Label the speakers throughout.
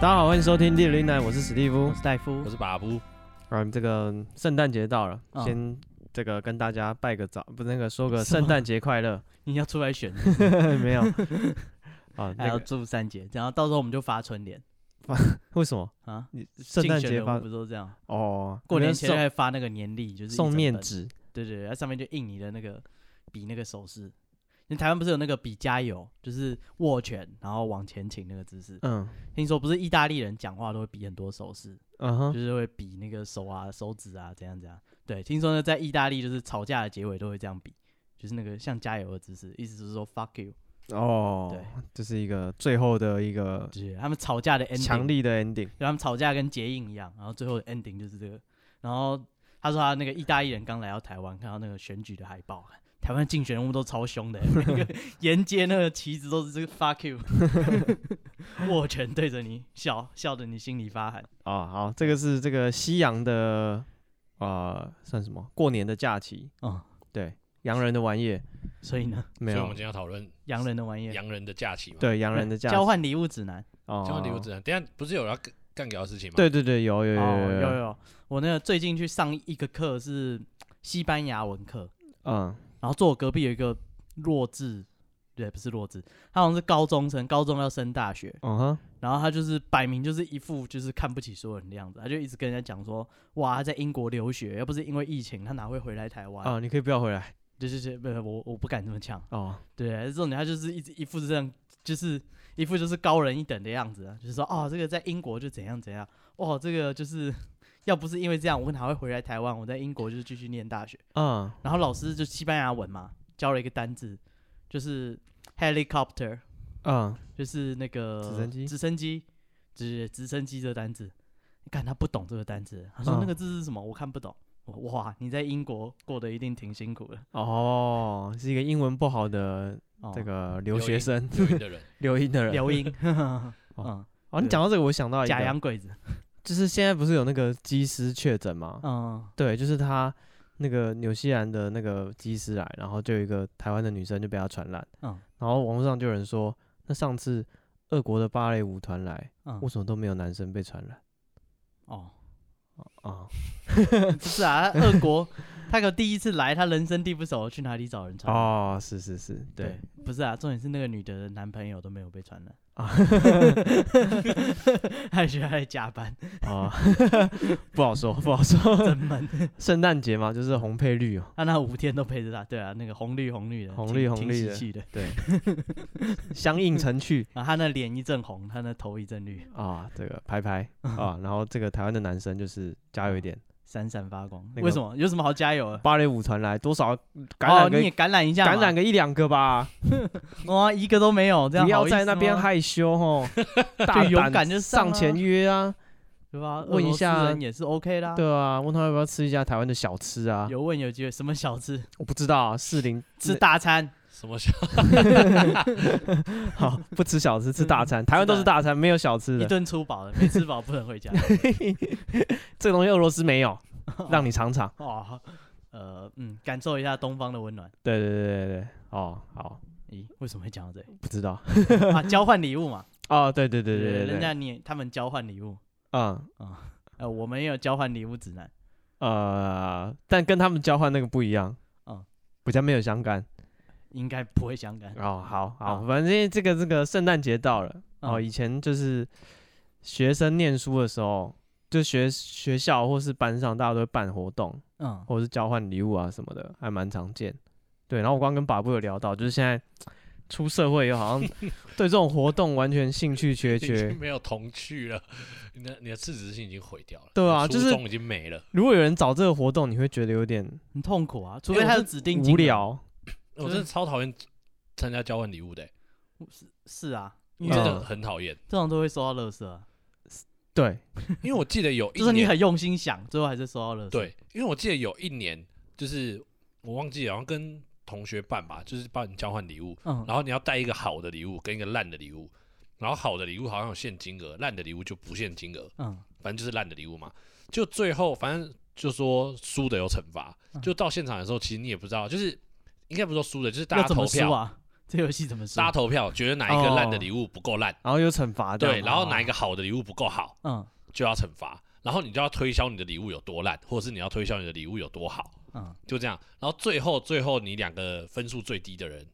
Speaker 1: 欢迎收听《第零奶》，我是史蒂夫
Speaker 2: 我。是戴夫
Speaker 3: 我。是把布，
Speaker 1: 啊，这个圣诞节到了，
Speaker 2: 嗯
Speaker 1: 先这个跟大家拜个早，不是那个说个圣诞节快 乐。
Speaker 2: 你要出来选，
Speaker 1: 没 有。啊，
Speaker 2: 还
Speaker 1: 那
Speaker 2: 要
Speaker 1: 个
Speaker 2: 祝三节，然后到时候我们就发春联
Speaker 1: 为什么
Speaker 2: 啊。
Speaker 1: 你圣诞
Speaker 2: 竞选
Speaker 1: 节
Speaker 2: 人
Speaker 1: 发
Speaker 2: 物不都这样？
Speaker 1: 哦？
Speaker 2: 过
Speaker 1: 没
Speaker 2: 年
Speaker 1: 有
Speaker 2: 前就会发那个年历，就是一
Speaker 1: 送送
Speaker 2: 整
Speaker 1: 面
Speaker 2: 本，
Speaker 1: 纸，
Speaker 2: 对对对，它上面就印你的那个比那个手势。你台湾不是有那个比加油，就是握拳然后往前倾那个姿势。
Speaker 1: 嗯
Speaker 2: 听说不是意大利人讲话都会比很多手势，
Speaker 1: 嗯
Speaker 2: 就
Speaker 1: 哼，
Speaker 2: 是会比那个手啊、手指啊怎样怎样。对，听说呢在意大利就是吵架的结尾都会这样比，就是那个像加油的姿势，意思就是说 fuck you。
Speaker 1: 哦
Speaker 2: 对，
Speaker 1: 这是一个最后的一个
Speaker 2: 就是他们吵架的 ending
Speaker 1: 强力的 ending。
Speaker 2: 就他们吵架跟结印一样，然后最后的 ending 就是这个。然后他说他那个意大利人刚来到台湾，看到那个选举的海报，台湾竞选人物都超凶的， 那个沿街那个旗子都是这个 fuck you，握拳对着你笑，笑得你心里发寒。
Speaker 1: 哦，好，这个是这个西洋的，呃，算什么？过年的假期，
Speaker 2: 嗯，
Speaker 1: 对，洋人的玩意，
Speaker 2: 所以呢，
Speaker 1: 没
Speaker 3: 所以
Speaker 1: 有
Speaker 3: 我们今，天要讨论
Speaker 2: 洋人的玩意儿，
Speaker 3: 洋人的假期嘛？，
Speaker 1: 对，洋人的假期
Speaker 2: 交换礼物指南。
Speaker 1: 哦
Speaker 3: 交换礼物指南。等一下不是有要干干掉的事情吗？
Speaker 1: 对，对对，有有有
Speaker 2: 哦，
Speaker 1: 有
Speaker 2: 有有，我那个最近去上一个课是西班牙文课，
Speaker 1: 嗯，
Speaker 2: 然后坐我隔壁有一个弱智，对，不是弱智，他好像是高中生，高中要升大学，
Speaker 1: 嗯哼，
Speaker 2: 然后他就是摆明就是一副就是看不起所有人的样子，他就一直跟人家讲说，哇，他在英国留学，要不是因为疫情，他哪会回来台湾？
Speaker 1: 啊，你可以不要回来
Speaker 2: 对对对，不不我我不敢这么呛。
Speaker 1: 哦，
Speaker 2: 对，这种人他就是一直一副这样，就是一副就是高人一等的样子啊，就是说，哦，这个在英国就怎样怎样，哦，这个就是要不是因为这样，我哪会回来台湾？我在英国就是继续念大学。
Speaker 1: 嗯，
Speaker 2: 然后老师就西班牙文嘛，教了一个单字，就是 helicopter，
Speaker 1: 嗯，
Speaker 2: 就是那个
Speaker 1: 直升机
Speaker 2: 直升机，直直升机这个单字。你看他不懂这个单字，他说
Speaker 1: 嗯
Speaker 2: 那个字是什么？我看不懂。我哇，你在英国过得一定挺辛苦的。
Speaker 1: 哦，是一个英文不好的
Speaker 2: 哦、
Speaker 1: 这个留学生，
Speaker 3: 留英的人，
Speaker 1: 留英的人。
Speaker 2: 留 音，嗯，
Speaker 1: 哦，你讲到这个，我想到一
Speaker 2: 假
Speaker 1: 个，
Speaker 2: 洋鬼子，
Speaker 1: 就是现在不是有那个机师确诊吗？
Speaker 2: 嗯，
Speaker 1: 对，就是他那个纽西兰的那个机师来，然后就有一个台湾的女生就被他传染，
Speaker 2: 嗯
Speaker 1: 然后网络上就有人说，那上次俄国的芭蕾舞团来，
Speaker 2: 嗯
Speaker 1: 为什么都没有男生被传染？
Speaker 2: 哦，
Speaker 1: 啊、
Speaker 2: 不是啊，他俄国，他可第一次来，他人生地不熟，去哪里找人传染？
Speaker 1: 哦，是是是，对，
Speaker 2: 对，不是啊，重点是那个女的男朋友都没有被传染
Speaker 1: 啊
Speaker 2: 啊， 还学还加班，
Speaker 1: 啊，不好说，不好说。
Speaker 2: 真闷。
Speaker 1: 圣诞节嘛，就是红配绿 哦，
Speaker 2: 他那五天都陪着他，对啊，那个红绿红绿的，
Speaker 1: 红
Speaker 2: 挺
Speaker 1: 绿红
Speaker 2: 挺
Speaker 1: 绿
Speaker 2: 喜
Speaker 1: 的
Speaker 2: 气的。
Speaker 1: 对，相应成趣
Speaker 2: 然后他那脸一阵红，他那头一阵绿，
Speaker 1: 啊，这个拍 拍啊，然后这个台湾的男生就是加油一点，
Speaker 2: 闪闪发光。
Speaker 1: 那个
Speaker 2: 为什么？有什么好加油的？
Speaker 1: 芭蕾舞团来多少感
Speaker 2: 哦，
Speaker 1: 染个、
Speaker 2: 你也感染一下嘛，
Speaker 1: 感染个一两个吧，
Speaker 2: 哇，一个都没有，这样
Speaker 1: 不要
Speaker 2: 好意
Speaker 1: 在
Speaker 2: 思
Speaker 1: 那边
Speaker 2: 吗
Speaker 1: 害羞 哦，大
Speaker 2: 就勇敢就上
Speaker 1: 上
Speaker 2: 啊
Speaker 1: 前约啊，
Speaker 2: 对吧？
Speaker 1: 问一下
Speaker 2: 俄罗斯人也是 OK 啦。
Speaker 1: 对啊，问他要不要吃一下台湾的小吃啊，
Speaker 2: 有问有机会，什么小吃？
Speaker 1: 我不知道啊，士林
Speaker 2: 吃大餐，
Speaker 3: 什么小
Speaker 1: 好不吃小 吃，吃大餐，台湾都是大餐，没有小吃
Speaker 2: 一
Speaker 1: 的，
Speaker 2: 顿粗饱 的，没吃饱不能回家。
Speaker 1: 这个东西俄罗斯没 有，让你尝尝。
Speaker 2: 哦，呃，嗯，感受一下东方的温暖。
Speaker 1: 对对对对对，哦，好，
Speaker 2: 咦，为什么会讲到这里
Speaker 1: 不知道。
Speaker 2: 啊？交换礼物嘛，
Speaker 1: 哦，对 对对对对
Speaker 2: 人家
Speaker 1: 对，
Speaker 2: 你他们交换礼物，
Speaker 1: 嗯
Speaker 2: 呃，我们也有交换礼物指南，
Speaker 1: 呃，但跟他们交换那个不一样，嗯
Speaker 2: 嗯，
Speaker 1: 比较没有相干。
Speaker 2: 应该不会相干。
Speaker 1: 哦，好好，
Speaker 2: 好
Speaker 1: 反正这个这个圣诞节到了，哦，
Speaker 2: 嗯
Speaker 1: 以前就是学生念书的时候，就学学校或是班上大家都会办活动，
Speaker 2: 嗯，
Speaker 1: 或者是交换礼物啊什么的，还蛮常见。对，然后我刚刚跟把布有聊到，就是现在出社会以后， 好像对这种活动完全兴趣缺
Speaker 3: 已
Speaker 1: 缺
Speaker 3: 经。没有童趣了，你的你的赤子之心已经毁掉了。
Speaker 1: 对啊
Speaker 3: 你的
Speaker 1: 就是
Speaker 3: 初衷已经没了。
Speaker 1: 如果有人找这个活动，你会觉得有点
Speaker 2: 很痛苦啊，除
Speaker 3: 哎
Speaker 2: 非
Speaker 3: 我
Speaker 2: 他
Speaker 3: 是
Speaker 2: 有指定金额
Speaker 1: 无。聊。
Speaker 3: 我真的超讨厌参加交换礼物的欸，
Speaker 2: 是啊，
Speaker 1: 嗯
Speaker 3: 我
Speaker 2: 因为
Speaker 3: 真
Speaker 2: 这
Speaker 3: 的
Speaker 2: 种
Speaker 3: 很讨
Speaker 1: 哦
Speaker 3: 厌。
Speaker 2: 这种都会收到垃圾啊，
Speaker 1: 对，
Speaker 3: 因为我记得有一
Speaker 2: 就是你
Speaker 3: 年
Speaker 2: 很用心想，最后还是收到垃圾。，
Speaker 3: 对，因为我记得有一年，就是我忘记了，好像跟同学办吧，就是帮你交换礼物，
Speaker 2: 嗯，
Speaker 3: 然后你要带一个好的礼物跟一个烂的礼物，然后好的礼物好像有限金额，烂的礼物就不限金额，
Speaker 2: 嗯，
Speaker 3: 反正就是烂的礼物嘛。就最后反正就说输的有惩罚，
Speaker 2: 嗯
Speaker 3: 就到现场的时候，其实你也不知道，就是应该不是说输的，就是大
Speaker 2: 要
Speaker 3: 家
Speaker 2: 怎
Speaker 3: 投
Speaker 2: 么输
Speaker 3: 票，
Speaker 2: 啊？ 这游戏怎么说
Speaker 3: 大家？投票，觉得哪一个烂的礼物不够烂，
Speaker 1: 然后又惩罚这样
Speaker 3: 对，然后
Speaker 1: 哦
Speaker 3: 哪一个好的礼物不够好，
Speaker 2: 嗯
Speaker 3: 就要惩罚，然后你就要推销你的礼物有多烂，或者是你要推销你的礼物有多好，
Speaker 2: 嗯，
Speaker 3: 就这样。然后最后最后你两个分数最低的人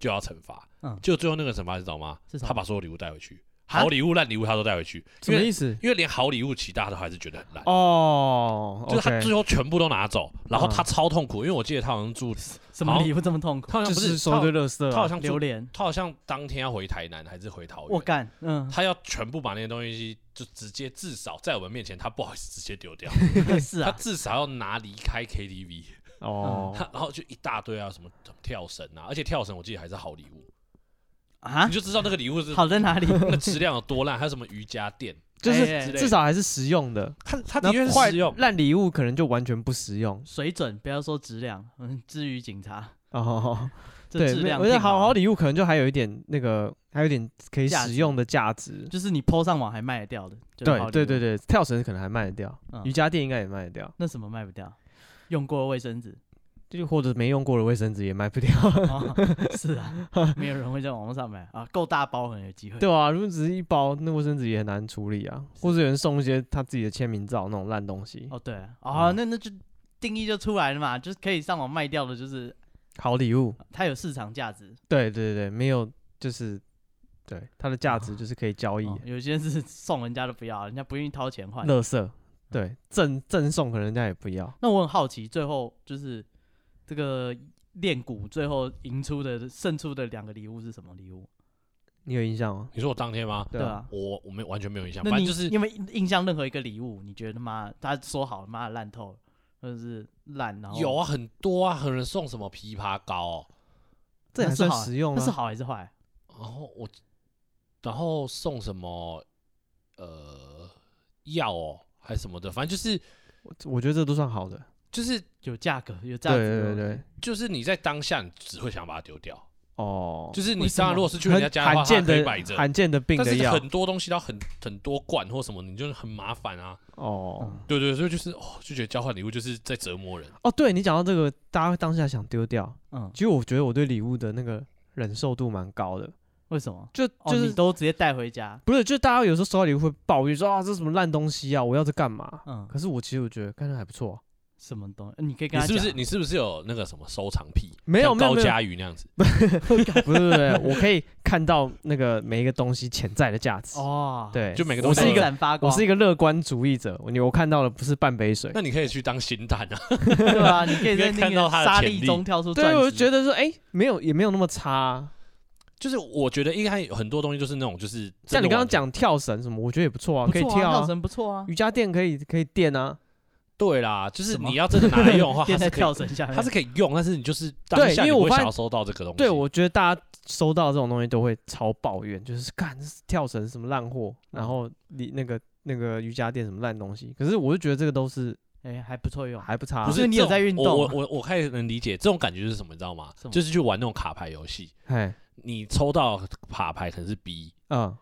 Speaker 3: 就要惩罚，
Speaker 2: 嗯
Speaker 3: 就最后那个惩罚是什么吗
Speaker 2: 是？什么啊
Speaker 3: 他把所有礼物带回去，
Speaker 2: 哈
Speaker 3: 好礼物烂礼物他都带回去，
Speaker 1: 什
Speaker 3: 因
Speaker 1: 么
Speaker 3: 为
Speaker 1: 意思？
Speaker 3: 因为连好礼物其他都还是觉得很烂。
Speaker 1: 哦，
Speaker 3: 就是他
Speaker 1: OK
Speaker 3: 最后全部都拿走，然后
Speaker 1: 嗯
Speaker 3: 他超痛苦，因为我记得他好像住，
Speaker 2: 什么礼物这么痛苦？
Speaker 3: 他好像
Speaker 1: 就
Speaker 3: 不
Speaker 1: 是
Speaker 3: 他
Speaker 1: 收
Speaker 3: 好
Speaker 1: 堆垃圾
Speaker 3: 他好
Speaker 1: 啊，
Speaker 3: 像
Speaker 2: 榴
Speaker 3: 住，
Speaker 2: 莲，
Speaker 3: 他好像当天要回台南还是回桃
Speaker 2: 我
Speaker 3: 园，
Speaker 2: 干，嗯，
Speaker 3: 他要全部把那些东西就直接至少在我们面前，他不好意思直接丢掉，
Speaker 2: 是
Speaker 3: 他
Speaker 2: 啊，
Speaker 3: 至少要拿离开 KTV，
Speaker 1: 哦
Speaker 3: 他，然后就一大堆啊，什么什么跳绳啊，而且跳绳我记得还是好礼物，
Speaker 2: 啊
Speaker 3: 你，就知道那个礼物是
Speaker 2: 好在哪里？
Speaker 3: 那个质量有多烂，还有什么瑜伽垫，
Speaker 1: 就
Speaker 2: 哎哎
Speaker 1: 是
Speaker 3: 哎
Speaker 1: 至少还是实用的。
Speaker 3: 他他
Speaker 1: 那
Speaker 3: 的确
Speaker 1: 坏
Speaker 3: 是实用，
Speaker 1: 烂礼物可能就完全不实用
Speaker 2: 水准不要说质量，嗯，至于警察
Speaker 1: 哦。
Speaker 2: 这
Speaker 1: 对，
Speaker 2: 质
Speaker 1: 没
Speaker 2: 量
Speaker 1: 我觉得
Speaker 2: 挺
Speaker 1: 好好
Speaker 2: 的
Speaker 1: 礼物可能就还有一点那个，还有一点可以
Speaker 2: 价值
Speaker 1: 使用的价值。
Speaker 2: 就是你 PO 上网还卖得掉的，就是好
Speaker 1: 对
Speaker 2: 礼
Speaker 1: 对
Speaker 2: 物
Speaker 1: 对，对，跳绳可能还卖得掉，
Speaker 2: 嗯
Speaker 1: 瑜伽垫应该也卖得掉，
Speaker 2: 那什么卖不掉？用过的卫生纸，
Speaker 1: 就或者没用过的卫生纸也卖不掉，
Speaker 2: 哦是啊，没有人会在网络上买啊，够大包很有机 会。
Speaker 1: 对啊，如果只是一包，那卫生纸也很难处理啊，或者有人送一些他自己的签名照那种烂东西，
Speaker 2: 哦对啊，哦
Speaker 1: 嗯
Speaker 2: 那那就定义就出来了嘛，就是可以上网卖掉的，就是呃
Speaker 1: 好礼物，
Speaker 2: 它有市场价值，
Speaker 1: 对对对，没有就是对它的价值就是可以交易，
Speaker 2: 哦有些是送人家都不要，人家不愿意掏钱换。嗯
Speaker 1: 垃圾，对赠赠送可能人家也不要，
Speaker 2: 那我很好奇，最后就是这个练鼓最后赢出的胜出的两个礼物是什么礼物？
Speaker 1: 你有印象吗？
Speaker 3: 你说我当天吗？
Speaker 1: 对
Speaker 2: 对啊，
Speaker 3: 我我没完全没有印象，
Speaker 2: 那
Speaker 3: 反正
Speaker 2: 你
Speaker 3: 就是
Speaker 2: 因为印象任何一个礼物，你觉得他妈他说好妈的烂透了，或者是烂，然后
Speaker 3: 有啊，很多啊，有人送什么枇杷膏哦，
Speaker 1: 这也
Speaker 2: 那
Speaker 1: 还
Speaker 2: 是
Speaker 1: 算
Speaker 2: 好啊
Speaker 1: 实用
Speaker 2: 那是
Speaker 1: 啊，
Speaker 2: 好还是坏？
Speaker 3: 然后我，然后送什么呃药哦，还是什么的，反正就是
Speaker 1: 我我觉得这都算好的，
Speaker 3: 就是
Speaker 2: 有价格，有价
Speaker 1: 对
Speaker 2: 值。
Speaker 1: 对对对，
Speaker 3: 就是你在当下你只会想把它丢掉，
Speaker 1: 哦，
Speaker 3: 就是
Speaker 2: 为
Speaker 3: 你
Speaker 2: 什
Speaker 3: 当然
Speaker 2: 么
Speaker 3: 如果是去人家
Speaker 1: 很罕
Speaker 3: 家的话，
Speaker 1: 见
Speaker 3: 它可以
Speaker 1: 的
Speaker 3: 摆着，
Speaker 1: 罕见的病
Speaker 3: 但
Speaker 1: 的
Speaker 3: 是
Speaker 1: 药
Speaker 3: 很多东西到很很多罐或什么，你就是很麻烦啊。
Speaker 1: 哦
Speaker 2: 嗯
Speaker 3: 对对，所以就是哦，就觉得交换礼物就是在折磨人。
Speaker 1: 哦，对你讲到这个，大家会当下想丢掉，
Speaker 2: 嗯，
Speaker 1: 其实我觉得我对礼物的那个忍受度蛮高的，
Speaker 2: 为什么？
Speaker 1: 就
Speaker 2: 哦，
Speaker 1: 就
Speaker 2: 你
Speaker 1: 是。
Speaker 2: 都直接带回家。
Speaker 1: 不是，就大家有时候收到礼物会抱怨说啊，这什么烂东西啊，我要这干嘛？
Speaker 2: 嗯，
Speaker 1: 可是我其实我觉得看着还不错啊、
Speaker 2: 什么东西？你可以跟
Speaker 3: 你
Speaker 2: 他
Speaker 3: 是不
Speaker 2: 讲
Speaker 3: 是你是不是有那个什么收藏癖？
Speaker 1: 没有
Speaker 3: 像
Speaker 1: 没有
Speaker 3: 高
Speaker 1: 没有
Speaker 3: 佳瑜那样子，
Speaker 1: 不是不是，不是 我可以看到那个每一个东西潜在的价值。
Speaker 2: 哦，，
Speaker 1: 对，
Speaker 3: 就每个
Speaker 1: 我
Speaker 3: 东西
Speaker 1: 是一
Speaker 3: 都
Speaker 1: 个
Speaker 2: 闪发
Speaker 1: 我
Speaker 2: 光，
Speaker 1: 是一个乐观主义者，我我看到的不是半杯水。
Speaker 3: 那你可以去当星探啊。
Speaker 2: 对啊，你可以
Speaker 3: 你可
Speaker 2: 在
Speaker 3: 以
Speaker 2: 那
Speaker 3: 看到
Speaker 2: 个
Speaker 3: 他的
Speaker 2: 沙
Speaker 3: 潜
Speaker 2: 粒
Speaker 3: 力
Speaker 2: 中跳出钻
Speaker 1: 对，
Speaker 2: 石。
Speaker 1: 我就觉得说，哎、没有也没有那么差啊、
Speaker 3: 就是我觉得应该有很多东西就是那种就是真的
Speaker 1: 像你刚刚
Speaker 3: 完全
Speaker 1: 讲跳绳什么，我觉得也不错啊，
Speaker 2: 不
Speaker 1: 可以
Speaker 2: 错
Speaker 1: 跳
Speaker 2: 啊，跳
Speaker 1: 啊。
Speaker 2: 绳不错 啊，
Speaker 1: 瑜伽垫可以可以垫啊，
Speaker 3: 对啦，就是
Speaker 2: 什么
Speaker 3: 你要真的拿来用 的话，
Speaker 2: 垫
Speaker 3: 它
Speaker 2: 在
Speaker 3: 啊是可
Speaker 2: 跳
Speaker 3: 以，
Speaker 2: 绳下面，
Speaker 3: 它是可以用，但是你就是当
Speaker 1: 对
Speaker 3: 下
Speaker 1: 因为
Speaker 3: 你
Speaker 1: 我
Speaker 3: 不会
Speaker 1: 发
Speaker 3: 想
Speaker 1: 现
Speaker 3: 要收到这个东西。
Speaker 1: 对，我觉得大家收到这种东西都会超抱怨，就是干这是跳绳什么烂货，
Speaker 3: 嗯
Speaker 1: 然后你那个那个瑜伽垫什么烂东西。可是我就觉得这个都是
Speaker 2: 哎还不错用，
Speaker 1: 还不差啊、
Speaker 3: 不
Speaker 2: 因为
Speaker 3: 是
Speaker 2: 你有
Speaker 3: 这种
Speaker 2: 在运动
Speaker 3: 我我我我开始能理解这种感觉是什么，你知道吗
Speaker 2: 什么？
Speaker 3: 就是去玩那种卡牌游戏，
Speaker 1: 哎，
Speaker 3: 你抽到卡牌可能是 B，
Speaker 1: 嗯，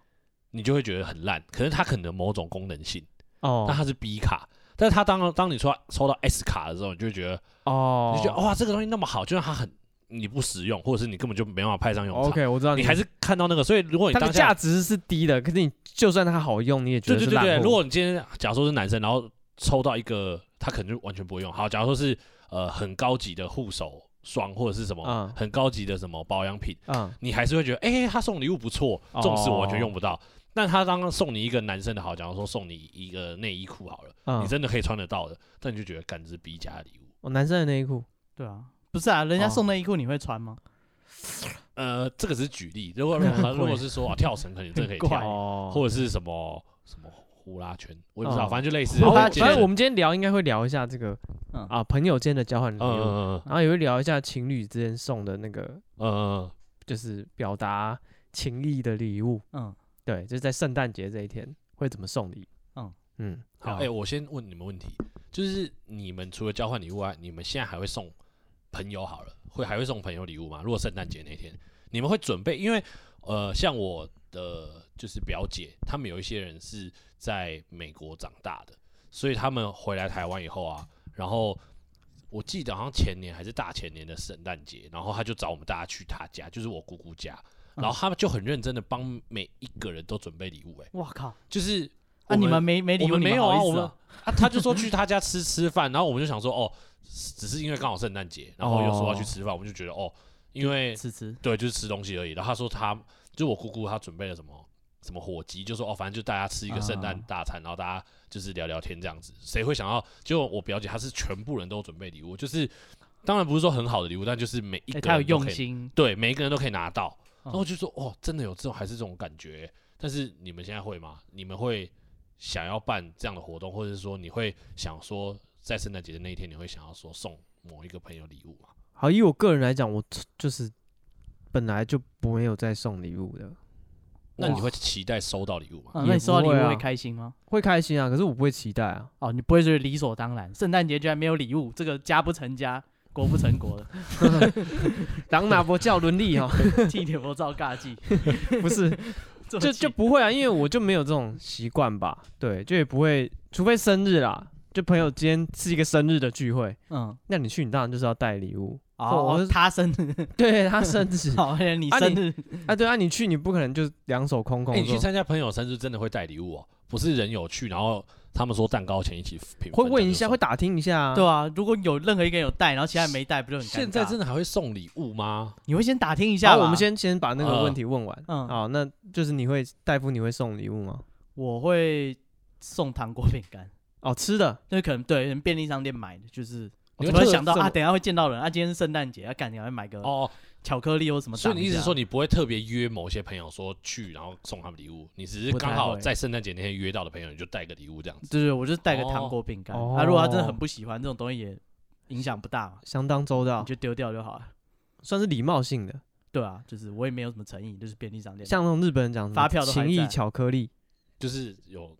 Speaker 3: 你就会觉得很烂，可是它可能有某种功能性，但
Speaker 1: 哦
Speaker 3: 它是 B 卡。但是它当当你抽到抽到 S 卡的时候，你就会觉得，
Speaker 1: 哦，
Speaker 3: 你就觉得哇，这个东西那么好，就算它很你不实用，或者是你根本就没办法派上用场，
Speaker 1: 哦 OK，我知道
Speaker 3: 你还是看到那个。所以如果你
Speaker 1: 它的
Speaker 3: 当下
Speaker 1: 价值是低的，可是你就算它好用，你也觉
Speaker 3: 对
Speaker 1: 得
Speaker 3: 对
Speaker 1: 是
Speaker 3: 对
Speaker 1: 烂
Speaker 3: 对，
Speaker 1: 货
Speaker 3: 如果你今天假如说是男生，然后抽到一个他可能就完全
Speaker 1: 嗯
Speaker 3: 不会用。好，假如说是呃很高级的护手霜或者是什么、
Speaker 1: 嗯
Speaker 3: 很高级的什么保养品，
Speaker 1: 嗯
Speaker 3: 你还是会觉得哎、他送礼物不错，
Speaker 1: 哦
Speaker 3: 重视我完全用不到。但他刚刚送你一个男生的好，假如说送你一个内衣裤好了，
Speaker 1: 嗯
Speaker 3: 你，真的可以穿得到的，但你就觉得干这是 B 加的礼物。
Speaker 1: 哦，男生的内衣裤
Speaker 2: 对啊，不是啊，人
Speaker 1: 哦
Speaker 2: 家送内衣裤你会穿吗？
Speaker 3: 呃，这个只是举例。 如果如果如果是说啊跳绳，可能真的可以
Speaker 2: 很怪
Speaker 3: 跳，
Speaker 1: 哦
Speaker 3: 或者是什么什么呼啦圈，我也不知道，
Speaker 1: 嗯
Speaker 3: 反正就类似。
Speaker 1: 好
Speaker 2: 呼啦
Speaker 3: 我
Speaker 1: 反
Speaker 3: 觉
Speaker 2: 圈
Speaker 3: 得
Speaker 1: 正我们今天聊应该会聊一下这个
Speaker 2: 嗯
Speaker 1: 啊朋友间的交换礼
Speaker 3: 嗯嗯
Speaker 1: 物，
Speaker 3: 嗯
Speaker 1: 然后也会聊一下情侣之间送的那个
Speaker 3: 嗯嗯
Speaker 1: 就是表达情意的礼物。
Speaker 2: 嗯，
Speaker 1: 对，就是在圣诞节这一天会怎么送礼。
Speaker 2: 嗯
Speaker 1: 嗯，
Speaker 3: 好，哎、我先问你们问题，就是你们除了交换礼物外，你们现在还会送朋友好了，会还会送朋友礼物吗？如果圣诞节那天，你们会准备？因为呃，像我的就是表姐，他们有一些人是在美国长大的，所以他们回来台湾以后啊，然后我记得好像前年还是大前年的圣诞节，然后他就找我们大家去他家，就是我姑姑家，
Speaker 2: 嗯
Speaker 3: 然后他们就很认真的帮每一个人都准备礼物、欸，哎，
Speaker 2: 哇靠！
Speaker 3: 就是
Speaker 2: 啊，你们没没礼
Speaker 3: 我
Speaker 2: 物，
Speaker 3: 们
Speaker 2: 你
Speaker 3: 没有
Speaker 2: 好
Speaker 3: 啊，
Speaker 2: 意
Speaker 3: 我
Speaker 2: 思
Speaker 3: 们
Speaker 2: 啊
Speaker 3: 啊，他就说去他家吃吃饭，然后我们就想说哦，只是因为刚好圣诞节，然后又说要去吃饭，我们就觉得哦，因为
Speaker 2: 吃吃
Speaker 3: 对，就是吃东西而已。然后他说他就我姑姑她准备了什么什么火鸡，就说哦，反正就大家吃一个圣诞
Speaker 2: 啊
Speaker 3: 大餐，然后大家就是聊聊天这样子。谁会想到？就我表姐她是全部人都有准备礼物，就是当然不是说很好的礼物，但就是每一
Speaker 2: 欸
Speaker 3: 个
Speaker 2: 他有
Speaker 3: 人都可以、
Speaker 2: 用心，
Speaker 3: 对每一个人都可以拿到。然
Speaker 2: 哦
Speaker 3: 后我就说哦，真的有这种还是这种感觉、但是你们现在会吗？你们会想要办这样的活动，或者是说你会想说在圣诞节的那一天，你会想要说送某一个朋友礼物吗？
Speaker 1: 好，以我个人来讲，我就是本来就不没有在送礼物的，
Speaker 3: 那你
Speaker 2: 哇
Speaker 3: 会期待收到礼物吗？
Speaker 2: 啊
Speaker 1: 也
Speaker 2: 那你收到礼
Speaker 1: 不会
Speaker 2: 物
Speaker 1: 啊
Speaker 2: 会开心吗？
Speaker 1: 会开心啊，可是我不会期待啊。
Speaker 2: 哦，你不会觉得理所当然？圣诞节居然没有礼物，这个家不成家，国不成国的，
Speaker 1: 当拿不叫伦
Speaker 3: 哦
Speaker 1: 理哈，
Speaker 2: 替你佛照尬技，
Speaker 1: 不是，
Speaker 2: 这 么
Speaker 1: 就
Speaker 2: 气
Speaker 1: 就不会啊，因为我就没有这种习惯吧，对，就也不会，除非生日啦，就朋友今天是一个生日的聚会，
Speaker 2: 嗯，
Speaker 1: 那你去，你当然就是要带礼物， 或者
Speaker 2: 哦，
Speaker 1: 是
Speaker 2: 他生 日，
Speaker 1: 对他生 日
Speaker 2: 好，你
Speaker 1: 啊
Speaker 2: 生
Speaker 1: 你
Speaker 2: 日，
Speaker 1: 啊，对啊，你去你不可能就两手空空
Speaker 3: 哎、你去
Speaker 1: 说，
Speaker 3: 参加朋友生日真的会带礼物哦，不是人有去，然后他们说蛋糕钱一起平分
Speaker 1: 会问一
Speaker 3: 这
Speaker 1: 下，
Speaker 3: 样
Speaker 1: 会
Speaker 3: 就
Speaker 1: 打听一下啊，
Speaker 2: 对啊，如果有任何一个人有带，然后其他人没带，不就很
Speaker 3: 送
Speaker 2: 尴尬？
Speaker 3: 现在真的还会送礼物吗？
Speaker 2: 你会先打听一下
Speaker 1: 好，
Speaker 2: 吧
Speaker 1: 我们，先先把那个
Speaker 3: 呃
Speaker 1: 问题问完，
Speaker 2: 嗯
Speaker 1: 好，那就是你会大夫你会送礼物吗？
Speaker 2: 我会送糖果饼干，
Speaker 1: 哦，吃的，
Speaker 2: 那可能对人便利商店买的，就是。我
Speaker 3: 你
Speaker 2: 怎
Speaker 3: 会
Speaker 2: 么会
Speaker 3: 特
Speaker 2: 想到
Speaker 3: 这么
Speaker 2: 啊？等一下会见到人啊！今天是圣诞节，要赶紧来买个
Speaker 3: 哦，
Speaker 2: 巧克力或什么
Speaker 3: 所
Speaker 2: 挡一下。
Speaker 3: 以你意思是说你不会特别约某些朋友说去，然后送他们礼物，你只是
Speaker 2: 不太
Speaker 3: 刚好
Speaker 2: 会
Speaker 3: 在圣诞节那天约到的朋友，你就带个礼物这样子。
Speaker 2: 对对，我就是带个
Speaker 3: 哦
Speaker 2: 糖果饼干。
Speaker 1: 哦
Speaker 2: 啊，如果他真的很不喜欢这种东西，也影响不大嘛，
Speaker 1: 相当周
Speaker 2: 你
Speaker 1: 到，
Speaker 2: 就丢掉就好了。
Speaker 1: 算是礼貌性的，
Speaker 2: 对啊，就是我也没有什么诚意，就是便利商店
Speaker 1: 像那种日本人讲什么
Speaker 2: 发票都还
Speaker 1: 情谊
Speaker 2: 在
Speaker 1: 巧克力，
Speaker 3: 就是有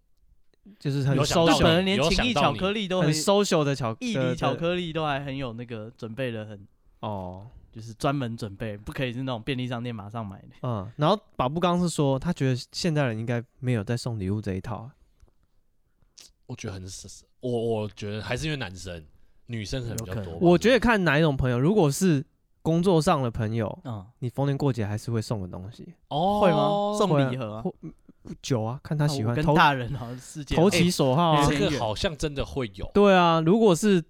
Speaker 1: 就是很
Speaker 3: 有想
Speaker 2: 日
Speaker 3: 到
Speaker 2: 本
Speaker 1: social
Speaker 2: 人连
Speaker 3: 有
Speaker 2: 情谊
Speaker 3: 想到
Speaker 2: 巧
Speaker 3: 你
Speaker 2: 克力都
Speaker 1: 很
Speaker 2: 很
Speaker 1: social 的巧
Speaker 2: 意
Speaker 1: 的
Speaker 2: 礼巧
Speaker 1: 的
Speaker 2: 克力都还很有那个准备的很，
Speaker 1: 哦，
Speaker 2: 就是专门准备，不可以是那种便利商店马上买的。
Speaker 1: 嗯，然后把布刚是说，他觉得现代人应该没有在送礼物这一套啊，
Speaker 3: 我觉得很是，我我觉得还是因为男生女生可能比较
Speaker 2: 有可
Speaker 3: 多吧。
Speaker 2: 能
Speaker 1: 我觉得看哪一种朋友，如果是工作上的朋友，
Speaker 2: 嗯，
Speaker 1: 你逢年过节还是会送个东西，
Speaker 3: 哦，
Speaker 2: 会吗？送
Speaker 1: 会啊
Speaker 2: 礼盒啊，
Speaker 1: 或酒啊，看他喜
Speaker 2: 啊我
Speaker 1: 欢
Speaker 2: 跟
Speaker 1: 投
Speaker 2: 大人好像世界
Speaker 1: 投
Speaker 2: 哎
Speaker 1: 其所好啊
Speaker 2: 哎，
Speaker 3: 这
Speaker 2: 很
Speaker 3: 个
Speaker 2: 远
Speaker 3: 好像真的会有
Speaker 1: 对啊，如果是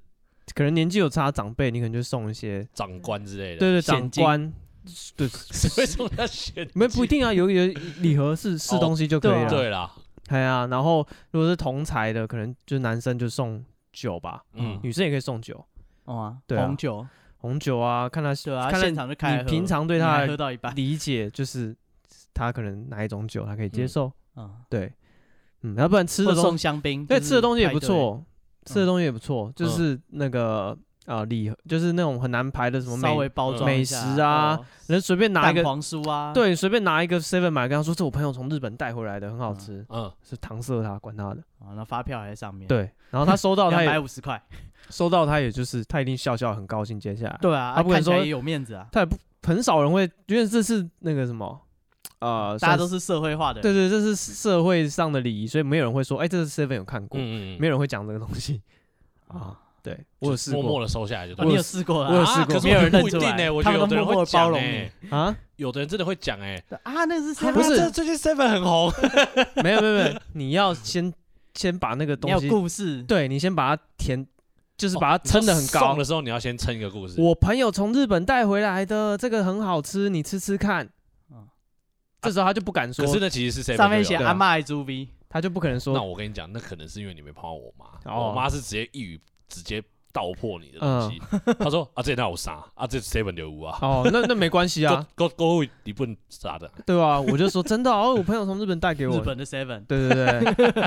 Speaker 1: 可能年纪有差长辈，你可能就送一些，
Speaker 3: 长官之类的，
Speaker 1: 对对，
Speaker 2: 现
Speaker 1: 长
Speaker 2: 金
Speaker 1: 官， 对，
Speaker 3: 谁会送他钱？
Speaker 1: 没不一定啊，有有礼盒是是
Speaker 3: 哦
Speaker 1: 东西就可以
Speaker 2: 啊
Speaker 1: 了，
Speaker 3: 对啦，
Speaker 1: 对啊，然后如果是同才的，可能就是男生就送酒吧，
Speaker 3: 嗯
Speaker 2: 嗯，
Speaker 1: 女生也可以送酒。
Speaker 2: 哦啊，
Speaker 1: 对啊
Speaker 2: 红酒，
Speaker 1: 红酒啊，看他
Speaker 2: 对啊，
Speaker 1: 看
Speaker 2: 现场就开来
Speaker 1: 你
Speaker 2: 喝。
Speaker 1: 平常对
Speaker 2: 你
Speaker 1: 他
Speaker 2: 还喝
Speaker 1: 的
Speaker 2: 到一半，
Speaker 1: 理解就是他可能哪一种酒他可以接
Speaker 3: 嗯
Speaker 1: 受，
Speaker 2: 嗯，
Speaker 1: 对，嗯，要不然吃
Speaker 2: 或
Speaker 1: 的
Speaker 2: 者
Speaker 1: 东
Speaker 2: 送
Speaker 1: 西，
Speaker 2: 香槟，
Speaker 1: 对，
Speaker 2: 就
Speaker 1: 吃的
Speaker 2: 是
Speaker 1: 东西也
Speaker 2: 派
Speaker 1: 不
Speaker 2: 对，
Speaker 1: 错，吃的
Speaker 2: 嗯
Speaker 1: 东西也不错，就
Speaker 3: 嗯
Speaker 1: 是那个啊礼盒，就是那种很难排的什么
Speaker 2: 稍
Speaker 1: 美
Speaker 2: 微，包
Speaker 3: 嗯
Speaker 2: 装
Speaker 1: 美
Speaker 2: 一下
Speaker 1: 食啊
Speaker 2: 哦
Speaker 1: 人随便拿
Speaker 2: 蛋
Speaker 1: 一个，
Speaker 2: 黄酥啊，，
Speaker 1: 对，随便拿一个 seven 买，跟他说这我朋友从日本带回来的，很好吃，
Speaker 3: 嗯，
Speaker 1: 是搪塞他，管他的，
Speaker 2: 啊，然后发票还在上面，，
Speaker 1: 对，然后他收 到
Speaker 2: 两
Speaker 1: 他
Speaker 2: 百
Speaker 1: 也
Speaker 2: 五十块，
Speaker 1: 收到他也就是他一定笑笑很高兴，接下来
Speaker 2: 对啊，
Speaker 1: 他
Speaker 2: 啊
Speaker 1: 不可能
Speaker 2: 看起来
Speaker 1: 说
Speaker 2: 也有面子啊，
Speaker 1: 他也不很少人会，因为这是那个什么。呃，
Speaker 2: 大家
Speaker 1: 算
Speaker 2: 都是社会化的，
Speaker 1: 对对，这是社会上的礼仪，所以没有人会说，哎、这是 seven 有看过，
Speaker 3: 嗯嗯，
Speaker 1: 没有人会讲这个东西 啊。对我有试
Speaker 3: 默默
Speaker 1: 过
Speaker 3: 的收下来就
Speaker 2: 哦，
Speaker 1: 我
Speaker 3: 对
Speaker 2: 你
Speaker 3: 了。
Speaker 2: 有试过
Speaker 1: 我有
Speaker 2: 啊？
Speaker 1: 试
Speaker 3: 啊
Speaker 1: 过
Speaker 3: 可是
Speaker 2: 没有
Speaker 3: 我
Speaker 2: 人认
Speaker 3: 不一
Speaker 2: 出
Speaker 3: 定
Speaker 2: 来
Speaker 3: 欸我觉
Speaker 2: 他
Speaker 3: 得有
Speaker 2: 们
Speaker 3: 的人
Speaker 2: 都默
Speaker 3: 会
Speaker 2: 默包
Speaker 3: 讲
Speaker 2: 容
Speaker 3: 欸
Speaker 2: 你，
Speaker 1: 啊，
Speaker 3: 有的人真的会讲哎，
Speaker 2: 啊，那是
Speaker 1: 不是
Speaker 3: 啊这最近 seven 很红，
Speaker 1: 没有没有没有，你要先 先把那个
Speaker 2: 你
Speaker 1: 东
Speaker 2: 有
Speaker 1: 西，
Speaker 2: 故事，
Speaker 1: 对你先把它填，就是
Speaker 3: 哦
Speaker 1: 把它撑得很高
Speaker 3: 送。的时候你要先撑一个故事。
Speaker 1: 我朋友从日本带回来的，这个很好吃，你吃吃看。
Speaker 2: 嗯
Speaker 1: 这时候他就不敢说
Speaker 3: 可，是那其实是 seven
Speaker 2: 上面写
Speaker 1: 对啊
Speaker 2: 阿妈爱猪逼，
Speaker 1: 他就不可能
Speaker 3: 那
Speaker 1: 说，
Speaker 3: 我跟你讲，那可能是因为你没碰到我妈，
Speaker 1: 哦
Speaker 3: 我妈是直接一语直接道破你的东西。她说啊，这那有啥啊？这 seven 流无啊，
Speaker 1: 哦，那那没关系 啊，
Speaker 3: 各各位你不能啥的。
Speaker 1: 对吧、我就说真的啊，哦，我朋友从日本带给我
Speaker 2: 日
Speaker 1: 的，
Speaker 2: 本的 Seven
Speaker 1: 对对对，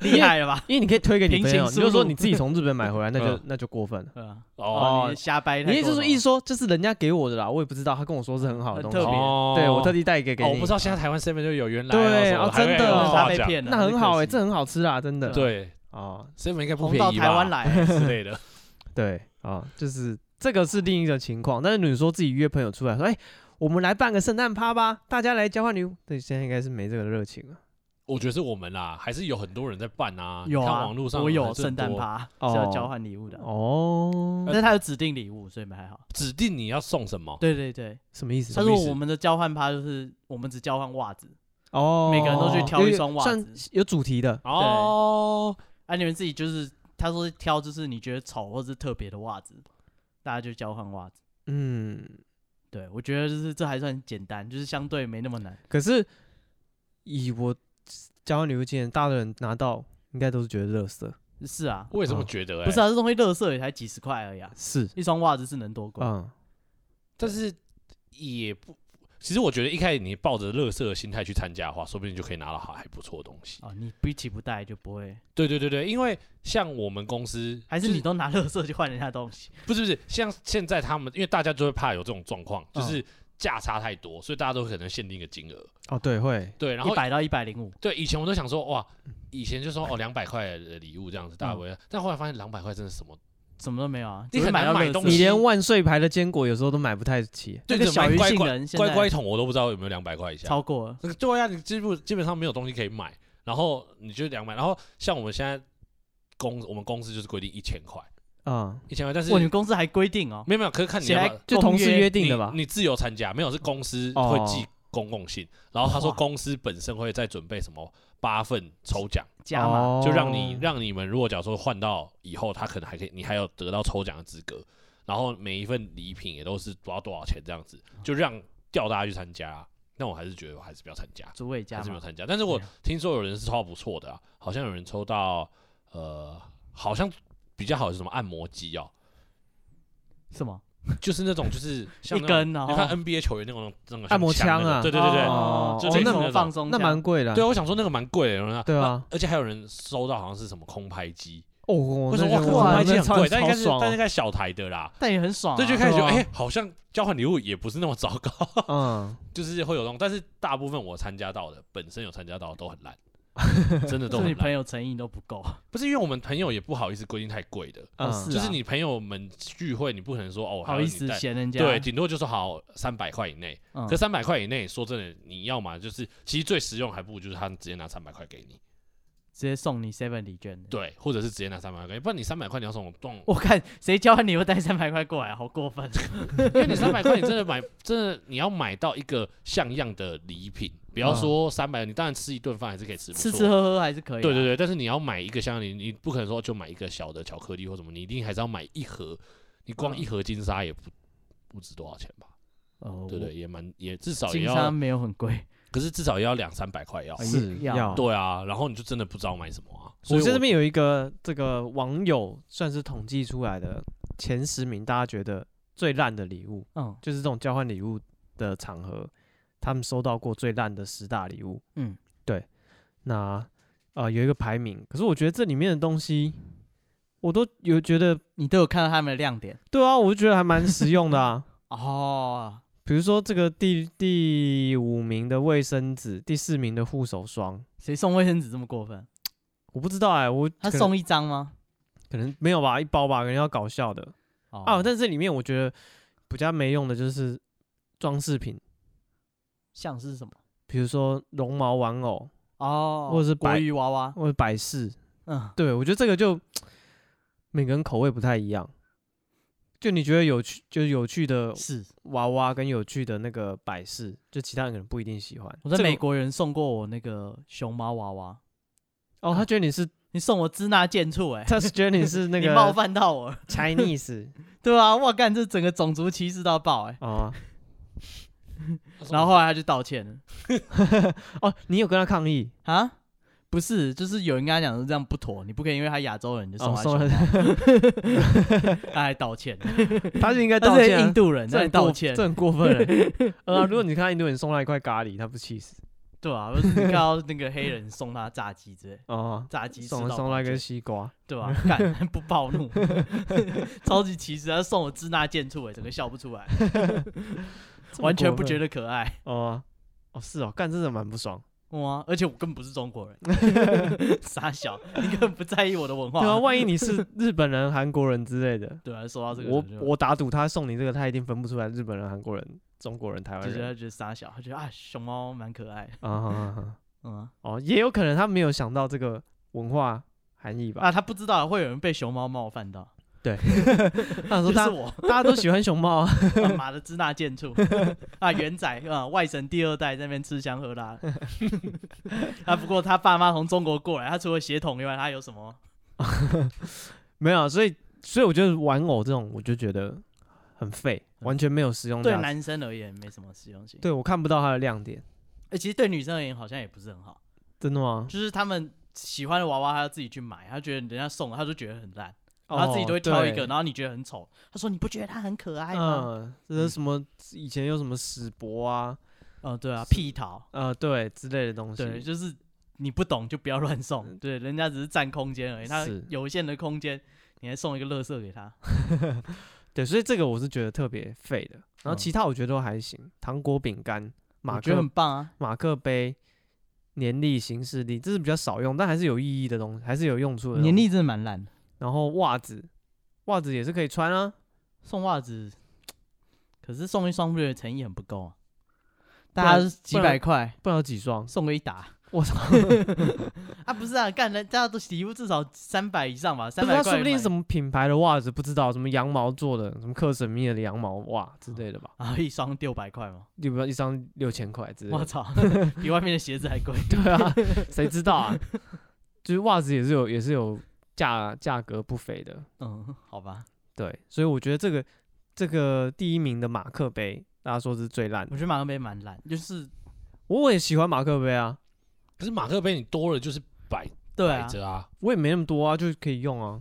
Speaker 2: 厉害了 吧？
Speaker 1: 因为你可以推给你朋友，
Speaker 2: 平行
Speaker 1: 你
Speaker 2: 输入
Speaker 1: 就说你自己从日本买回来，那就
Speaker 3: 嗯
Speaker 1: 那就过分了。
Speaker 2: 嗯，
Speaker 3: 哦
Speaker 2: 哦，你瞎掰太多
Speaker 1: 你也
Speaker 2: 了，
Speaker 1: 就是说一说就是人家给我的啦，我也不知道，他跟我说是很好的
Speaker 2: 很
Speaker 1: 东
Speaker 2: 特别
Speaker 1: 西，
Speaker 3: 哦
Speaker 1: 对我特地带一个给
Speaker 3: 哦，
Speaker 1: 你。
Speaker 3: 我不知道现在台湾 seven 就有原来
Speaker 1: 对
Speaker 3: 哦
Speaker 1: 啊
Speaker 3: 什么
Speaker 1: 真的
Speaker 3: 还有
Speaker 1: 哦
Speaker 2: 他
Speaker 3: 话
Speaker 2: 被
Speaker 3: 讲
Speaker 2: 骗了，
Speaker 1: 那很好哎，
Speaker 2: 哎，
Speaker 1: 这很好吃啦，真的。
Speaker 3: 对
Speaker 1: 啊，
Speaker 3: seven 应该不
Speaker 2: 红
Speaker 3: 欸便
Speaker 2: 到
Speaker 3: 宜
Speaker 2: 台湾
Speaker 3: 吧
Speaker 2: 来欸，
Speaker 3: 之类的。
Speaker 1: 对啊，就是这个是另一个情况。但是你说自己约朋友出来，说哎，我们来办个圣诞趴吧，大家来交换礼物，对，现在应该是没这个热情了。
Speaker 3: 我觉得是我们啦，还是有很多人在办啊。
Speaker 2: 有
Speaker 3: 你看
Speaker 2: 啊，
Speaker 3: 网络上
Speaker 2: 我
Speaker 3: 有
Speaker 2: 有
Speaker 3: 还是
Speaker 2: 圣
Speaker 3: 很
Speaker 2: 诞
Speaker 3: 多
Speaker 2: 趴是要
Speaker 1: 哦
Speaker 2: 交换礼物的，呃
Speaker 1: 哦，
Speaker 2: 但是他有指定礼物，所以没还好。
Speaker 3: 指定你要送什么，
Speaker 2: 对对对，
Speaker 1: 什么意思
Speaker 2: 他
Speaker 3: 什么
Speaker 2: 说
Speaker 3: 意思
Speaker 2: 我们的交换趴就是我们只交换袜子，
Speaker 1: 哦，
Speaker 2: 每个人都去挑一
Speaker 1: 有有
Speaker 2: 双袜
Speaker 1: 算
Speaker 2: 子
Speaker 1: 有主题的
Speaker 3: 哦，
Speaker 2: 啊，你们自己就是他说挑就是你觉得丑或是特别的袜子，大家就交换袜子。
Speaker 1: 嗯，
Speaker 2: 对，我觉得就是这还算简单，就是相对没那么难。
Speaker 1: 可是以我交换礼物经验，大人拿到应该都是觉得垃圾，
Speaker 2: 是啊，
Speaker 3: 我也这么觉得、欸，
Speaker 2: 不是啊，这东西乐色也才几十块而已啊，
Speaker 1: 是，
Speaker 2: 一双袜子是能多贵？
Speaker 1: 嗯，
Speaker 3: 但是也不，其实我觉得一开始你抱着乐色的心态去参加的话，说不定就可以拿到好还不错的东西。
Speaker 2: 哦，你不起不带就不会，
Speaker 3: 对对对对，因为像我们公司，
Speaker 2: 还是
Speaker 3: 就
Speaker 2: 你都拿乐色去换人家东西？
Speaker 3: 不是不是，像现在他们，因为大家就会怕有这种状况，就
Speaker 1: 嗯
Speaker 3: 是价差太多，所以大家都可能限定一个金额。
Speaker 1: 哦对，会，
Speaker 3: 对，然
Speaker 2: 一
Speaker 3: 后
Speaker 2: 百到一百零五，
Speaker 3: 对以前我都想说哇，以前就说哦两百块的礼物这样子，大家
Speaker 2: 嗯
Speaker 3: 不会，但后来发现两百块真的什么，
Speaker 2: 什么都没有啊，
Speaker 3: 你
Speaker 2: 只会
Speaker 3: 很
Speaker 2: 买
Speaker 3: 难
Speaker 2: 到
Speaker 3: 买
Speaker 2: 垃圾
Speaker 3: 东
Speaker 1: 你
Speaker 3: 西
Speaker 1: 连万岁牌的坚果有时候都买不太起，
Speaker 3: 对
Speaker 2: 那个
Speaker 3: 这
Speaker 2: 小
Speaker 3: 买
Speaker 2: 鱼
Speaker 3: 乖
Speaker 2: 杏
Speaker 3: 乖
Speaker 2: 仁现
Speaker 3: 乖
Speaker 2: 在
Speaker 3: 乖桶我都不知道有没有两百块以下。
Speaker 2: 超过了，
Speaker 3: 那个对啊，你基本基本上没有东西可以买，然后你就两百，然后像我们现在公我们公司就是规定一千块，
Speaker 1: 啊，
Speaker 3: 一千块，但是
Speaker 2: 哇，你们公司还规定哦，
Speaker 3: 没有没有，可是看你
Speaker 2: 谁
Speaker 3: 要不
Speaker 2: 来
Speaker 3: 要
Speaker 1: 就同事约定的吧
Speaker 3: 你，你自由参加，没有是公司会寄
Speaker 1: 哦
Speaker 3: 公共信，然后他说
Speaker 2: 哇
Speaker 3: 公司本身会再准备什么八份抽奖，
Speaker 2: 加码
Speaker 1: 哦
Speaker 3: 就让你让你们如果假如说换到以后，他可能还可以，你还有得到抽奖的资格，然后每一份礼品也都是不知道多少钱这样子，就让吊大家去参加啊。但我还是觉得我还是不要参加，
Speaker 2: 主委加
Speaker 3: 还是没
Speaker 2: 码
Speaker 3: 有，参加。但是我
Speaker 2: 对啊
Speaker 3: 听说有人是抽到不错的啊，好像有人抽到呃，好像比较好是什么按摩机哦，
Speaker 2: 什么
Speaker 3: 就是那种就是像
Speaker 2: 一
Speaker 3: 那种
Speaker 2: 根然
Speaker 3: 你
Speaker 2: 后
Speaker 3: 看 NBA 球员那种那种
Speaker 1: 按摩
Speaker 3: 枪
Speaker 1: 枪啊
Speaker 3: 那种对对对对，
Speaker 2: 哦
Speaker 3: 就
Speaker 2: 哦
Speaker 3: 这
Speaker 2: 那
Speaker 3: 种
Speaker 2: 种放松
Speaker 1: 那
Speaker 2: 这样
Speaker 1: 蛮贵的啊，
Speaker 3: 对啊，我想说那个蛮贵的，有人拿
Speaker 1: 对啊，
Speaker 3: 而且还有人收到好像是什么空拍机，
Speaker 1: 哦，我
Speaker 3: 为什么
Speaker 1: 那
Speaker 3: 哇
Speaker 1: 个
Speaker 3: 空
Speaker 1: 哇
Speaker 3: 拍机
Speaker 1: 那
Speaker 3: 很
Speaker 1: 超
Speaker 3: 贵？但应
Speaker 1: 超
Speaker 3: 该是
Speaker 1: 爽哦
Speaker 3: 但应该是小台的啦，
Speaker 2: 但也很爽啊，
Speaker 3: 这就开始觉得
Speaker 1: 对啊
Speaker 3: 哎，好像交换礼物也不是那么糟糕，
Speaker 1: 哦，
Speaker 3: 就是会有那种，但是大部分我参加到的，本身有参加到的都很烂，真的都
Speaker 2: 是你
Speaker 3: 很
Speaker 2: 朋
Speaker 3: 烂。
Speaker 2: 友诚意都不够，
Speaker 3: 不是因为我们朋友也不好意思规定太贵的，
Speaker 1: 嗯，
Speaker 2: 哦
Speaker 1: 嗯
Speaker 2: 是
Speaker 3: 就
Speaker 2: 啊
Speaker 3: 是你朋友们聚会，你不可能说哦，我
Speaker 2: 好
Speaker 3: 还要
Speaker 2: 意
Speaker 3: 你
Speaker 2: 思
Speaker 3: 带
Speaker 2: 嫌人家
Speaker 3: 对，，顶多就说好三百块以内。
Speaker 2: 嗯
Speaker 3: 可三百块以内，说真的，你要嘛就是，其实最实用还不如就是他直接拿三百块给你，
Speaker 2: 直接送你 seven 礼券的。
Speaker 3: 对，或者是直接拿三百块给你，不然你三百块你要送我动，
Speaker 2: 我看谁交换礼物带三百块过来，好过分！
Speaker 3: 因为你三百块你真的买，真的你要买到一个像样的礼品，不要说三百，你当然吃一顿饭还是可以吃不错，
Speaker 2: 嗯吃吃喝喝还是可以啊。
Speaker 3: 对对对，但是你要买一个像你，你不可能说就买一个小的巧克力或什么，你一定还是要买一盒，你光
Speaker 2: 嗯
Speaker 3: 一盒金沙也不不值多少钱吧，
Speaker 2: 哦，
Speaker 3: 对不对，也蛮也至
Speaker 2: 我
Speaker 3: 少也
Speaker 2: 金沙
Speaker 3: 要，
Speaker 2: 没有很贵，
Speaker 3: 可是至少也要两三百哦块要，
Speaker 2: 哎
Speaker 1: 是
Speaker 2: 要
Speaker 1: 要
Speaker 3: 对啊，然后你就真的不知道买什么啊，所
Speaker 1: 我
Speaker 3: 以
Speaker 1: 在这边有一个这个网友算是统计出来的前十名，大家觉得最烂的礼物，
Speaker 2: 嗯
Speaker 1: 就是这种交换礼物的场合，他们收到过最烂的十大礼物。
Speaker 2: 嗯，
Speaker 1: 那呃有一个排名，可是我觉得这里面的东西，我都有觉得，
Speaker 2: 你都有看到他们的亮点
Speaker 1: 对啊，我就觉得还蛮实用的啊。
Speaker 2: 哦。
Speaker 1: 比如说这个第第五名的卫生纸，第四名的护手霜，
Speaker 2: 谁送卫生纸这么过分？
Speaker 1: 我不知道哎、我
Speaker 2: 他
Speaker 1: 可能
Speaker 2: 送一张吗？
Speaker 1: 可能没有吧，一包吧，可能要搞笑的。啊，
Speaker 2: 哦
Speaker 1: 但这里面我觉得比较没用的就是装饰品，
Speaker 2: 像是什么？
Speaker 1: 比如说绒毛玩偶
Speaker 2: 哦，
Speaker 1: 或者是
Speaker 2: 国
Speaker 1: 白
Speaker 2: 语娃娃，
Speaker 1: 或者摆饰。
Speaker 2: 嗯，
Speaker 1: 对我觉得这个就每个人口味不太一样。就你觉得有趣，就是有趣的
Speaker 2: 是
Speaker 1: 娃娃跟有趣的那个摆饰，就其他人可能不一定喜欢。
Speaker 2: 我在
Speaker 1: 这个
Speaker 2: 美国人送过我那个熊猫娃娃，
Speaker 1: 哦，他觉得你 是，
Speaker 2: 你送我支那剑处，哎，
Speaker 1: 他是觉得你是那
Speaker 2: 你
Speaker 1: 个
Speaker 2: 冒犯到我了，
Speaker 1: Chinese
Speaker 2: 对啊，哇干，这整个种族歧视到爆，哎，
Speaker 1: 哦
Speaker 2: 然后后来他就道歉了
Speaker 1: 哦，你有跟他抗议？
Speaker 2: 啊。不是，就是有人跟他讲说这样不妥，你不可以因为他亚洲人就送
Speaker 1: 哦
Speaker 2: 他熊
Speaker 1: 送
Speaker 2: 猫，
Speaker 1: 他
Speaker 2: 他还道 歉，
Speaker 1: 他是应该道
Speaker 2: 他是
Speaker 1: 歉啊、
Speaker 2: 印度人，
Speaker 1: 这
Speaker 2: 他还
Speaker 1: 很过
Speaker 2: 道歉
Speaker 1: 这，很过分、欸。 呃、如果你看到印度人送他一块咖喱，他不气死
Speaker 2: 对啊，或者是你看到那个黑人送他炸鸡之类，
Speaker 1: 哦，
Speaker 2: 炸鸡 吃
Speaker 1: 送
Speaker 2: 到
Speaker 1: 送他
Speaker 2: 饱
Speaker 1: 一根
Speaker 2: 就
Speaker 1: 西瓜。
Speaker 2: 对吧、干 不暴怒，超级歧视，他送我支那剑处，哎，整个笑不 出来，完全不觉
Speaker 1: 得
Speaker 2: 得可爱。
Speaker 1: 哦哦是哦，干真的蛮不爽。
Speaker 2: 哇！而且我根本不是中国人， 傻小，你根本不在意我的文化。
Speaker 1: 对啊，万一你是日本人、韩国人之类 的，
Speaker 2: 对啊，说到这个，
Speaker 1: 我
Speaker 2: 就
Speaker 1: 我打赌他送你这个，他一定分不出来日本人、韩国人、中国人、台
Speaker 2: 就
Speaker 1: 湾
Speaker 2: 觉得
Speaker 1: 人
Speaker 2: 他觉得傻小，他觉得啊，熊猫蛮可爱的。
Speaker 1: 啊啊啊。啊
Speaker 2: 嗯啊，
Speaker 1: 哦，也有可能他没有想到这个文化含义 吧。
Speaker 2: 啊他不知道会有人被熊猫冒犯到，
Speaker 1: 啊 他说大
Speaker 2: 就是
Speaker 1: 家
Speaker 2: 我，
Speaker 1: 大家都喜欢熊猫啊，
Speaker 2: 啊妈的支那贱畜 啊，元仔啊，外省第二代在那边吃香喝辣。 啊，不过他爸妈从中国过来，他除了血统以外，他有什么？
Speaker 1: 没有啊，所以所以我觉得玩偶这种，我就觉得很废，完全没有实用
Speaker 2: 对
Speaker 1: 价值。
Speaker 2: 男生而言没什么实用性，
Speaker 1: 对我看不到它的亮点，
Speaker 2: 哎，其实对女生而言好像也不是很好，
Speaker 1: 真的吗？
Speaker 2: 就是他们喜欢的娃娃，他要自己去买，他觉得人家送的，他就觉得很烂。
Speaker 1: 哦
Speaker 2: 然后自己都会挑一个，
Speaker 1: 对
Speaker 2: 然后你觉得很丑，他说你不觉得他很可爱吗？
Speaker 1: 嗯，这是什么？以前有什么史博啊，
Speaker 2: 嗯、对啊，屁桃，
Speaker 1: 呃，对之类的东西。嗯
Speaker 2: 对，就是你不懂就不要乱送，对，人家只是占空间而已，他
Speaker 1: 是
Speaker 2: 有限的空间，你还送一个乐色给他，
Speaker 1: 对，所以这个我是觉得特别废的。然后
Speaker 2: 嗯
Speaker 1: 其他我觉得都还行，糖果、饼干、马
Speaker 2: 我觉得
Speaker 1: 克
Speaker 2: 很棒啊。
Speaker 1: 马克杯、年历、行事历，这是比较少用，但还是有意义的东西，还是有用处的。
Speaker 2: 年历，真的蛮烂的，
Speaker 1: 然后袜子，袜子也是可以穿啊。
Speaker 2: 送袜子，可是送一双不觉得诚意很不够啊？
Speaker 1: 不
Speaker 2: 大
Speaker 1: 然
Speaker 2: 家几百块
Speaker 1: 不知道几双，
Speaker 2: 送个一打
Speaker 1: 我操！
Speaker 2: 啊？不是啊，干人家都礼物至少三百以上吧，
Speaker 1: 不
Speaker 2: 三
Speaker 1: 是
Speaker 2: 百
Speaker 1: 他
Speaker 2: 块
Speaker 1: 说不定是
Speaker 2: 买
Speaker 1: 什么品牌的袜子不知道，什么羊毛做的，什么克什米尔的羊毛袜之类的吧，
Speaker 2: 啊一双六百块嘛，
Speaker 1: 要不要一双六千块之类的
Speaker 2: 我。操，比外面的鞋子还贵。
Speaker 1: 对啊，谁知道啊？就是袜子也是有也是有价价格不菲的，
Speaker 2: 嗯，好吧，
Speaker 1: 对，所以我觉得这个这个第一名的马克杯，大家说是最烂
Speaker 2: 我
Speaker 1: 的。
Speaker 2: 觉得马克杯蛮烂，就是
Speaker 1: 我也喜欢马克杯啊，
Speaker 3: 可是马克杯你多了就是摆
Speaker 2: 对
Speaker 3: 摆
Speaker 2: 啊，
Speaker 3: 着啊，
Speaker 1: 我也没那么多啊，就是可以用啊。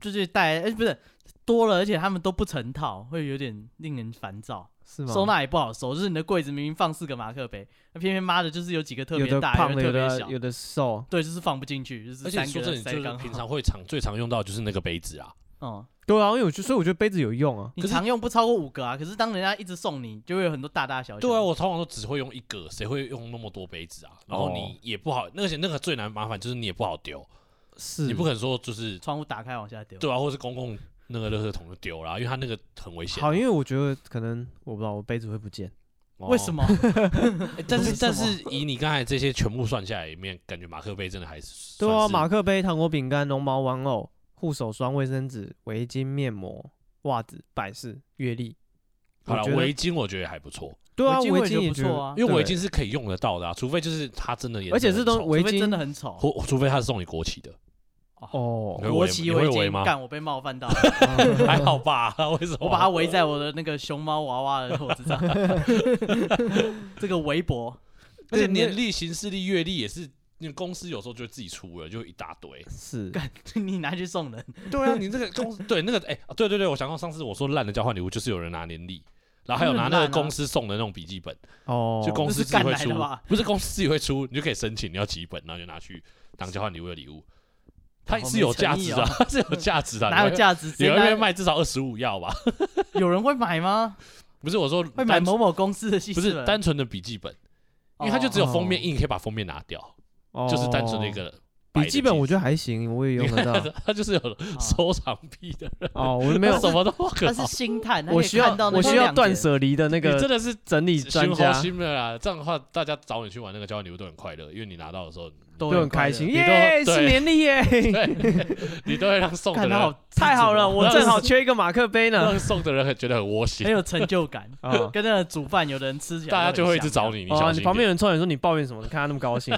Speaker 2: 就是带，哎、不是多了，而且他们都不成套，会有点令人烦躁，
Speaker 1: 是吗？
Speaker 2: 收纳也不好收。就是你的柜子明明放四个马克杯，那偏偏妈的就是有几个特
Speaker 1: 有
Speaker 2: 别
Speaker 1: 的
Speaker 2: 大，
Speaker 1: 胖的，
Speaker 2: 特
Speaker 1: 有
Speaker 2: 别
Speaker 1: 的
Speaker 2: 小
Speaker 1: 有，的瘦，
Speaker 2: 对，就是放不进去，就是
Speaker 3: 而且
Speaker 2: 三
Speaker 3: 说
Speaker 2: 个
Speaker 3: 真
Speaker 2: 人塞
Speaker 3: 的，就是
Speaker 2: 刚
Speaker 3: 平
Speaker 2: 好。
Speaker 3: 常会常最常用到的就是那个 杯子啊，
Speaker 2: 嗯，
Speaker 1: 对啊，因为我就所以我觉得杯子有用啊。
Speaker 2: 你
Speaker 3: 可是
Speaker 2: 常用不超过五个啊，可是当人家一直送你，就会有很多大大小小。
Speaker 3: 对啊，我通常都只会用一个，谁会用那么多杯子啊？然后
Speaker 1: 哦
Speaker 3: 你也不好，那个那个最难麻烦就是你也不好丢，
Speaker 1: 是，
Speaker 3: 你不可能说就是
Speaker 2: 窗户打开往下丢。
Speaker 3: 对啊，或是公共那个垃圾桶就丢啦，因为它那个很危险啊。
Speaker 1: 好，因为我觉得可能我不知道我杯子会不见，啊
Speaker 3: 哦
Speaker 2: 为什？么？
Speaker 3: 欸但
Speaker 2: 为
Speaker 3: 是
Speaker 2: 什
Speaker 3: 但
Speaker 2: 么
Speaker 3: 是 以你刚才这些全部算下来，里面感觉马克杯真的还是
Speaker 1: 对啊，
Speaker 3: 算是
Speaker 1: 马克杯、糖果、饼干、绒毛玩偶、护手霜、卫生纸、围巾、面膜、袜子、摆饰、月历。
Speaker 3: 好了
Speaker 1: 我觉得
Speaker 3: 围巾我觉得还不错，
Speaker 1: 对啊，
Speaker 2: 围巾
Speaker 1: 围
Speaker 2: 我也
Speaker 1: 巾
Speaker 2: 觉得
Speaker 1: 也
Speaker 2: 不
Speaker 1: 觉得
Speaker 2: 错啊
Speaker 3: 因为围，巾
Speaker 1: 对
Speaker 3: 是可以用得到的啊，除非就是它真的颜色
Speaker 1: 而且
Speaker 3: 很
Speaker 1: 这东
Speaker 3: 丑
Speaker 1: 围
Speaker 2: 除非真的
Speaker 1: 巾
Speaker 2: 很丑。
Speaker 3: 或除非它是送你国旗的，
Speaker 1: 哦
Speaker 3: 你会，
Speaker 2: 国
Speaker 3: 围
Speaker 2: 旗
Speaker 3: 你
Speaker 2: 围
Speaker 3: 会围
Speaker 2: 巾，
Speaker 3: 吗
Speaker 2: 干我被冒犯到了，
Speaker 3: 还好吧？ 为什么？
Speaker 2: 我把它围在我的那个熊猫娃娃的脖子上， 这个围脖，
Speaker 3: 而
Speaker 1: 对
Speaker 3: 且
Speaker 1: 那
Speaker 3: 年历、行事历、月历也是，你公司有时候就会自己出了，就一大堆。
Speaker 1: 是
Speaker 2: 你拿去送人，
Speaker 3: 对啊，你这个公司对那个哎、啊对对对，我想到上次我说烂的交换礼物，就是有人拿年历，然后还有拿那
Speaker 1: 啊
Speaker 3: 个公司送的那种笔记本，
Speaker 1: 哦，
Speaker 3: 就公司自己
Speaker 2: 那是干
Speaker 3: 会
Speaker 2: 来的
Speaker 3: 出
Speaker 2: 吧，
Speaker 3: 不是公司自己会出，你就可以申请你要几本，然后就拿去当交换礼物的礼物，它
Speaker 2: 好
Speaker 3: 是
Speaker 2: 没
Speaker 3: 有
Speaker 2: 诚
Speaker 3: 价
Speaker 2: 意
Speaker 3: 值
Speaker 2: 哦
Speaker 3: 啊，它 是有价值啊，
Speaker 2: 哪有？价值？
Speaker 3: 你
Speaker 2: 谁
Speaker 3: 会被
Speaker 2: 拿？
Speaker 3: 卖至少二十五要吧？
Speaker 2: 有人会买 吗？
Speaker 3: 不是我说
Speaker 2: 会买
Speaker 3: 单
Speaker 2: 某某公司的系哦
Speaker 3: 不
Speaker 2: 数
Speaker 3: 是
Speaker 2: 人？
Speaker 3: 单纯的笔记本，因为它就只有封面印，可以把封面拿掉，
Speaker 1: 哦
Speaker 3: 就是单纯的一个白
Speaker 1: 笔
Speaker 3: 的
Speaker 1: 记本，
Speaker 3: 记
Speaker 1: 我觉得还行，我也用得 到。
Speaker 3: 他就是有收藏癖的人，
Speaker 1: 哦，我没有
Speaker 3: 他，什么都不可
Speaker 2: 他
Speaker 3: 能
Speaker 2: 哦是。心态，他可以
Speaker 1: 我需要
Speaker 2: 看到那
Speaker 1: 我
Speaker 2: 个
Speaker 1: 需要
Speaker 2: 亮
Speaker 1: 断
Speaker 2: 点，
Speaker 1: 舍离的那
Speaker 3: 你
Speaker 1: 个
Speaker 3: 真的是
Speaker 1: 整理专
Speaker 3: 心
Speaker 1: 家
Speaker 3: 好，心的啦，这样的话，大家找你去玩那个交换礼物都很快乐，因为你拿到的时候，
Speaker 2: 都
Speaker 1: 就很开心，
Speaker 3: 你都
Speaker 1: 耶，
Speaker 3: 对
Speaker 1: 是年历耶，
Speaker 3: 对，你都会让送的
Speaker 2: 看他
Speaker 3: 人，
Speaker 2: 好
Speaker 1: 太好了，
Speaker 2: 自主
Speaker 1: 我正好缺一个马克杯呢。。
Speaker 3: 让送的人很觉得很窝
Speaker 2: 很
Speaker 3: 心，
Speaker 2: 有成就感
Speaker 1: 啊，
Speaker 2: 跟那个煮饭，有的人吃起来，
Speaker 3: 大家就会一 直找。你，你
Speaker 1: 哦，
Speaker 3: 小
Speaker 1: 你
Speaker 3: 心
Speaker 1: 旁边
Speaker 3: 点。
Speaker 1: 有人冲你说你抱怨什么？你看他那么 高兴，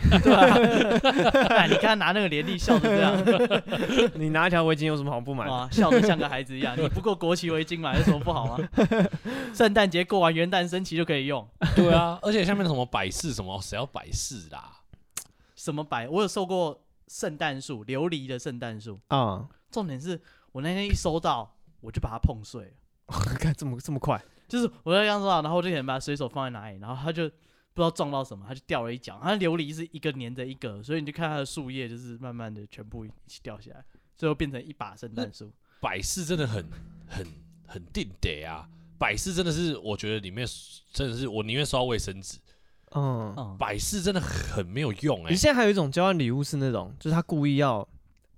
Speaker 2: 哎你看他拿那个连历笑成这样，
Speaker 1: 你拿一条围巾有什么好不满的？
Speaker 2: 哇，笑得像个孩子一样。你不过国旗围巾买有什么不好吗？ 圣诞节过完元旦升旗就可以用。
Speaker 3: 对啊， 而且下面什么摆饰什么，谁要摆饰啦？
Speaker 2: 什么摆？我有收过圣诞树，琉璃的圣诞树。
Speaker 1: 啊，
Speaker 2: 重点是我那天一收到，我就把它碰碎了。
Speaker 1: 看这么这么快，
Speaker 2: 就是我在刚收到，然后我就想把它随手放在哪啊里，然后它就不知道撞到什么，它就掉了一角。它琉璃是一个粘着一个，所以你就看它的树叶就是慢慢的全部一起掉下来，最后变成一把圣诞树。
Speaker 3: 摆饰真的很很很定得啊，摆饰真的是我觉得里面真的是我宁愿刷卫生纸，
Speaker 1: 嗯，
Speaker 2: 嗯，
Speaker 3: 摆饰真的很没有用哎
Speaker 1: 你，现在还有一种交换礼物是那种，就是他故意要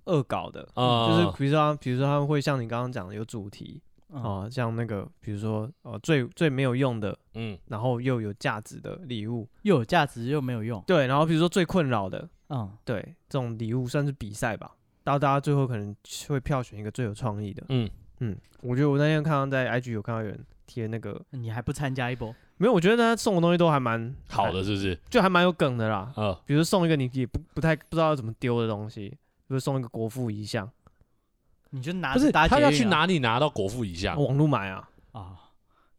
Speaker 1: 恶搞的，
Speaker 3: 啊
Speaker 1: 就是比如说他，比如说他们会像你刚刚讲的有主题，
Speaker 3: 嗯
Speaker 2: 哦，
Speaker 1: 啊、像那个比如说呃最最没有用的，
Speaker 3: 嗯，
Speaker 1: 然后又有价值的礼物，
Speaker 2: 又有价值又没有用，
Speaker 1: 对，然后比如说最困扰的，
Speaker 2: 嗯
Speaker 1: 对，这种礼物算是比赛吧，到大家最后可能会票选一个最有创意的，
Speaker 3: 嗯
Speaker 1: 嗯，我觉得我那天看到在 IG 有看到有人贴那个，
Speaker 2: 你还不参加一波？
Speaker 1: 没有，我觉得他送的东西都还蛮
Speaker 3: 好，的是不是？
Speaker 1: 就还蛮有梗的啦，
Speaker 3: 呃，
Speaker 1: 比如送一个你也不不太不知道要怎么丢的东西，比如送一个国父遗像，
Speaker 2: 你就拿
Speaker 3: 不是
Speaker 2: 着搭
Speaker 3: 他
Speaker 2: 捷
Speaker 3: 要
Speaker 2: 运
Speaker 3: 去
Speaker 2: 啊
Speaker 3: 哪里拿到国父遗像？
Speaker 1: 网络买啊，
Speaker 2: 啊？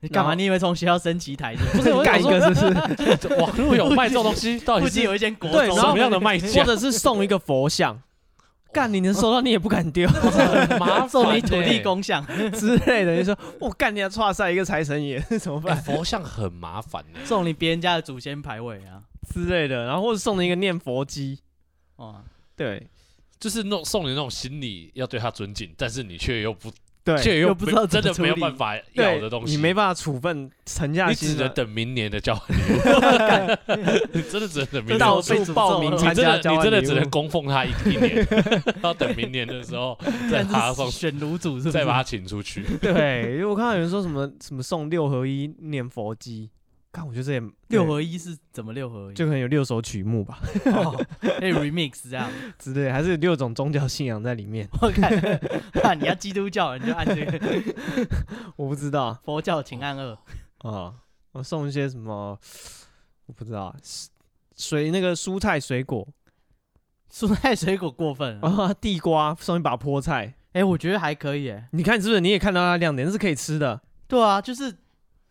Speaker 2: 你干嘛？
Speaker 1: 然后
Speaker 2: 你以为从学校升旗台是不是？
Speaker 3: 不是，我
Speaker 1: 干
Speaker 3: 想
Speaker 1: 一个
Speaker 3: 说
Speaker 1: 是不是？
Speaker 3: 网络有卖这种东西，到底
Speaker 2: 附
Speaker 3: 是
Speaker 2: 近有一间国
Speaker 1: 对然
Speaker 2: 中
Speaker 3: 什
Speaker 1: 后
Speaker 3: 么样的卖
Speaker 1: 或
Speaker 3: 家？
Speaker 1: 者是送一个佛像， 干你能收到你也不敢丢
Speaker 3: 很 麻
Speaker 2: 送
Speaker 3: 烦
Speaker 2: 你土地
Speaker 3: 欸。
Speaker 2: 公像，
Speaker 1: 之类的，就说我干你要差赛一个财神爷 怎么
Speaker 3: 哎
Speaker 1: 办
Speaker 3: 佛像很麻烦欸呢，
Speaker 2: 送你别人家的祖先牌位啊，
Speaker 1: 之类的，然后或者送你一个念佛机，
Speaker 2: 哦，
Speaker 1: 对
Speaker 3: 就是弄送你那种心理要对他尊敬，但是你却又不
Speaker 1: 对
Speaker 3: 却又
Speaker 2: 又不知道
Speaker 3: 真
Speaker 2: 怎么
Speaker 3: 的没有
Speaker 2: 处理
Speaker 3: 办法要的
Speaker 1: 对
Speaker 3: 东，西，
Speaker 1: 你没办法处分沉下
Speaker 3: 你
Speaker 1: 心
Speaker 3: 只
Speaker 1: 来
Speaker 3: 能等明年的交换 礼物， 你真的只能等明年
Speaker 1: 到
Speaker 3: 的。
Speaker 2: 被
Speaker 1: 处
Speaker 2: 诅咒
Speaker 1: 报名
Speaker 2: 了
Speaker 1: 参
Speaker 3: 你真
Speaker 1: 加
Speaker 3: 的
Speaker 1: 交
Speaker 3: 你
Speaker 1: 换
Speaker 3: 真的
Speaker 1: 礼
Speaker 3: 只
Speaker 1: 物
Speaker 3: 能供奉他一一年，要等明年的时候再把他
Speaker 2: 但
Speaker 3: 送
Speaker 2: 是，选炉主是不
Speaker 3: 再
Speaker 2: 是
Speaker 3: 把？他请出去。
Speaker 1: 对，因为我看到有人说什么什么送六合一念佛机，看我觉得这也
Speaker 2: 六
Speaker 1: 对
Speaker 2: 合一是怎么六合一？
Speaker 1: 就可能有六首曲目吧
Speaker 2: 哦哎 remix 这样，
Speaker 1: 之类，还是有六种宗教信仰在里面，
Speaker 2: 我看，啊，你要基督教你就按这个，
Speaker 1: 我不知道啊
Speaker 2: 佛教请按二。。
Speaker 1: 我送一些什么，我不知道啊，水那个蔬菜水果
Speaker 2: 蔬菜水果过分
Speaker 3: 哦
Speaker 2: 了，
Speaker 1: 啊，地瓜送一把菠菜，
Speaker 2: 哎，我觉得还可以，哎，
Speaker 1: 你看是不是？你也看到它亮点，那是可以吃的
Speaker 2: 对啊，就是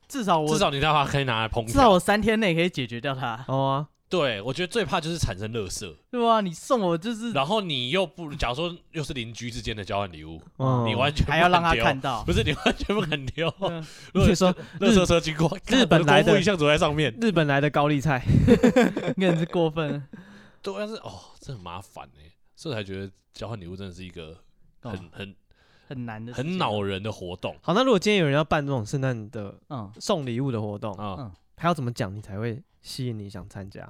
Speaker 2: 至少我
Speaker 3: 至少你让他可以拿来烹
Speaker 2: 至少
Speaker 3: 调。
Speaker 2: 我三天内可以解决掉它，
Speaker 1: 哦啊。
Speaker 3: 对，我觉得最怕就是产生垃圾，
Speaker 2: 对啊，你送我就是
Speaker 3: 然后你又不，假如说又是邻居之间的交换礼物，
Speaker 1: 哦
Speaker 3: 你完全不
Speaker 2: 还要让他
Speaker 3: 敢丢
Speaker 2: 看到，
Speaker 3: 不是你完全不敢丢。
Speaker 2: 嗯
Speaker 3: 如 果
Speaker 1: 你说
Speaker 3: 垃圾车经过，
Speaker 1: 日本来的
Speaker 3: 一向走在上面，
Speaker 1: 日本来的高丽菜，
Speaker 2: 呃更是过分了。
Speaker 3: 对，但是哦，这很麻烦哎、所以我才觉得交换礼物真的是一个
Speaker 2: 哦
Speaker 3: 很、很
Speaker 2: 很难的事情，
Speaker 3: 很恼人的活动
Speaker 1: 好，那如果今天有人要办这种圣诞的
Speaker 2: 嗯，
Speaker 1: 送礼物的活动，
Speaker 3: 啊、
Speaker 2: 嗯
Speaker 1: 他要怎么讲你才会吸引你想参加？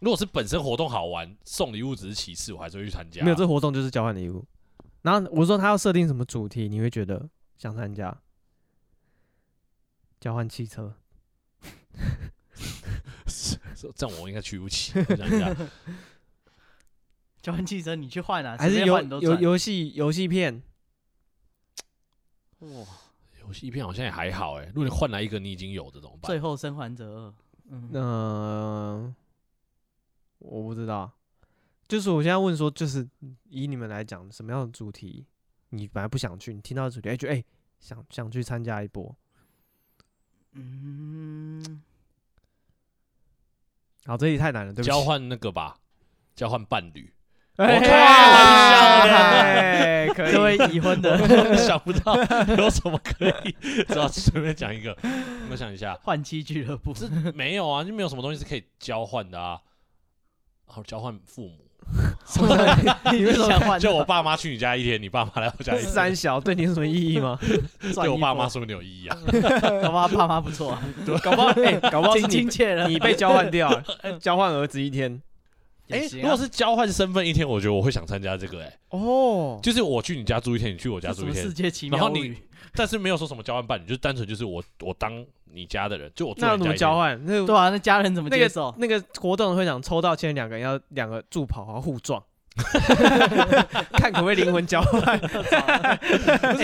Speaker 3: 如果是本身活动好玩，送礼物只是其次，我还是会去参加。
Speaker 1: 没有这活动就是交换礼物。然后我说他要设定什么主题，你会觉得想参加？交换汽车，
Speaker 3: 这样我应该去不起。我想一下，
Speaker 2: 交换汽车你去换啊，
Speaker 1: 还是
Speaker 2: 随便
Speaker 1: 游
Speaker 2: 换你都
Speaker 1: 游
Speaker 2: 赚
Speaker 1: 游戏游戏片？
Speaker 2: 哇，
Speaker 3: 游戏片好像也还好哎、如果你换来一个你已经有的怎么
Speaker 2: 最
Speaker 3: 办？
Speaker 2: 后生还者二，嗯，
Speaker 1: 嗯，我不知道。就是我现在问说，就是以你们来讲，什么样的主题你本来不想去，你听到的主题，哎、觉得哎、想想去参加一波，
Speaker 2: 嗯，
Speaker 1: 好，这题太难了，对不起。
Speaker 3: 交换那个吧，交换伴 侣。
Speaker 1: 哎，
Speaker 3: 我开玩笑的
Speaker 1: 哎可以。
Speaker 2: 各位已婚的
Speaker 3: 想不到有什么可以，只好随便讲一个。我想一下，
Speaker 2: 换妻俱 乐部，
Speaker 3: 这没有啊，就没有什么东西是可以交换的啊。好，交换父母，
Speaker 2: 你为什 么换？
Speaker 3: 就我爸妈去你家一天，你爸妈来我家一天，
Speaker 1: 三小对你有什么意义吗？
Speaker 3: 对
Speaker 2: 对
Speaker 3: 我爸妈，说不定有意义
Speaker 1: 嗯
Speaker 3: 啊。
Speaker 2: 搞不好爸妈不错 啊，
Speaker 1: 搞不好，哎、搞不好是
Speaker 2: 挺
Speaker 1: 你
Speaker 2: 亲切的。
Speaker 1: 你被交换掉了，交换儿子一天。
Speaker 2: 也
Speaker 3: 哎，
Speaker 2: 行啊
Speaker 3: 如果是交换身份一天，我觉得我会想参加这个。哎，
Speaker 1: 哦，
Speaker 3: 就是我去你家住一天，你去我家
Speaker 2: 这什
Speaker 3: 住一
Speaker 2: 么
Speaker 3: 天
Speaker 2: 世，界奇
Speaker 3: 然后
Speaker 2: 妙物
Speaker 3: 你
Speaker 2: 语？
Speaker 3: 但是没有说什么交换伴侣，就是单纯就是我我当你家的人，就我住
Speaker 1: 那要怎
Speaker 3: 你家
Speaker 1: 么
Speaker 3: 一
Speaker 1: 交
Speaker 3: 天。
Speaker 1: 换？那
Speaker 2: 对啊，那家人怎么
Speaker 1: 那
Speaker 2: 接
Speaker 1: 个
Speaker 2: 受？
Speaker 1: 那个活动的会长抽到签，两个人要两个助跑，然后互撞， 看可不可以灵魂交换。
Speaker 2: 哎，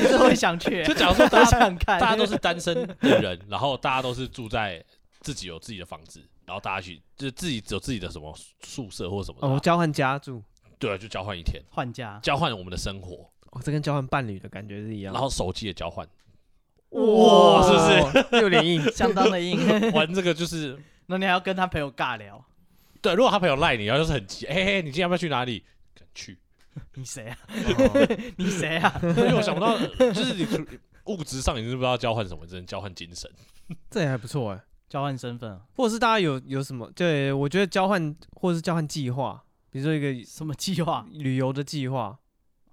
Speaker 2: 这我也想去，
Speaker 3: 就假如说大
Speaker 2: 我
Speaker 3: 家
Speaker 2: 想看，
Speaker 3: 大家都是单身的人，然后大家都是住在自己有自己的房子，然后大家去就是自己有自己的什么宿舍或什么的啊、
Speaker 1: 哦，交换家住，
Speaker 3: 对啊，就交换一天，
Speaker 2: 换家，
Speaker 3: 交换我们的生活，
Speaker 1: 哦，这跟交换伴侣的感觉是一样
Speaker 3: 然。后手机也 交换，
Speaker 2: 哇
Speaker 1: 是不是有点硬？
Speaker 2: 相当的 硬。
Speaker 3: 玩这个就是
Speaker 2: 那你还要跟他朋友尬聊，
Speaker 3: 对。如果他朋友赖你，然后就是很急，哎、哎，你今天要不要去哪里？敢去？
Speaker 2: 你谁 啊？
Speaker 1: 哦
Speaker 2: 你谁啊？
Speaker 3: 因为我想不到，就是你除物质上你是不知道交换什么，只能交换精神。
Speaker 1: 这也还不错哎。
Speaker 2: 交换身份啊，
Speaker 1: 或者是大家有有什么？对，我觉得交换或者是交换计划，比如说一个
Speaker 2: 什么计划？
Speaker 1: 旅游的计划，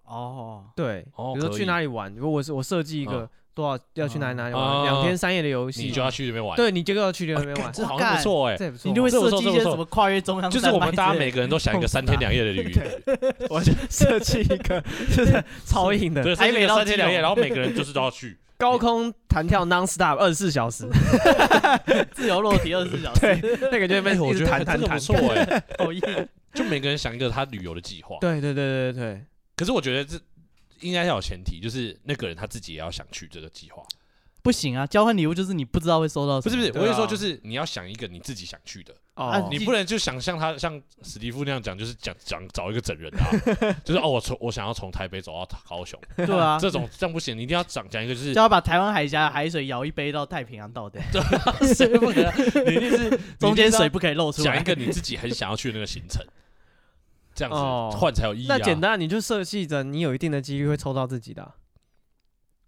Speaker 2: 哦，
Speaker 1: 对，
Speaker 3: 啊哦
Speaker 1: 比如说
Speaker 3: 可
Speaker 1: 去
Speaker 3: 以
Speaker 1: 哪里玩，如果我是我设计一个
Speaker 3: 嗯
Speaker 1: 多少要去哪里哪里
Speaker 3: 啊
Speaker 1: 玩，两天三夜的游戏，
Speaker 3: 你就要去那边玩，
Speaker 1: 对你就要去那边玩，
Speaker 3: 这好像不错哎、
Speaker 1: 这也不错
Speaker 2: 你就会
Speaker 3: 这不
Speaker 2: 设
Speaker 3: 错
Speaker 2: 计
Speaker 3: 这
Speaker 2: 一
Speaker 3: 不
Speaker 2: 些
Speaker 3: 错
Speaker 2: 什么跨越中央
Speaker 3: 就是
Speaker 2: 山
Speaker 3: 我
Speaker 2: 脉
Speaker 3: 们
Speaker 2: 之
Speaker 3: 大家
Speaker 2: 类
Speaker 3: 每个人都想一个三天两夜的旅游，
Speaker 1: 我就设计一个就是超硬的，
Speaker 3: 对，
Speaker 2: 台北
Speaker 3: 三天
Speaker 2: 到
Speaker 3: 三天两夜，
Speaker 2: 基隆
Speaker 3: 然后每个人就是都要去，
Speaker 1: 高空弹跳 non stop 二十四小时，
Speaker 2: 自由落体二十四小
Speaker 1: 对
Speaker 2: 时，
Speaker 1: 那个就被
Speaker 3: 哎我
Speaker 1: 一
Speaker 3: 觉
Speaker 1: 直
Speaker 3: 得
Speaker 1: 弹
Speaker 3: 这
Speaker 1: 弹
Speaker 3: 个
Speaker 1: 弹哦
Speaker 3: 不。 错哎、
Speaker 2: 好硬。
Speaker 3: 就每个人想一个他旅游的计划。
Speaker 1: 对对对对对，
Speaker 3: 可是我觉得这应该要有前提，就是那个人他自己也要想去这个计 划。
Speaker 1: 哦
Speaker 2: 不行啊，交换礼物就是你不知道会收到什
Speaker 3: 不
Speaker 2: 么，
Speaker 3: 是不是，
Speaker 1: 对啊
Speaker 3: 我是说，就是你要想一个你自己想去的，
Speaker 2: 啊
Speaker 1: 哦
Speaker 3: 你
Speaker 2: 记
Speaker 3: 不能就想像他像史蒂夫那样讲，就是讲讲找一个整人 啊，就是哦，我从我想要从台北走到高雄，
Speaker 2: 对啊，
Speaker 3: 这种这样不行，你一定要讲讲一个就是
Speaker 2: 就要把台湾海峡的海水舀一杯到太平洋倒掉，
Speaker 3: 水不可能，你一定是
Speaker 2: 中间水
Speaker 3: 不
Speaker 2: 不可以漏出
Speaker 3: 讲一
Speaker 2: 来。
Speaker 3: 个你自己很想要去的那个行程，这样
Speaker 1: 哦
Speaker 3: 子换才有意义啊。
Speaker 1: 那简单，你就设计着你有一定的几率会抽到自己的啊。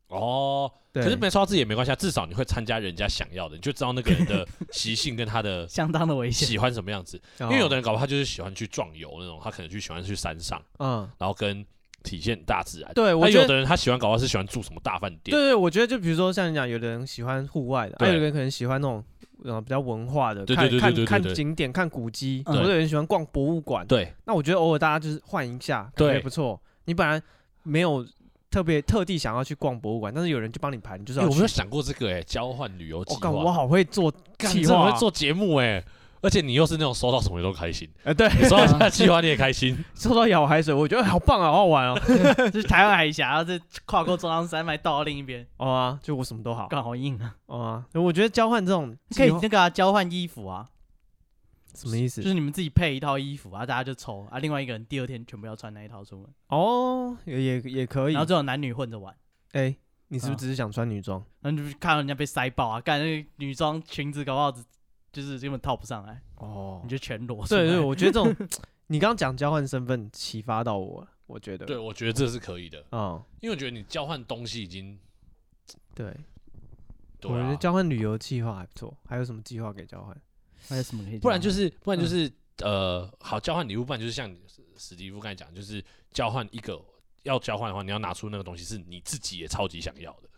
Speaker 3: 哦，
Speaker 1: 对，
Speaker 3: 可是没抽到自己也没关系，啊，至少你会参加人家想要的，你就知道那个人的习性跟 他的
Speaker 2: 相当的危险，
Speaker 3: 喜欢什么样子。
Speaker 1: 因
Speaker 3: 因为有的人搞不好他就是喜欢去壮游那种，他可能去喜欢去山上，
Speaker 1: 嗯，
Speaker 3: 然后跟体现大自然。
Speaker 1: 对我
Speaker 3: 那
Speaker 1: 觉
Speaker 3: 有
Speaker 1: 得。
Speaker 3: 的人他喜欢搞不好是喜欢住什么大饭
Speaker 1: 对
Speaker 3: 店，
Speaker 1: 对，我觉得就比如说像你讲，有的人喜欢户外的，还啊
Speaker 3: 对
Speaker 1: 有的人可能喜欢那种呃比较文化的，
Speaker 3: 对
Speaker 1: 看
Speaker 3: 对对对对
Speaker 1: 看
Speaker 3: 对
Speaker 1: 看
Speaker 3: 对
Speaker 1: 景点、看古迹，
Speaker 2: 嗯
Speaker 1: 或者有人喜欢逛博物馆。
Speaker 3: 对
Speaker 1: 那我觉得偶尔大家就是换一下，感觉
Speaker 3: 对
Speaker 1: 也不错。你本来没有特别特地想要去逛博物馆，但是有人就帮你排，你就是
Speaker 3: 欸
Speaker 1: 要
Speaker 3: 我没
Speaker 1: 去
Speaker 3: 有。想过这个哎，交换旅游计
Speaker 1: 我
Speaker 3: 划，
Speaker 1: 干，我好会做
Speaker 3: 干
Speaker 1: 计
Speaker 3: 这
Speaker 1: 划
Speaker 3: 我
Speaker 1: 啊
Speaker 3: 会，做节目哎，而且你又是那种收到什么都开心，
Speaker 1: 哎， 对，
Speaker 3: 你收到他的计划你也开心，
Speaker 1: 收到咬海水，我觉得好棒啊，好好玩哦。
Speaker 2: 就是台湾海 峡，然后再跨过中央山脉倒到另一边，
Speaker 1: 哦啊，就我什么都好。
Speaker 2: 干好硬 啊！
Speaker 1: 哦啊，我觉得交换这种
Speaker 2: 可以
Speaker 1: 计划
Speaker 2: 那个啊，交换衣服啊，
Speaker 1: 什么意
Speaker 2: 就
Speaker 1: 思？
Speaker 2: 是你们自己配一套衣服啊，大家就抽啊，另外一个人第二天全部要穿那一套出门，
Speaker 1: 哦，也也也可以
Speaker 2: 然后。这种男女混着玩。
Speaker 1: 哎，你是不
Speaker 2: 啊
Speaker 1: 是只是想穿女装？
Speaker 2: 然后你就看到人家被塞爆啊，干那个女装裙子搞不好只就是根本套不上来，
Speaker 1: 哦
Speaker 2: 你，就全裸出来。
Speaker 1: 对对，我觉得这 种你刚刚讲交换身份启发到我了，我觉得
Speaker 3: 对，我觉得这是可以的，
Speaker 1: 嗯，
Speaker 3: 因为我觉得你交换东西已经
Speaker 1: 对，
Speaker 3: 对
Speaker 1: 我觉
Speaker 3: 啊
Speaker 1: 得，交换旅游计划还不错。还有什么计划给交换？嗯
Speaker 2: 还有什么可以讲啊？
Speaker 3: 不然就是是不然就是呃，好交换礼物，不然就是像史蒂夫刚才讲，就是交换一个要交换的话，你要拿出那个东西是你自己也超级想要的，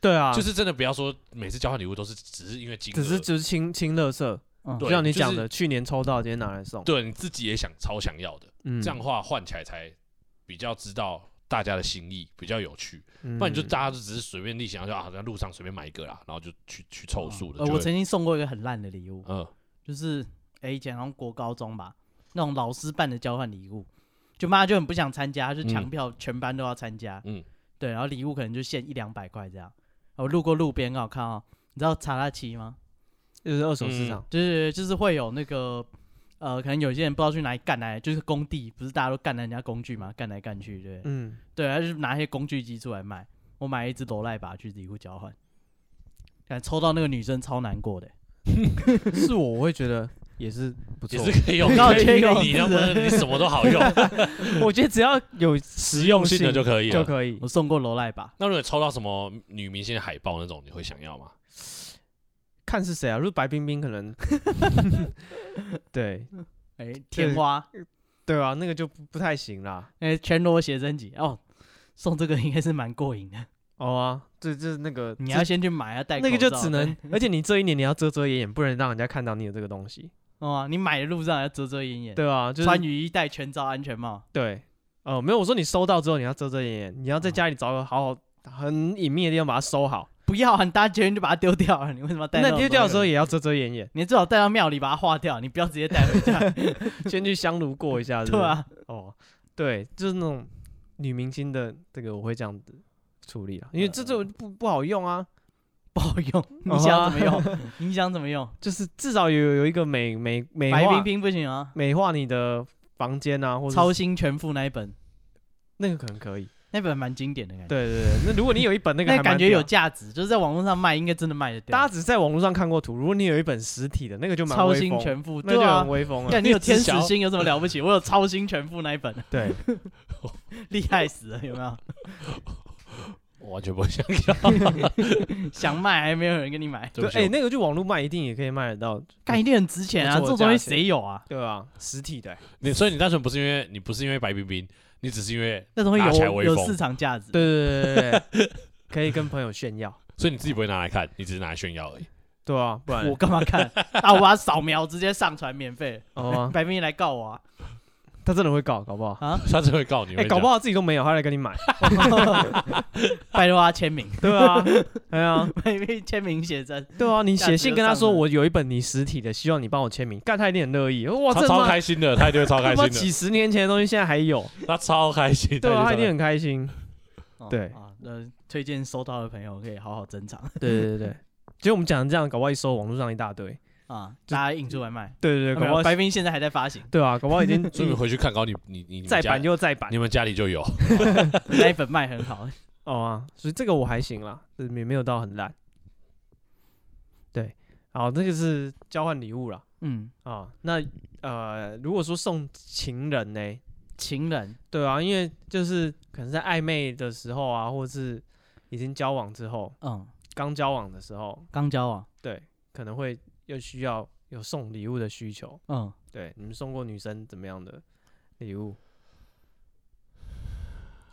Speaker 1: 对啊，
Speaker 3: 就是真的不要说每次交换礼物都是只是因为金额，
Speaker 1: 只是只是清清乐色，
Speaker 3: 对
Speaker 2: 嗯
Speaker 1: 就像你
Speaker 3: 就是
Speaker 1: 讲的，去年抽到，今天拿来送。
Speaker 3: 对你自己也想超想要的，
Speaker 1: 嗯
Speaker 3: 这样的话换起来才比较知道大家的心意，比较有趣。
Speaker 1: 不
Speaker 3: 不然你就大家就只是随便立想，就啊，在路上随便买一个啦，然后就去去凑数
Speaker 1: 啊
Speaker 3: 的。
Speaker 2: 呃
Speaker 3: 就
Speaker 2: 我
Speaker 3: 会
Speaker 2: 曾经送过一个很烂的礼物，
Speaker 3: 嗯，
Speaker 2: 就是哎，以前好像国高中吧，那种老师办的交换礼物，就妈就很不想参加，她就强
Speaker 3: 嗯
Speaker 2: 票全班都要参加，嗯
Speaker 3: 嗯，
Speaker 2: 对，然后礼物可能就限一两百块这样。我路过路边刚好看到，你知道查拉奇吗？
Speaker 1: 就是二手市场，
Speaker 2: 就是就是会有那个呃，可能有些人不知道去哪里干来，就是工地，不是大家都干人家工具嘛，干来干去，对不对，
Speaker 1: 嗯，
Speaker 2: 对，他就是拿一些工具机出来卖。我买了一只罗赖把去礼物交换，但抽到那个女生超难过的、
Speaker 1: 是我我会觉得也是不
Speaker 3: 也
Speaker 1: 错。
Speaker 3: 是可以用。
Speaker 2: 刚好
Speaker 3: 你
Speaker 2: 缺一个
Speaker 3: 你能不能你什么都 好用，
Speaker 1: 我觉得只要有
Speaker 3: 实
Speaker 1: 实
Speaker 3: 用性
Speaker 1: 性
Speaker 3: 的就可以
Speaker 1: 就
Speaker 3: 了。
Speaker 1: 可以
Speaker 2: 我。送过罗赖把，
Speaker 3: 那如果抽到什么女明星的海报那种，你会想要吗？
Speaker 1: 看是谁啊？如果白冰冰可能，对
Speaker 2: 哎、天花，
Speaker 1: 对啊，那个就不不太行啦。
Speaker 2: 哎、全裸写真集哦，送这个应该是蛮过瘾的。
Speaker 1: 哦啊，这这那个
Speaker 2: 你
Speaker 1: 这
Speaker 2: 要先去买啊，戴
Speaker 1: 那个
Speaker 2: 口
Speaker 1: 就
Speaker 2: 罩
Speaker 1: 只
Speaker 2: 对
Speaker 1: 能， 而且你这一年你要遮遮掩掩，不能让人家看到你有这个东西，
Speaker 2: 哦啊、你买的路上还要遮遮掩掩，
Speaker 1: 对啊，就是
Speaker 2: 穿雨衣戴全罩安全帽，
Speaker 1: 对，哦，没有，我说你收到之后你要遮遮掩掩，你要在家里找个好好很隐秘的地方把它收好。
Speaker 2: 不要啊，你搭捷运就把它丢掉啊，你为什么要带？
Speaker 1: 那丢掉的时候也要遮遮掩掩，
Speaker 2: 你最好带到庙里把它化掉，你不要直接带回 家，
Speaker 1: 先去香炉过一 下，是不
Speaker 2: 对
Speaker 1: 是？
Speaker 2: 啊，
Speaker 1: 哦，对，就是那种女明星的这个我会这样子处理啊，因为这这种不不好用啊，
Speaker 2: 不好
Speaker 1: 哦
Speaker 2: 用，你想怎么用？ 你想怎么用？
Speaker 1: 就是至少有有一个美美美
Speaker 2: 白冰
Speaker 1: 化
Speaker 2: 冰不行啊，
Speaker 1: 美化你的房间啊，或者
Speaker 2: 超
Speaker 1: 是
Speaker 2: 星全副那一本，
Speaker 1: 那个可能可以。
Speaker 2: 那本蛮经典的感觉，
Speaker 1: 对对对，那如果你有一本那个
Speaker 2: 那
Speaker 1: 还
Speaker 2: 感
Speaker 1: 蛮
Speaker 2: 觉
Speaker 1: 屌
Speaker 2: 有价值，就是在网络上卖，应该真的卖得
Speaker 1: 大家
Speaker 2: 掉。
Speaker 1: 只是在网络上看过图，如果你有一本实体的，那个就蛮
Speaker 2: 超
Speaker 1: 威
Speaker 2: 星
Speaker 1: 风
Speaker 2: 全副，
Speaker 1: 那就
Speaker 2: 对啊
Speaker 1: 很，威 风了。
Speaker 2: 看你有天
Speaker 3: 只
Speaker 2: 使
Speaker 3: 想要
Speaker 2: 星有什么了不起？我有超星全副那一本，
Speaker 1: 对，
Speaker 2: 厉害死了，有没有？
Speaker 3: 我完全不会想要。
Speaker 2: 想卖还没有人跟你买，
Speaker 3: 对
Speaker 1: 对，
Speaker 3: 不起
Speaker 1: 哎、
Speaker 3: 我
Speaker 1: 那个去网络卖一定也可以卖得到，
Speaker 2: 干一定很值钱啊！这
Speaker 1: 不错
Speaker 2: 种
Speaker 1: 的
Speaker 2: 东西
Speaker 1: 价钱
Speaker 2: 谁有啊？
Speaker 1: 对吧、实体的、
Speaker 3: 你所以你单纯不是因为你不是因为白冰冰，你只是因为
Speaker 2: 那东西
Speaker 3: 拿起来
Speaker 2: 有
Speaker 3: 威
Speaker 2: 有
Speaker 3: 风
Speaker 2: 市场价值，
Speaker 1: 对对对对对，可以跟朋友炫耀，
Speaker 3: 所以你自己不会拿来看，你只是拿来炫耀而已。
Speaker 1: 对啊，不然
Speaker 2: 我干嘛看？啊，我把它扫描直接上传免费，
Speaker 1: 哦啊、
Speaker 2: 白冰一来告我啊！
Speaker 1: 他真的会告，搞不好。
Speaker 3: 下次会告你。
Speaker 1: 哎、
Speaker 3: 会
Speaker 1: 搞不
Speaker 3: 讲
Speaker 1: 好自己都没有，他来跟你买，
Speaker 2: 拜托他签名，
Speaker 1: 对啊，对啊，
Speaker 2: 妹妹签名写真，
Speaker 1: 对啊，你
Speaker 2: 价
Speaker 1: 写
Speaker 2: 值
Speaker 1: 信
Speaker 2: 就
Speaker 1: 跟他
Speaker 2: 上
Speaker 1: 说
Speaker 2: 了
Speaker 1: 我有一本你实体的，希望你帮我签名，干他一定很乐意。哇，
Speaker 3: 他
Speaker 1: 这
Speaker 3: 超
Speaker 1: 妈
Speaker 3: 开心 的，他一定会超
Speaker 1: 他
Speaker 3: 开
Speaker 1: 妈
Speaker 3: 心的，
Speaker 1: 几十年前的东西现在还 有，
Speaker 3: 他超开心。
Speaker 1: 对啊，他
Speaker 3: 他
Speaker 1: 一定很开 心。
Speaker 2: 哦
Speaker 1: 对
Speaker 2: 啊，那推荐收到的朋友可以好好珍藏
Speaker 1: 对对对对，其实我们讲成这样，搞不好一搜网络上一大堆。
Speaker 2: 啊，大家印出来卖。
Speaker 1: 对对对，
Speaker 2: 啊没
Speaker 1: 搞
Speaker 2: 有
Speaker 1: 不好
Speaker 2: 白冰现在还在发行
Speaker 1: 对啊，搞不好已 经
Speaker 3: 所以你回去看，搞你你你你们
Speaker 1: 再
Speaker 3: 家
Speaker 1: 版又再版
Speaker 3: 你们家里就有。
Speaker 2: 那一本卖很好。
Speaker 1: 哦啊，所以这个我还行啦，这也没有到很烂。对，好，这个是交换礼物啦。
Speaker 2: 嗯，
Speaker 1: 啊。那呃，如果说送情人呢，
Speaker 2: 情人
Speaker 1: 对啊，因为就是可能在暧昧的时候啊，或是已经交往之后，
Speaker 2: 嗯，
Speaker 1: 刚交往的时候，
Speaker 2: 刚交往，
Speaker 1: 对，可能会又需要有送礼物的需求。
Speaker 2: 嗯，
Speaker 1: 对，你们送过女生怎么样的礼物？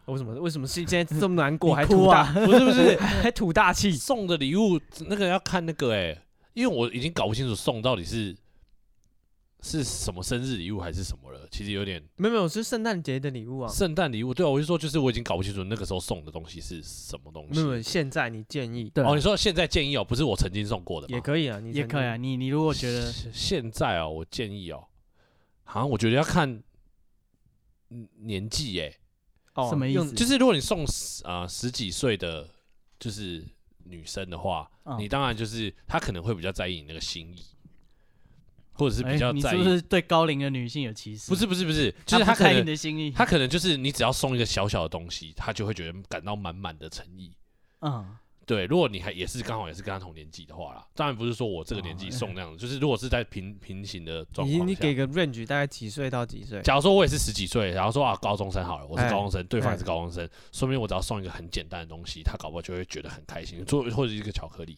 Speaker 1: 为什么为什么现现在这么难过，
Speaker 2: 你
Speaker 1: 还
Speaker 2: 哭
Speaker 1: 吐
Speaker 2: 啊
Speaker 1: 大，不是不是， 还还吐大气？
Speaker 3: 送的礼物那个要看那个哎、因为我已经搞不清楚送到底是是什么生日礼物还是什么了，其实有点
Speaker 1: 没有没有，是圣诞节的礼物啊。
Speaker 3: 圣诞礼物。对啊，我就说就是我已经搞不清楚那个时候送的东西是什么东
Speaker 1: 没
Speaker 3: 西
Speaker 1: 有。没有，现在你建议
Speaker 2: 对啊
Speaker 3: 哦，你说现在建议哦，不是我曾经送过的吗
Speaker 1: 也可以啊，你
Speaker 2: 也
Speaker 1: 曾
Speaker 2: 可以
Speaker 1: 经
Speaker 2: 啊。你你如果觉得
Speaker 3: 现现在哦，我建议哦，好像我觉得要看嗯年纪哎、
Speaker 1: 哦，
Speaker 2: 什么意
Speaker 1: 用
Speaker 2: 思
Speaker 3: 就是如果你送十啊、十几岁的，就是女生的话，
Speaker 2: 嗯
Speaker 3: 你当然就是她可能会比较在意你那个心意，或者是比
Speaker 2: 哎
Speaker 3: 较
Speaker 2: 你
Speaker 3: 在
Speaker 2: 是
Speaker 3: 意。
Speaker 2: 不是对高龄的女性有歧视？
Speaker 3: 不，是不是不是，
Speaker 2: 就
Speaker 3: 就
Speaker 2: 是他
Speaker 3: 她
Speaker 2: 不
Speaker 3: 可
Speaker 2: 在意
Speaker 3: 能
Speaker 2: 你的心意。
Speaker 3: 他可能就是你只要送一个小小的东西，他就会觉得感到满满的诚意。
Speaker 2: 嗯，
Speaker 3: 对，如果你还也是刚好也是跟他同年纪的话啦，当然不是说我这个年纪
Speaker 2: 哦
Speaker 3: 送那样子，就是如果是在平平行的状
Speaker 1: 你
Speaker 3: 况
Speaker 1: 你
Speaker 3: 下
Speaker 1: 给，个 range 大概几岁到几岁？
Speaker 3: 假如说我也是十几岁，然后说啊高中生好了，我是
Speaker 1: 哎
Speaker 3: 高中生，对方也是
Speaker 1: 哎
Speaker 3: 高中生，说明我只要送一个很简单的东西，他搞不好就会觉得很开心，做或者是一个巧克力，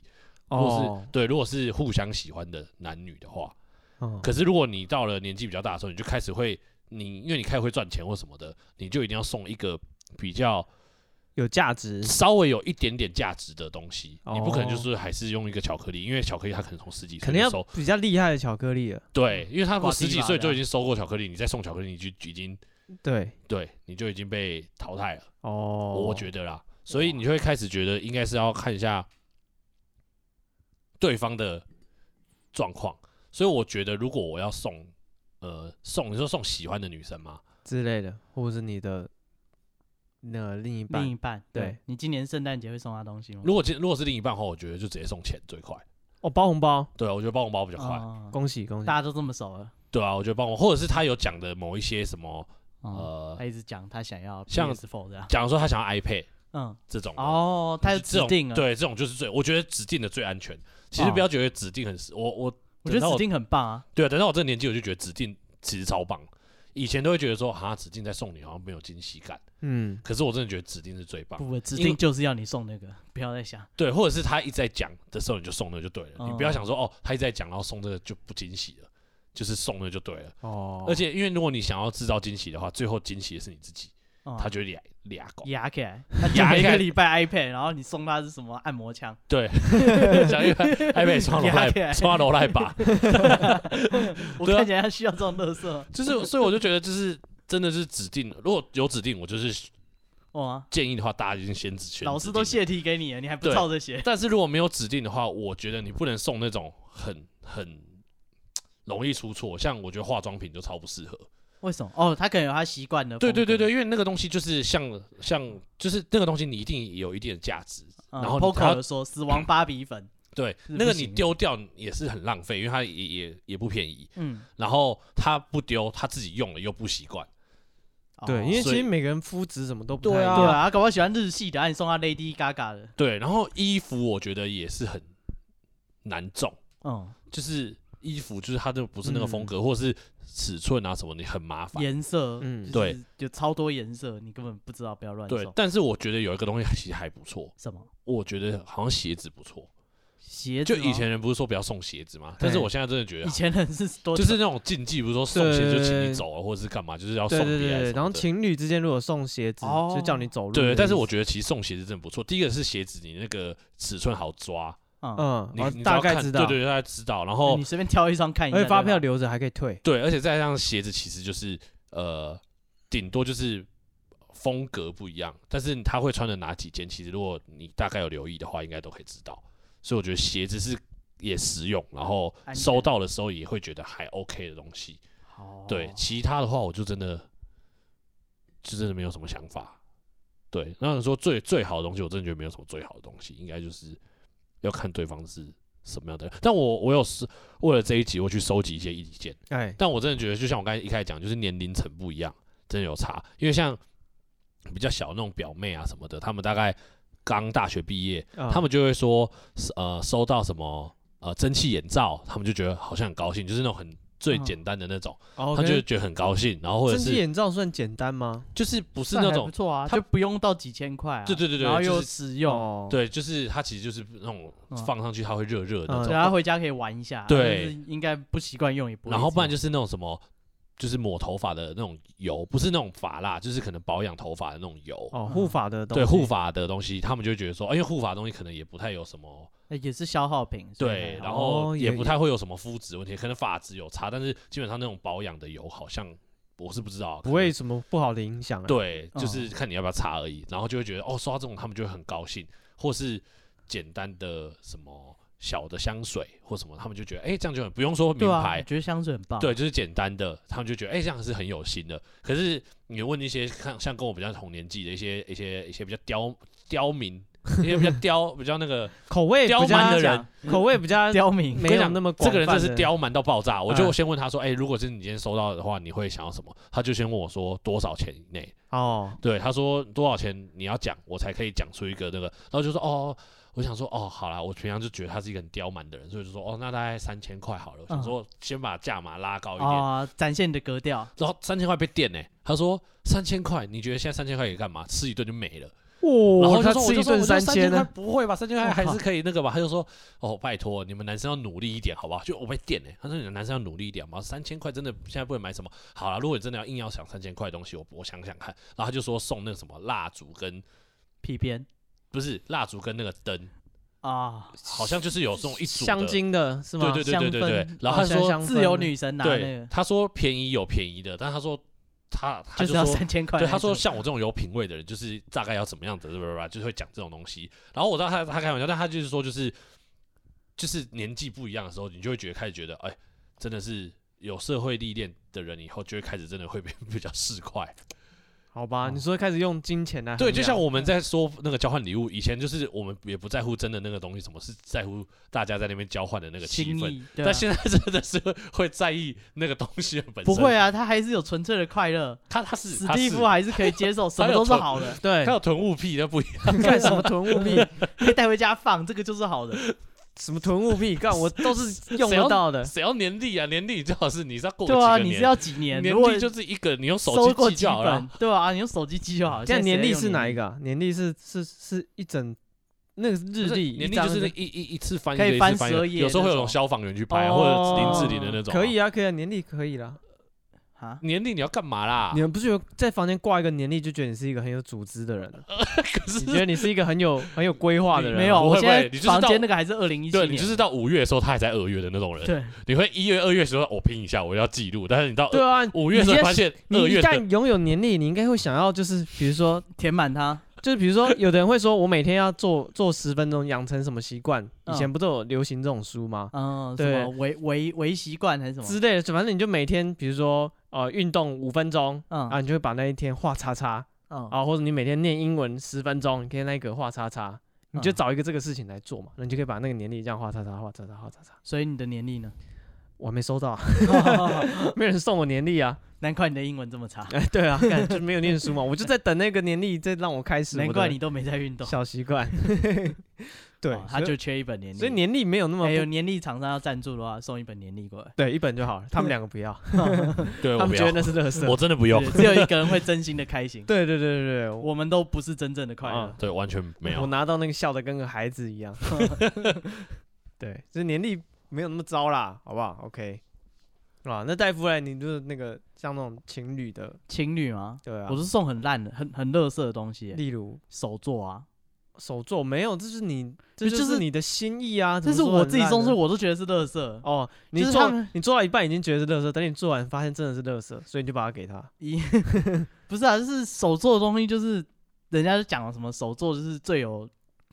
Speaker 3: 如果
Speaker 1: 哦
Speaker 3: 是，对，如果是互相喜欢的男女的话，
Speaker 1: 哦
Speaker 3: 可是如果你到了年纪比较大的时候，你就开始会，你因为你开始会赚钱或什么的，你就一定要送一个比较
Speaker 1: 有价值
Speaker 3: 稍微有一点点价值的东西，你不可能
Speaker 1: 嗯
Speaker 3: 就
Speaker 1: 哦
Speaker 3: 是还是用一个巧克力，因为巧克力它可能从十几
Speaker 1: 肯定
Speaker 3: 岁就
Speaker 1: 要
Speaker 3: 收，
Speaker 1: 比较厉害的巧克力了。啊
Speaker 3: 对，因为他
Speaker 2: 挂
Speaker 3: 们十
Speaker 2: 地
Speaker 3: 几
Speaker 2: 吧
Speaker 3: 岁
Speaker 2: 这
Speaker 3: 就已
Speaker 2: 样
Speaker 3: 经收过巧克力，你再送巧克力，你就已经
Speaker 1: 对，
Speaker 3: 对，你就已经被淘汰了，
Speaker 1: 哦，
Speaker 3: 我觉得啦，所以你就会开始觉得应该是要看一下对方的状况，所以我觉得如果我要送，呃，送你说送喜欢的女生吗？
Speaker 1: 之类的，或者是你的那个另一半
Speaker 2: 另一半，
Speaker 1: 对
Speaker 2: 对你今年圣诞节会送他东西吗？
Speaker 3: 如果今如果是另一半的话，我觉得就直接送钱最快，
Speaker 1: 哦，包红包，
Speaker 3: 对啊，我觉得包红包比较快。
Speaker 2: 哦
Speaker 1: 恭喜恭喜
Speaker 2: 大！家都这么熟了，
Speaker 3: 对啊，我觉得帮我，或者是他有讲的某一些什么，
Speaker 2: 哦
Speaker 3: 呃
Speaker 2: 他，一直讲他想要
Speaker 3: 像
Speaker 2: PS4 这样，
Speaker 3: 讲说他想要 iPad
Speaker 2: 嗯，
Speaker 3: 这种的，
Speaker 2: 哦，他就
Speaker 3: 这
Speaker 2: 指
Speaker 3: 种
Speaker 2: 定了，，
Speaker 3: 对，这种就是最，我觉得指定的最安全。其
Speaker 2: 哦
Speaker 3: 实不要觉得指定很，我我
Speaker 2: 我觉
Speaker 3: 等到
Speaker 2: 得指定很棒啊，
Speaker 3: 对啊，等到我这个年纪，我就觉得指定其实超棒。以前都会觉得说，哈，指定在送你好像没有惊喜感，
Speaker 1: 嗯，
Speaker 3: 可是我真的觉得指定是最棒
Speaker 2: 不。不，指
Speaker 3: 因为
Speaker 2: 定就是要你送那个，不要再想，
Speaker 3: 对，或者是他一直在讲的时候，你就送那个就对了，你不要
Speaker 2: 哦
Speaker 3: 想说哦，他一直在讲，然后送这个就不惊喜了，就是送了就对了。
Speaker 1: 哦，
Speaker 3: 而且因为如果你想要制造惊喜的话，最后惊喜的是你自己，
Speaker 2: 哦
Speaker 3: 他就会俩俩狗。
Speaker 2: 压起来，他
Speaker 3: 压
Speaker 2: 压一
Speaker 3: 起来
Speaker 2: 个礼拜 iPad，然后你送他是什么按摩 枪，
Speaker 3: 对，小玉还被刷楼
Speaker 2: 压起来
Speaker 3: 赖刷楼赖吧，
Speaker 2: 我
Speaker 3: 对啊
Speaker 2: 看起来他需要这种乐色，
Speaker 3: 就是所以我就觉得就是真的是指定，如果有指定，我就是
Speaker 2: 哇，
Speaker 3: 建议的话，大家就先指选。
Speaker 2: 老师都，泄题给你了，你还不
Speaker 3: 对
Speaker 2: 照着写，
Speaker 3: 但是如果没有指定的话，我觉得你不能送那种很很容易出错，像我觉得化妆品就超不适合。
Speaker 2: 为什么？哦，他可能有他习惯的，
Speaker 3: 对对对对，，因为那个东西就是像像就是那个东西，你一定有一定的价值，
Speaker 2: 嗯
Speaker 3: 然后
Speaker 2: Poco
Speaker 3: 他
Speaker 2: 有说死亡芭比粉，
Speaker 3: 对，
Speaker 2: 是
Speaker 3: 那个
Speaker 2: 不
Speaker 3: 你
Speaker 2: 行的
Speaker 3: 丢掉也是很浪费，因为它也也也不便宜。
Speaker 2: 嗯，
Speaker 3: 然后他不丢，他自己用了又不习惯。
Speaker 2: 哦
Speaker 1: 对，因为其
Speaker 3: 所以
Speaker 1: 实每个人肤质什么都不太一
Speaker 2: 对
Speaker 1: 样，
Speaker 2: 啊，他搞不好喜欢日系的，啊你送他 Lady Gaga 的，
Speaker 3: 对，然后衣服我觉得也是很难中，
Speaker 2: 嗯，
Speaker 3: 就是衣服就是它就不是那个风格，或者是尺寸啊什么，你很麻烦。
Speaker 2: 颜色，
Speaker 1: 嗯
Speaker 2: 嗯，
Speaker 3: 对，
Speaker 2: 有超多颜色，你根本不知道，不要乱
Speaker 3: 对
Speaker 2: 送，。
Speaker 3: 但是我觉得有一个东西其实还不错，
Speaker 2: 什么
Speaker 3: 我觉得好像鞋子不错。
Speaker 2: 鞋子
Speaker 3: 就
Speaker 2: 吗？
Speaker 3: 以前人不是说不要送鞋子吗？但是
Speaker 1: 对
Speaker 3: 我现在真的觉
Speaker 2: 以
Speaker 3: 得，
Speaker 2: 前人是多
Speaker 3: 就是那种禁忌，不是说送鞋就请
Speaker 1: 对
Speaker 3: 你走啊，或者是干嘛，就是要送
Speaker 1: 对
Speaker 3: 别
Speaker 1: 对对
Speaker 3: 人
Speaker 1: 对，
Speaker 3: 什
Speaker 1: 然后
Speaker 3: 么的。
Speaker 1: 情侣之间如果送鞋子，
Speaker 2: 哦
Speaker 1: 就叫你走路的意思，
Speaker 3: 对，但是我觉得其实送鞋子真的不错。第一个是鞋子，你那个尺寸好抓，
Speaker 2: 嗯，
Speaker 1: 嗯，
Speaker 3: 你
Speaker 1: 我
Speaker 3: 你只
Speaker 1: 大
Speaker 3: 要
Speaker 1: 概
Speaker 3: 看
Speaker 1: 知道，
Speaker 3: 对哦对，对大概知道。然后
Speaker 2: 你随便挑一双看一下
Speaker 1: 而
Speaker 2: 就
Speaker 1: 且
Speaker 2: 好，
Speaker 1: 发票留着还可以退，
Speaker 3: 对，而且再加上鞋子，其实就是呃，顶多就是风格不一样，但是他会穿的哪几件，其实如果你大概有留意的话，应该都可以知道。所以我觉得鞋子是也实用，然后
Speaker 2: 安全
Speaker 3: 收到的时候也会觉得还 OK 的东西。
Speaker 2: 好，
Speaker 3: 对，其他的话我就真的就真的没有什么想法。对，那你说最最好的东西，我真的觉得没有什么最好的东西，应该就是要看对方是什么样的人。但我我有是为了这一集，我去收集一些意见，
Speaker 1: 哎，
Speaker 3: 但我真的觉得，就像我刚才一开始讲，就是年龄层不一样，真的有差。因为像比较小那种表妹啊什么的，她们大概刚大学毕业，
Speaker 1: 啊
Speaker 3: 他们就会说，呃，收到什么呃蒸汽眼罩，他们就觉得好像很高兴，就是那种很最
Speaker 2: 嗯
Speaker 3: 简单的那种。
Speaker 1: 哦
Speaker 3: 他就会
Speaker 1: OK
Speaker 3: 觉得很高兴，然后或者
Speaker 1: 蒸汽
Speaker 3: 是
Speaker 1: 眼罩算简单吗？
Speaker 3: 就是不是
Speaker 2: 算
Speaker 3: 那
Speaker 2: 还
Speaker 3: 种
Speaker 2: 不错啊，
Speaker 3: 他
Speaker 2: 就不用到几千块啊，
Speaker 3: 对对对对
Speaker 2: 然后
Speaker 3: 就
Speaker 2: 又
Speaker 3: 是
Speaker 2: 实用，
Speaker 1: 哦，
Speaker 3: 对，就是它其实就是那种
Speaker 2: 嗯
Speaker 3: 放上去它会热热的那
Speaker 1: 嗯
Speaker 3: 种，
Speaker 2: 然后回家可以玩一下，
Speaker 3: 对，
Speaker 2: 应该不习惯用也不会一直用，
Speaker 3: 然后不然就是那种什么，就是抹头发的那种油，不是那种发蜡，就是可能保养头发的那种油，
Speaker 1: 哦，护发的东
Speaker 3: 嗯对
Speaker 1: 西，
Speaker 3: 护发的东西，他们就会觉得说，啊因为护发的东西可能也不太有什么，
Speaker 2: 哎也是消耗品，所以还
Speaker 3: 对，
Speaker 2: 好
Speaker 3: 然后
Speaker 1: 哦
Speaker 3: 也
Speaker 1: 也
Speaker 3: 不太会有什么肤质问题，可能发质有差，但是基本上那种保养的油好像我是不知道，
Speaker 1: 不
Speaker 3: 可能
Speaker 1: 会什么不好的影响啊。
Speaker 3: 对，就
Speaker 2: 嗯
Speaker 3: 是看你要不要擦而已。然后就会觉得哦，刷这种他们就会很高兴，或是简单的什么小的香水或什么，他们就觉得哎、这样就很不用说名
Speaker 2: 对啊，
Speaker 3: 牌
Speaker 2: 我，觉得香水很棒，
Speaker 3: 对，就是简单的，他们就觉得哎、这样是很有心的。可是你问一些看像跟我比较同年纪的一些一些一些比较刁刁民，一些比较刁比较那个，
Speaker 1: 口味
Speaker 3: 刁
Speaker 1: 比
Speaker 3: 蛮
Speaker 1: 较
Speaker 3: 的
Speaker 2: 的
Speaker 3: 人
Speaker 2: 人
Speaker 1: 口 味比较
Speaker 2: 刁 民，
Speaker 1: 没
Speaker 3: 跟你
Speaker 1: 有
Speaker 3: 讲
Speaker 1: 那么
Speaker 3: 这
Speaker 1: 广
Speaker 3: 个人真
Speaker 1: 泛
Speaker 3: 的是
Speaker 1: 的
Speaker 3: 刁蛮到爆炸。我就
Speaker 1: 嗯
Speaker 3: 先问他说，哎、如果是你今天收到的话，你会想要什么？他就先问我说多少钱以内。
Speaker 1: 哦，
Speaker 3: 对，他说多少钱你要讲，我才可以讲出一个那个，然后就说哦，我想说哦，好啦，我平常就觉得他是一个很刁蛮的人，所以就说哦，那大概三千块好了，我想
Speaker 2: 嗯
Speaker 3: 说先把价码拉高一
Speaker 1: 哦
Speaker 3: 点，
Speaker 2: 啊，展现你的格调，
Speaker 3: 然后三千块被电呢、他说三千块，你觉得现在三千块可以干嘛？吃一顿就没了，然
Speaker 1: 哇
Speaker 3: 后，
Speaker 1: 他
Speaker 3: 就说我
Speaker 1: 吃一
Speaker 3: 就说
Speaker 1: 顿
Speaker 3: 我三
Speaker 1: 三千
Speaker 3: 块
Speaker 1: 呢，
Speaker 3: 不会吧？三千块
Speaker 1: 我
Speaker 3: 还
Speaker 1: 靠
Speaker 3: 是可以那个吧？他就说哦，拜托你们男生要努力一点好不好？就我被电欸呢、他说你们男生要努力一点嘛，三千块真的现在不能买什么。好了，如果你真的要硬要想三千块的东西，我我想想看，然后他就说送那个什么蜡烛跟。
Speaker 2: 皮鞭
Speaker 3: 不是蜡烛跟那个灯，
Speaker 2: 啊，
Speaker 3: 好像就是有这种一组的
Speaker 1: 香，精的是吗？
Speaker 3: 对对对对对
Speaker 2: 香
Speaker 3: 对
Speaker 2: 氛。
Speaker 3: 然后他
Speaker 1: 香
Speaker 3: 说，
Speaker 1: 香
Speaker 2: 自由
Speaker 1: 氛
Speaker 2: 女神拿那
Speaker 3: 对
Speaker 2: 个，
Speaker 3: 他说便宜有便宜的，但他说他他
Speaker 2: 就是
Speaker 3: 说
Speaker 2: 要三千块那种，
Speaker 3: 对，他说像我这种有品味的人，就是大概要怎么样子，对吧？就是会讲这种东西。然后我知道他他开玩笑，但他就是说，就是就是年纪不一样的时候，你就会觉得开始觉得，哎，真的是有社会历练的人以后，就会开始真的会变 比较市侩。
Speaker 2: 啊
Speaker 1: 好吧，
Speaker 3: 哦
Speaker 2: 嗯
Speaker 1: 你说开始用金钱啊来衡
Speaker 3: 对，就
Speaker 1: 量
Speaker 3: 像我们在说那个交换礼物，以前就是我们也不在乎真的那个东西什么，是在乎大家在那边交换的那个气
Speaker 2: 心
Speaker 3: 氛。
Speaker 2: 意，对啊
Speaker 3: 但现在真的是会在意那个东西的本身。
Speaker 2: 不会，啊，他还是有纯粹的快乐，
Speaker 3: 他他是
Speaker 2: 史
Speaker 3: 他
Speaker 2: 蒂
Speaker 3: 是
Speaker 2: 夫还是可以接 受，什么
Speaker 3: 有
Speaker 2: 都是
Speaker 3: 囤
Speaker 2: 好的，
Speaker 1: 对
Speaker 3: 他有囤物癖，那不一样。
Speaker 1: 干什么囤物癖，
Speaker 2: 可以带回家放，这个就是好的。
Speaker 1: 什么囤物癖，干我都是用得到 的。
Speaker 3: 谁要年历啊？年历最好是你是要过几
Speaker 2: 对啊，
Speaker 3: 个
Speaker 2: 你
Speaker 3: 年，
Speaker 2: 是要几年？
Speaker 3: 年
Speaker 2: 如果
Speaker 3: 历就是一个，你用手
Speaker 2: 收
Speaker 3: 机
Speaker 2: 过
Speaker 3: 记
Speaker 2: 几
Speaker 3: 就好了
Speaker 2: 本
Speaker 3: 啊。，
Speaker 2: 对啊，你用手机记就好。
Speaker 1: 这样年历
Speaker 2: 历
Speaker 1: 是哪一？个啊？年历是是是一整那个日
Speaker 3: 不是
Speaker 1: 历，
Speaker 3: 年
Speaker 1: 一
Speaker 3: 历
Speaker 1: 张
Speaker 3: 就是
Speaker 1: 的
Speaker 3: 一一一次翻一
Speaker 2: 可以
Speaker 3: 个，一
Speaker 2: 翻
Speaker 3: 次翻一
Speaker 2: 12
Speaker 3: 个，
Speaker 2: 页
Speaker 3: 有时候会有
Speaker 2: 那
Speaker 3: 种
Speaker 2: 种
Speaker 3: 消防员去拍，或者林志玲的那种。
Speaker 1: 哦可以
Speaker 3: 啊。
Speaker 1: 啊，可以啊，年历可以啦。
Speaker 2: 啊，
Speaker 3: 年历你要干嘛啦
Speaker 1: 你？们不是有在房间挂一个年历，就觉得你是一个很有组织的 人了，啊
Speaker 3: 可
Speaker 1: 你觉得
Speaker 3: 是
Speaker 1: 你是一个很有很有规划的人啊，
Speaker 2: 没有，
Speaker 3: 不
Speaker 2: 我
Speaker 3: 会不
Speaker 2: 现
Speaker 3: 会
Speaker 2: 在
Speaker 3: 你就是
Speaker 2: 房
Speaker 3: 到
Speaker 2: 间那个还是二零一七
Speaker 3: 对
Speaker 2: 年，
Speaker 3: 你就是到五月的时候，他还在二月的那种人。
Speaker 2: 对，
Speaker 3: 你会一月、二月的时候，我拼一下，我要记录。但是你到
Speaker 1: 对啊，
Speaker 3: 五月的时候
Speaker 1: 你
Speaker 3: 发
Speaker 1: 现在
Speaker 3: 现，
Speaker 1: 你
Speaker 3: 二
Speaker 1: 一
Speaker 3: 月的
Speaker 1: 旦拥有年历，你应该会想要就是比如说
Speaker 2: 填满它。
Speaker 1: 就是比如说，有的人会说，我每天要做做十分钟，养成什么习惯？以前不都有流行这种书吗？
Speaker 2: 嗯，什
Speaker 1: 对
Speaker 2: 么维维维习惯还是什么？
Speaker 1: 之类的，反正你就每天，比如说呃，运动五分钟，
Speaker 2: 嗯
Speaker 1: 啊，你就会把那一天画叉叉
Speaker 2: 嗯，
Speaker 1: 啊，或者你每天念英文十分钟，你可以那个画叉叉，你就
Speaker 2: 嗯
Speaker 1: 找一个这个事情来做嘛，那你就可以把那个年历这样画叉叉、画叉叉、画叉叉。
Speaker 2: 所以你的年历 呢？
Speaker 1: 我还没收 到、啊，没有人送我年历啊！
Speaker 2: 难怪你的英文这么差，
Speaker 1: 哎，对啊，干 就没有念书嘛，我就在等那个年历，再让我开始我的
Speaker 2: 难怪你都没在运动。
Speaker 1: 小习惯。 对
Speaker 2: 哦，他
Speaker 1: 所以
Speaker 2: 就缺一本年历。
Speaker 1: 所以年历没有那么
Speaker 2: 哎
Speaker 1: 不
Speaker 2: 有年历厂商要赞助的话，送一本年历过来。
Speaker 1: 对，一本就好了。他们两个不要，
Speaker 3: 对，
Speaker 1: 他
Speaker 3: 我
Speaker 1: 们
Speaker 3: 不
Speaker 1: 觉
Speaker 3: 要
Speaker 1: 得那是垃圾。。
Speaker 3: 我真的不用
Speaker 2: 对，只有一个人会真心的开心
Speaker 1: 对对对对 对，我
Speaker 2: 我们都不是真正的快乐
Speaker 1: 啊。
Speaker 3: 对，完全没
Speaker 1: 我
Speaker 3: 有。
Speaker 1: 拿到那个笑的跟个孩子 一样。 对，这年历没有那么糟啦，好不好？OK，啊，那戴夫来，你就是那个像那种情侣的，
Speaker 2: 情侣吗？
Speaker 1: 对啊，
Speaker 2: 我是送很烂的、很很垃圾的东西耶，
Speaker 1: 例如
Speaker 2: 手作啊，
Speaker 1: 手作没有，这是你，这
Speaker 2: 就
Speaker 1: 就是是你的心意啊！
Speaker 2: 但是
Speaker 1: 怎么说
Speaker 2: 我
Speaker 1: 很
Speaker 2: 自己
Speaker 1: 烂
Speaker 2: 送出
Speaker 1: 呢
Speaker 2: 我都觉得是垃圾，
Speaker 1: 哦，
Speaker 2: 就
Speaker 1: 你
Speaker 2: 是
Speaker 1: 做
Speaker 2: 他们
Speaker 1: 你做到一半已经觉得是垃圾，等你做完发现真的是垃圾，所以你就把它给他。
Speaker 2: 不是啊，就是手做的东西，就是人家就讲了什么手做就是最有，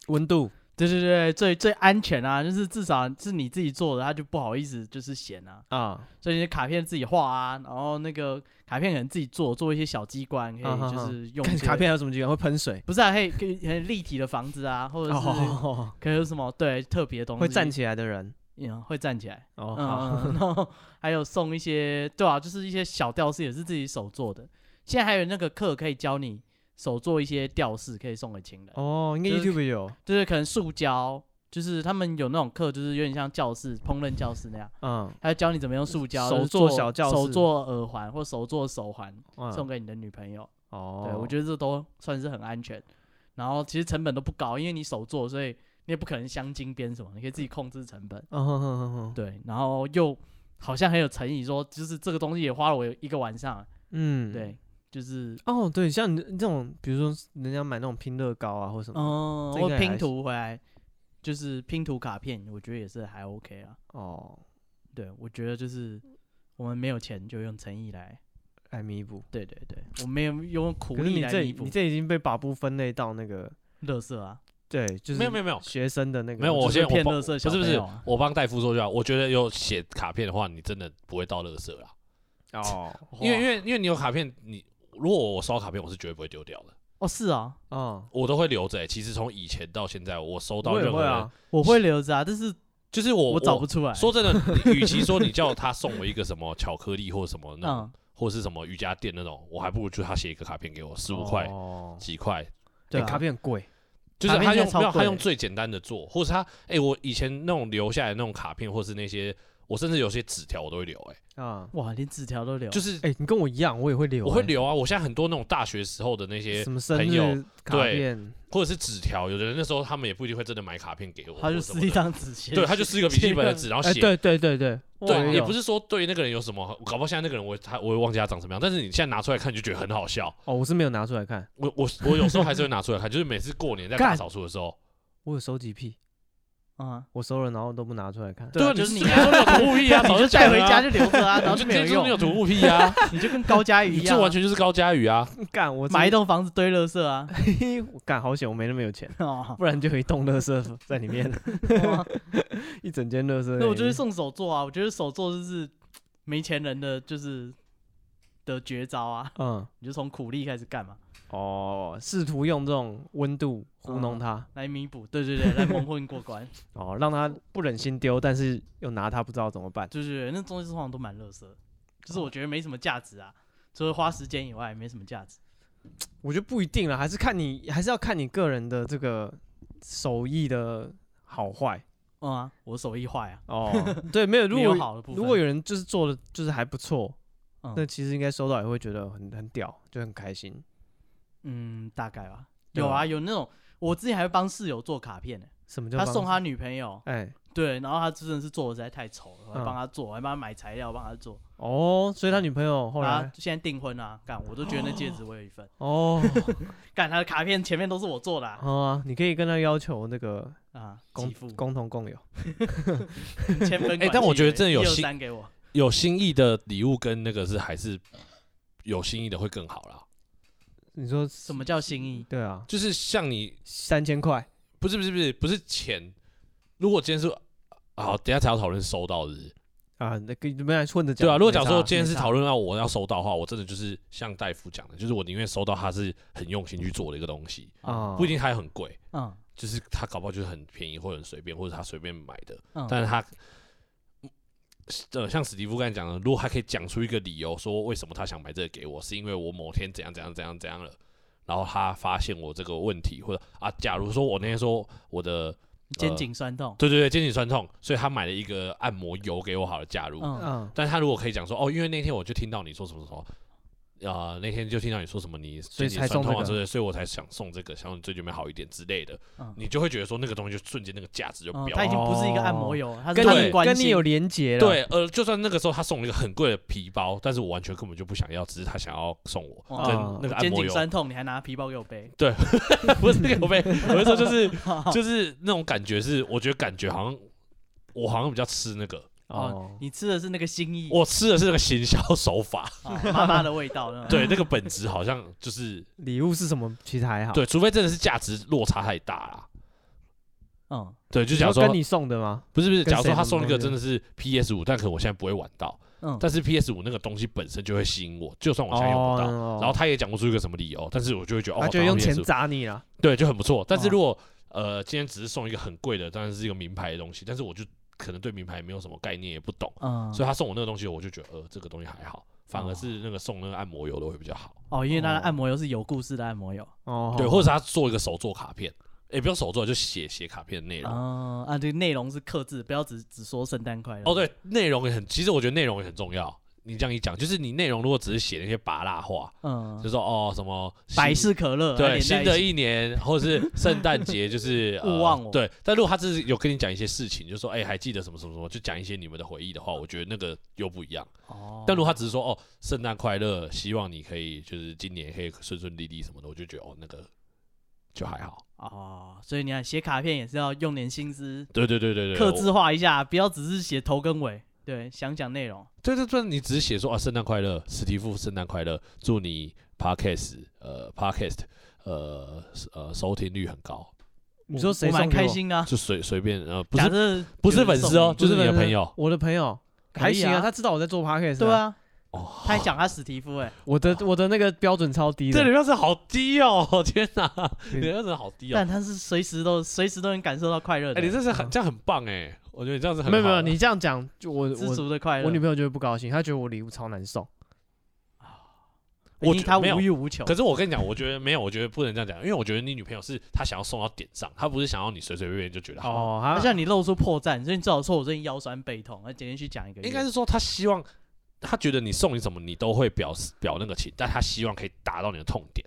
Speaker 1: 温度
Speaker 2: 对对对，最最安全啊，就是至少是你自己做的，他就不好意思就是嫌啊，
Speaker 1: 啊，
Speaker 2: 所以你的卡片自己画啊，然后那个卡片可能自己做，做一些小机关，可
Speaker 1: 啊
Speaker 2: 以
Speaker 1: 哈
Speaker 2: 就
Speaker 1: 哈
Speaker 2: 是用
Speaker 1: 看
Speaker 2: 一些
Speaker 1: 卡片还有什么机关会喷水，
Speaker 2: 不是啊，可以可以很立体的房子啊，或者是
Speaker 1: 哦，
Speaker 2: 可能有什么对特别的东西，
Speaker 1: 会站起来的人
Speaker 2: 嗯，会站起来，
Speaker 1: 哦，
Speaker 2: 嗯，
Speaker 1: 好，
Speaker 2: 嗯然后还有送一些，对啊，就是一些小吊饰也是自己手做的，现在还有那个课可以教你手做一些吊饰，可以送给情人，
Speaker 1: 哦，应该
Speaker 2: 就是
Speaker 1: YouTube 有
Speaker 2: 就是可能塑胶，就是他们有那种课，就是有点像教室烹饪教室那样，
Speaker 1: 嗯，
Speaker 2: 他教你怎么用塑胶
Speaker 1: 手
Speaker 2: 就是
Speaker 1: 做
Speaker 2: 做
Speaker 1: 小教
Speaker 2: 手
Speaker 1: 室
Speaker 2: 做耳环或手做手环，
Speaker 1: 嗯
Speaker 2: 送给你的女朋友。
Speaker 1: 哦，
Speaker 2: 对，我觉得这都算是很安全。然后其实成本都不高，因为你手做，所以你也不可能镶金边什么，你可以自己控制成本。
Speaker 1: 嗯哼哼哼哼，
Speaker 2: 对，然后又好像很有诚意说，就是这个东西也花了我一个晚上。啊
Speaker 1: 嗯，
Speaker 2: 对，就是
Speaker 1: 哦，对，像你这种，比如说人家买那种拼乐高啊，或什么，
Speaker 2: 嗯，
Speaker 1: 这应
Speaker 2: 我
Speaker 1: 该
Speaker 2: 拼
Speaker 1: 还
Speaker 2: 图回来，就是拼图卡片，我觉得也是还 OK 啊。
Speaker 1: 哦，
Speaker 2: 对，我觉得就是我们没有钱就用诚意来，
Speaker 1: 来弥补。
Speaker 2: 对对对，我没有用苦
Speaker 1: 可是
Speaker 2: 力
Speaker 1: 你
Speaker 2: 来
Speaker 1: 这
Speaker 2: 弥补
Speaker 1: 你这已经被把布分类到那个，
Speaker 2: 乐色啊。
Speaker 1: 对，就是
Speaker 3: 没有没有没有
Speaker 1: 学生的那个，
Speaker 3: 没有，我
Speaker 2: 就是
Speaker 3: 先我
Speaker 2: 骗
Speaker 3: 帮
Speaker 2: 垃圾小
Speaker 3: 不是不
Speaker 2: 朋
Speaker 3: 是
Speaker 2: 友啊，
Speaker 3: 我帮戴夫说就好。我觉得有写卡片的话，你真的不会到垃圾啦，
Speaker 1: 哦
Speaker 3: 因为因
Speaker 2: 为
Speaker 3: 为因为你有卡片，你如果我收到卡片，我是绝对不会丢掉的，
Speaker 2: 哦是啊，
Speaker 1: 哦，
Speaker 3: 我都会留着欸。其实从以前到现在，我收到
Speaker 1: 我也
Speaker 3: 任何
Speaker 1: 会
Speaker 3: 人，
Speaker 1: 啊，
Speaker 2: 我会留着啊，但是
Speaker 3: 就是我
Speaker 2: 我找不
Speaker 1: 欸
Speaker 2: 出来。
Speaker 3: 说真的， 你与其说你叫他送我一个什么巧克力或什么那种，
Speaker 2: 嗯，
Speaker 3: 或是什么瑜伽垫那种，我还不如就他写一个卡片给我，十五块
Speaker 1: 哦，
Speaker 3: 几块，
Speaker 2: 对
Speaker 1: 对，
Speaker 3: 哎
Speaker 2: 啊
Speaker 1: 卡片很贵，
Speaker 3: 就是
Speaker 2: 卡
Speaker 3: 他
Speaker 2: 片现
Speaker 3: 用
Speaker 2: 在超
Speaker 3: 没有他
Speaker 2: 贵欸
Speaker 3: 用最简单的做，或是他哎、我以前那种留下来的那种卡片，或是那些我甚至有些纸条我都会留、哎，
Speaker 1: 啊，
Speaker 2: 哇，连纸条都留，
Speaker 3: 就是
Speaker 1: 哎，你跟我一样，我也会留欸，
Speaker 3: 我会留啊，我现在很多那种大学时候的那些
Speaker 1: 什么生
Speaker 3: 朋友
Speaker 1: 日卡
Speaker 3: 对
Speaker 1: 片，
Speaker 3: 或者是纸条，有的人那时候他们也不一定会真的买卡片给我，
Speaker 2: 他就
Speaker 3: 或什
Speaker 2: 撕
Speaker 3: 么
Speaker 2: 一
Speaker 3: 的，
Speaker 2: 张纸写。
Speaker 3: 对，他就撕一个笔记本的纸，然后
Speaker 1: 哎，
Speaker 3: 写。
Speaker 1: 对对对对，
Speaker 2: 哎
Speaker 3: 对，也不
Speaker 1: 是
Speaker 3: 是说对那个人有什么，搞不好现在那个人我他我也忘记他长什么样，但是你现在拿出来看你就觉得很好笑。
Speaker 1: 哦，我是没有拿出来看，
Speaker 3: 我我我有时候还是会拿出来看，就是 每次过年在
Speaker 2: 干
Speaker 3: 大扫除的时候，
Speaker 1: 我有收集癖，
Speaker 2: 嗯，
Speaker 1: 我收了然后都不拿出来看，
Speaker 2: 对啊
Speaker 3: 啊，你
Speaker 2: 就是
Speaker 3: 是
Speaker 2: 你
Speaker 3: 你说你有图物癖啊，早
Speaker 2: 你就
Speaker 3: 讲
Speaker 2: 带
Speaker 3: 了
Speaker 2: 回
Speaker 3: 啊
Speaker 2: 家就留着啊，然后
Speaker 3: 你就
Speaker 2: 没有
Speaker 3: 直接说你有
Speaker 2: 用，
Speaker 3: 图物癖 啊，
Speaker 2: 你就跟高佳宇
Speaker 3: 你
Speaker 2: 一
Speaker 3: 这
Speaker 2: 样
Speaker 3: 完
Speaker 2: 啊，
Speaker 3: 全就是高佳宇啊，
Speaker 1: 干我
Speaker 2: 买一
Speaker 1: 栋，
Speaker 2: 栋房子堆垃 圾啊。
Speaker 1: 我干好险，我没那么有钱，
Speaker 2: 哦
Speaker 1: 不然就有一栋垃圾在里 面， 一整间垃圾在里面。
Speaker 2: 那我就会送手作啊，我觉得手作就是没钱人的就是的绝招啊，
Speaker 1: 嗯，
Speaker 2: 你就从苦力开始干嘛，
Speaker 1: 哦，试图用这种温度糊
Speaker 3: 嗯
Speaker 1: 弄他，
Speaker 2: 来弥补，对对对，来蒙混过关，
Speaker 1: 哦，让他不忍心丢，但是又拿他不知道怎么办。
Speaker 2: 对对对，那东西通常都蛮垃圾，就是我觉得没什么价值啊，除了花时间以外没什么价值。
Speaker 1: 我觉得不一定了，还是看你，还是要看你个人的这个手艺的好坏
Speaker 2: 嗯啊，我手艺坏啊，
Speaker 1: 哦。对，没有，如
Speaker 2: 没有
Speaker 1: 果
Speaker 2: 好的部分。
Speaker 1: 如果有人就是做的就是还不错，
Speaker 2: 嗯
Speaker 1: 那其实应该收到也会觉得很很屌，就很开心。
Speaker 2: 嗯，大概吧。
Speaker 1: 对
Speaker 2: 有啊，
Speaker 1: 吧
Speaker 2: 有那种，我之前还会帮室友做卡片呢、
Speaker 1: 什么叫
Speaker 2: 他送
Speaker 1: 帮
Speaker 2: 他女朋友，
Speaker 1: 哎
Speaker 2: 对，然后他真的是做的实在太丑了，我还
Speaker 1: 嗯
Speaker 2: 帮他做，我还帮他买材料，帮他做。
Speaker 1: 哦，所以他女朋友后
Speaker 2: 他
Speaker 1: 来
Speaker 2: 现在订婚啊，干，我都觉得 那戒指我有一份，
Speaker 1: 哦
Speaker 2: 干他的卡片前面都是我做的啊，
Speaker 1: 好啊，你可以跟他要求那个
Speaker 2: 啊
Speaker 1: 共
Speaker 2: 给付
Speaker 1: 共同共有。
Speaker 2: 千分管
Speaker 3: 哎但我觉得真的有
Speaker 2: 123
Speaker 3: 心
Speaker 2: 给我，
Speaker 3: 有心意的礼物跟那个是还是有心意的会更好啦。
Speaker 1: 你说
Speaker 2: 什么叫心意？
Speaker 1: 对啊，
Speaker 3: 就是像你
Speaker 1: 三千块
Speaker 3: 不是不是不是不是钱，如果今天是啊好，等一下才要讨论收到日，
Speaker 1: 啊，那跟你们来混着讲。
Speaker 3: 对啊。如果
Speaker 1: 没
Speaker 3: 假如
Speaker 1: 差
Speaker 3: 说今天是
Speaker 2: 没差
Speaker 3: 讨论到我要收到的话，我真的就是像戴夫讲的，就是我宁愿收到他是很用心去做的一个东西，
Speaker 1: 啊，
Speaker 3: 不一定还很贵。
Speaker 2: 嗯
Speaker 3: 就是他搞不好就是很便宜或者很随便，或者他随便买的，
Speaker 2: 嗯，
Speaker 3: 但是他，呃，像史蒂夫刚才讲的，如果他可以讲出一个理由，说为什么他想买这个给我，是因为我某天怎样怎样怎样怎样了，然后他发现我这个问题，或者啊，假如说我那天说我的，
Speaker 2: 肩颈酸痛，
Speaker 3: 对对对，肩颈酸痛，所以他买了一个按摩油给我好了，假如，
Speaker 2: 嗯
Speaker 1: 嗯
Speaker 3: 但是他如果可以讲说，哦，因为那天我就听到你说什么什么，啊，那天就听到你说什么你
Speaker 1: 所以
Speaker 3: 经
Speaker 1: 才
Speaker 3: 济
Speaker 1: 送
Speaker 3: 酸
Speaker 1: 这
Speaker 3: 痛啊
Speaker 1: 个
Speaker 3: 之类的，所以我才想送这个，想让你最近面好一点之类的，
Speaker 2: 嗯
Speaker 3: 你就会觉得说那个东西就瞬间那个价值就
Speaker 1: 哦
Speaker 2: 嗯，
Speaker 3: 飙
Speaker 2: 他已
Speaker 3: 了。
Speaker 2: 经不是一个按摩油，他是
Speaker 1: 跟
Speaker 2: 他的
Speaker 1: 你
Speaker 3: 对
Speaker 2: 关
Speaker 1: 跟你
Speaker 2: 心嗯
Speaker 1: 有连结了，，
Speaker 3: 对，呃，就算那个时候他送了一个很贵的皮包，但是我完全根本就不想要，只是他想要送我
Speaker 2: 哦
Speaker 3: 跟那个按
Speaker 2: 肩
Speaker 3: 摩
Speaker 2: 颈
Speaker 3: 油，
Speaker 2: 酸痛，你还拿皮包给我背，
Speaker 3: 不是那个我被，我是 说就是就是那种感觉是，我觉得感觉好像我好像比较吃那个，啊
Speaker 1: 哦，
Speaker 2: 你吃的是那个心意，
Speaker 3: 我吃的是那个行销手 法，
Speaker 2: 哦妈妈的味道，嗯那种，
Speaker 3: 对，那个本质好像就是
Speaker 1: 礼物是什么其实还好，
Speaker 3: 对，除非真的是价值落差太大啦。
Speaker 2: 嗯，
Speaker 3: 对，就
Speaker 1: 你
Speaker 3: 假
Speaker 1: 说
Speaker 3: 如说
Speaker 1: 跟你送的吗？
Speaker 3: 不是不是，
Speaker 1: 跟
Speaker 3: 假如
Speaker 1: 谁
Speaker 3: 说他
Speaker 1: 什么
Speaker 3: 送一个
Speaker 1: 东西
Speaker 3: 真的是 PS 五，但可能我现在不会玩到，
Speaker 2: 嗯
Speaker 3: 但是 PS 五那个东西本身就会吸引我，就算我现在用不到，
Speaker 1: 哦，
Speaker 3: 然后他也讲不出一个什么理由，但是我就会觉得哦，
Speaker 1: 他就
Speaker 3: 我
Speaker 1: 用
Speaker 3: 拿到
Speaker 1: 钱
Speaker 3: PS5
Speaker 1: 砸你了，
Speaker 3: 对，就很不错。但是
Speaker 2: 哦
Speaker 3: 如果、呃今天只是送一个很贵的，当然是一个名牌的东西，但是我就可能对名牌没有什么概念，也不懂，
Speaker 2: 嗯，
Speaker 3: 所以他送我那个东西，我就觉得呃这个东西还好，反而
Speaker 2: 哦
Speaker 3: 是那个送那个按摩油的会比较好，
Speaker 2: 哦，因为他的按摩油是有故事的按摩油，
Speaker 1: 哦，
Speaker 3: 对，或者是他做一个手做卡片，也不用手做，就写写卡片的内容。
Speaker 2: 嗯啊，这个内容是克制，不要只只说圣诞快乐。
Speaker 3: 哦，对，内容也很，其实我觉得内容也很重要。你这样一讲，就是你内容如果只是写那些拔蜡话，
Speaker 2: 嗯
Speaker 3: 就，说哦什么新
Speaker 2: 百事可乐
Speaker 3: 对新的
Speaker 2: 一
Speaker 3: 一年或者是圣诞 节，就是
Speaker 2: 勿忘我
Speaker 3: 呃。对，但如果他只是有跟你讲一些事情，就说哎、还记得什么什么什么，就讲一些你们的回忆的话，我觉得那个又不一样。
Speaker 2: 哦，
Speaker 3: 但如果他只是说哦圣诞快乐，希望你可以就是今年可以顺顺利利什么的，我就觉得哦那个就还好。
Speaker 2: 哦，所以你看写卡片也是要用点心思，
Speaker 3: 对对对对对，
Speaker 2: 克
Speaker 3: 我
Speaker 2: 制化一下，不要只是写头跟尾，对，想讲内容。
Speaker 3: 对对对，你只是写说啊，圣诞快乐，史蒂夫，圣诞快乐，祝你 podcast 呃 podcast 呃呃收听率很高，
Speaker 1: 你说
Speaker 2: 我
Speaker 1: 谁
Speaker 2: 我
Speaker 1: 送
Speaker 2: 蛮
Speaker 1: 给
Speaker 2: 开
Speaker 1: 我？
Speaker 2: 心的啊？
Speaker 3: 就随随便呃不
Speaker 2: 假
Speaker 3: 是
Speaker 2: 设
Speaker 3: 不是
Speaker 2: 有人
Speaker 3: 粉丝
Speaker 2: 送
Speaker 3: 哦
Speaker 2: 你
Speaker 3: 就是
Speaker 1: 不
Speaker 3: 你的朋友
Speaker 1: 我的朋友
Speaker 2: 可
Speaker 1: 还
Speaker 2: 以
Speaker 1: 行
Speaker 2: 啊
Speaker 1: 啊，他知道我在做 podcast，
Speaker 2: 对，啊，
Speaker 3: 哦，
Speaker 2: 他还讲他史蒂夫哎，
Speaker 1: 我的我的那个标准超低
Speaker 3: 这
Speaker 1: 的
Speaker 3: 流，量是好低哦， 天哪，
Speaker 1: 对
Speaker 3: 你流量是好低哦
Speaker 2: 但，他是随时都随时都能感受到快乐的
Speaker 3: 哎，你，这是很这样很棒哎，我觉得你这样是很
Speaker 1: 嗯没有没
Speaker 3: 好
Speaker 1: 有，
Speaker 3: 的
Speaker 1: 你这样讲，就我
Speaker 2: 知
Speaker 1: 我
Speaker 2: 足的快乐。
Speaker 1: 我女朋友就会不高兴，她觉得我礼物超难送，
Speaker 3: 我
Speaker 2: 哦因为
Speaker 3: 觉
Speaker 2: 他
Speaker 3: 没有
Speaker 2: 无欲无求
Speaker 3: 可，是我跟你讲，我觉得没有，我觉得不能这样讲，因为我觉得你女朋友是她想要送到点上，她不是想要你随随便便就觉得好。
Speaker 1: 哦，
Speaker 2: 他
Speaker 1: 她，
Speaker 2: 像你露出破绽，所以你最好说我最近腰酸背痛，那今天去讲一个月，
Speaker 3: 应该是说她希望，她觉得你送你什么，你都会表示表那个情，但她希望可以达到你的痛点，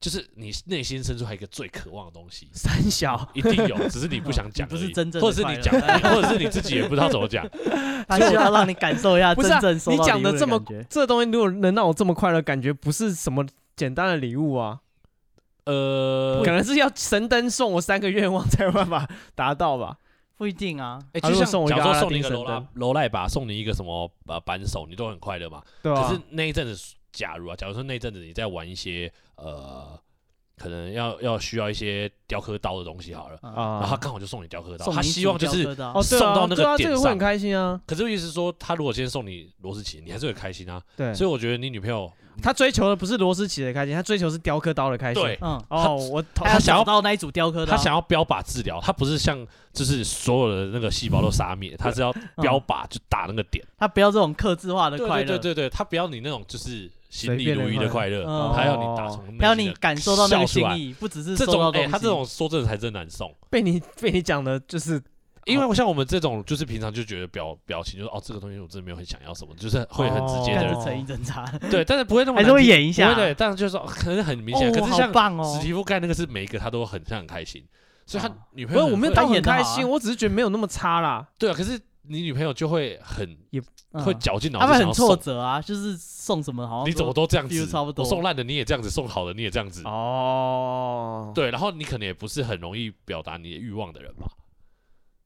Speaker 3: 就是你内心深处还有一个最渴望的东西
Speaker 1: 三小，
Speaker 3: 一定有，只是你不想讲而已，
Speaker 2: 嗯 你不是真正的
Speaker 3: 或者是你讲，
Speaker 2: 快乐
Speaker 3: 或者是你自己也不知道怎么讲。
Speaker 2: 他希望让你感受一下
Speaker 1: 不
Speaker 2: 真
Speaker 1: 是啊
Speaker 2: 正收
Speaker 1: 你
Speaker 2: 到
Speaker 1: 讲
Speaker 2: 礼
Speaker 1: 得
Speaker 2: 物的
Speaker 1: 这么
Speaker 2: 感觉。
Speaker 1: 这东西如果能让我这么快乐，感觉不是什么简单的礼物啊，
Speaker 3: 呃
Speaker 1: 可，能是要神灯送我三个愿望才有办法达到吧。
Speaker 2: 不一定啊，
Speaker 3: 哎，
Speaker 1: 他
Speaker 3: 就
Speaker 1: 如果
Speaker 3: 像
Speaker 1: 送我一
Speaker 3: 假
Speaker 1: 个
Speaker 3: 如说
Speaker 1: 阿拉
Speaker 3: 送你
Speaker 1: 丁
Speaker 3: 一个
Speaker 1: 神
Speaker 3: 楼拉
Speaker 1: 灯
Speaker 3: 楼赖吧，送你一个什么呃扳手，你都很快乐嘛。
Speaker 1: 对啊，
Speaker 3: 可是那一阵子，假如啊，假如说那一阵子你在玩一些呃，可能要要需要一些雕刻刀的东西好了，
Speaker 2: 啊，
Speaker 3: 然后他
Speaker 1: 啊，
Speaker 3: 刚好就送你雕刻刀，
Speaker 2: 送
Speaker 3: 他
Speaker 2: 你
Speaker 3: 希
Speaker 2: 主
Speaker 3: 望就
Speaker 2: 雕
Speaker 3: 是
Speaker 2: 刻，刀
Speaker 1: 哦，对
Speaker 3: 送到
Speaker 1: 啊，
Speaker 3: 那个
Speaker 1: 对啊，
Speaker 3: 点
Speaker 1: 这个会
Speaker 3: 上
Speaker 1: 很开心啊。
Speaker 3: 可是意思是说，他如果今天送你螺丝起，你还是会开心啊。
Speaker 1: 对，
Speaker 3: 所以我觉得你女朋友，
Speaker 1: 他追求的不是螺丝起的开心，他追求是雕刻刀的开心。
Speaker 3: 对，
Speaker 2: 嗯，
Speaker 1: 哦，我
Speaker 3: 他
Speaker 2: 要
Speaker 1: 他
Speaker 3: 想要
Speaker 2: 找到那一组雕刻刀，
Speaker 3: 她想要标靶治疗，她不是像就是所有的那个细胞都杀灭，她是要标靶就打那个点。
Speaker 2: 嗯他不要这种克制化的
Speaker 3: 对
Speaker 2: 快
Speaker 3: 对
Speaker 2: 乐，
Speaker 3: 对对对，她不要你那种就是心
Speaker 1: 随
Speaker 3: 里
Speaker 1: 便的
Speaker 3: 如一的快乐
Speaker 2: 嗯，
Speaker 3: 她要你打从内
Speaker 2: 他要
Speaker 3: 心
Speaker 2: 你
Speaker 3: 地
Speaker 2: 感受到那个
Speaker 3: 笑出
Speaker 2: 心
Speaker 3: 来
Speaker 2: 意，不只是
Speaker 3: 这
Speaker 2: 收
Speaker 3: 种
Speaker 2: 到东
Speaker 3: 哎，
Speaker 2: 西。
Speaker 3: 她这种说真的才真难送。
Speaker 1: 被你被你讲的就是
Speaker 3: 因为像我们这种，就是平常就觉得表表情就是哦，这个东西我真的没有很想要什么，就是会很直接
Speaker 2: 干
Speaker 3: 的，
Speaker 1: 哦
Speaker 2: 是诚意侦查，
Speaker 3: 对，但是不会那么
Speaker 2: 还是
Speaker 3: 难
Speaker 2: 会
Speaker 3: 听
Speaker 2: 演一下。
Speaker 3: 不会对，但是就是说哦可能很明显，
Speaker 2: 哦，
Speaker 3: 可是
Speaker 2: 好
Speaker 3: 像
Speaker 2: 棒哦
Speaker 3: 史，蒂夫盖那个是每一个他都很像很开心，所以他
Speaker 2: 哦
Speaker 3: 女
Speaker 1: 不
Speaker 3: 朋
Speaker 1: 是
Speaker 3: 友
Speaker 1: 我
Speaker 3: 很
Speaker 1: 没有
Speaker 3: 会
Speaker 1: 到
Speaker 2: 他
Speaker 1: 很
Speaker 2: 演得
Speaker 1: 开
Speaker 2: 好啊
Speaker 1: 心，我只是觉得没有那么差啦。
Speaker 3: 对啊，可是你女朋友就会很
Speaker 2: 嗯
Speaker 3: 会绞尽脑
Speaker 2: 他
Speaker 3: 汁
Speaker 2: 们
Speaker 3: 想
Speaker 2: 很
Speaker 3: 要
Speaker 2: 挫
Speaker 3: 送，
Speaker 2: 折啊，就是送什么好像
Speaker 3: 你怎么
Speaker 2: 都
Speaker 3: 都这样
Speaker 2: feel
Speaker 3: 子，
Speaker 2: 差不多
Speaker 3: 我送烂的你也这样子，送好的你也这样子，
Speaker 1: 哦，
Speaker 3: 嗯对，然后你可能也不是很容易表达你的欲望的人吧。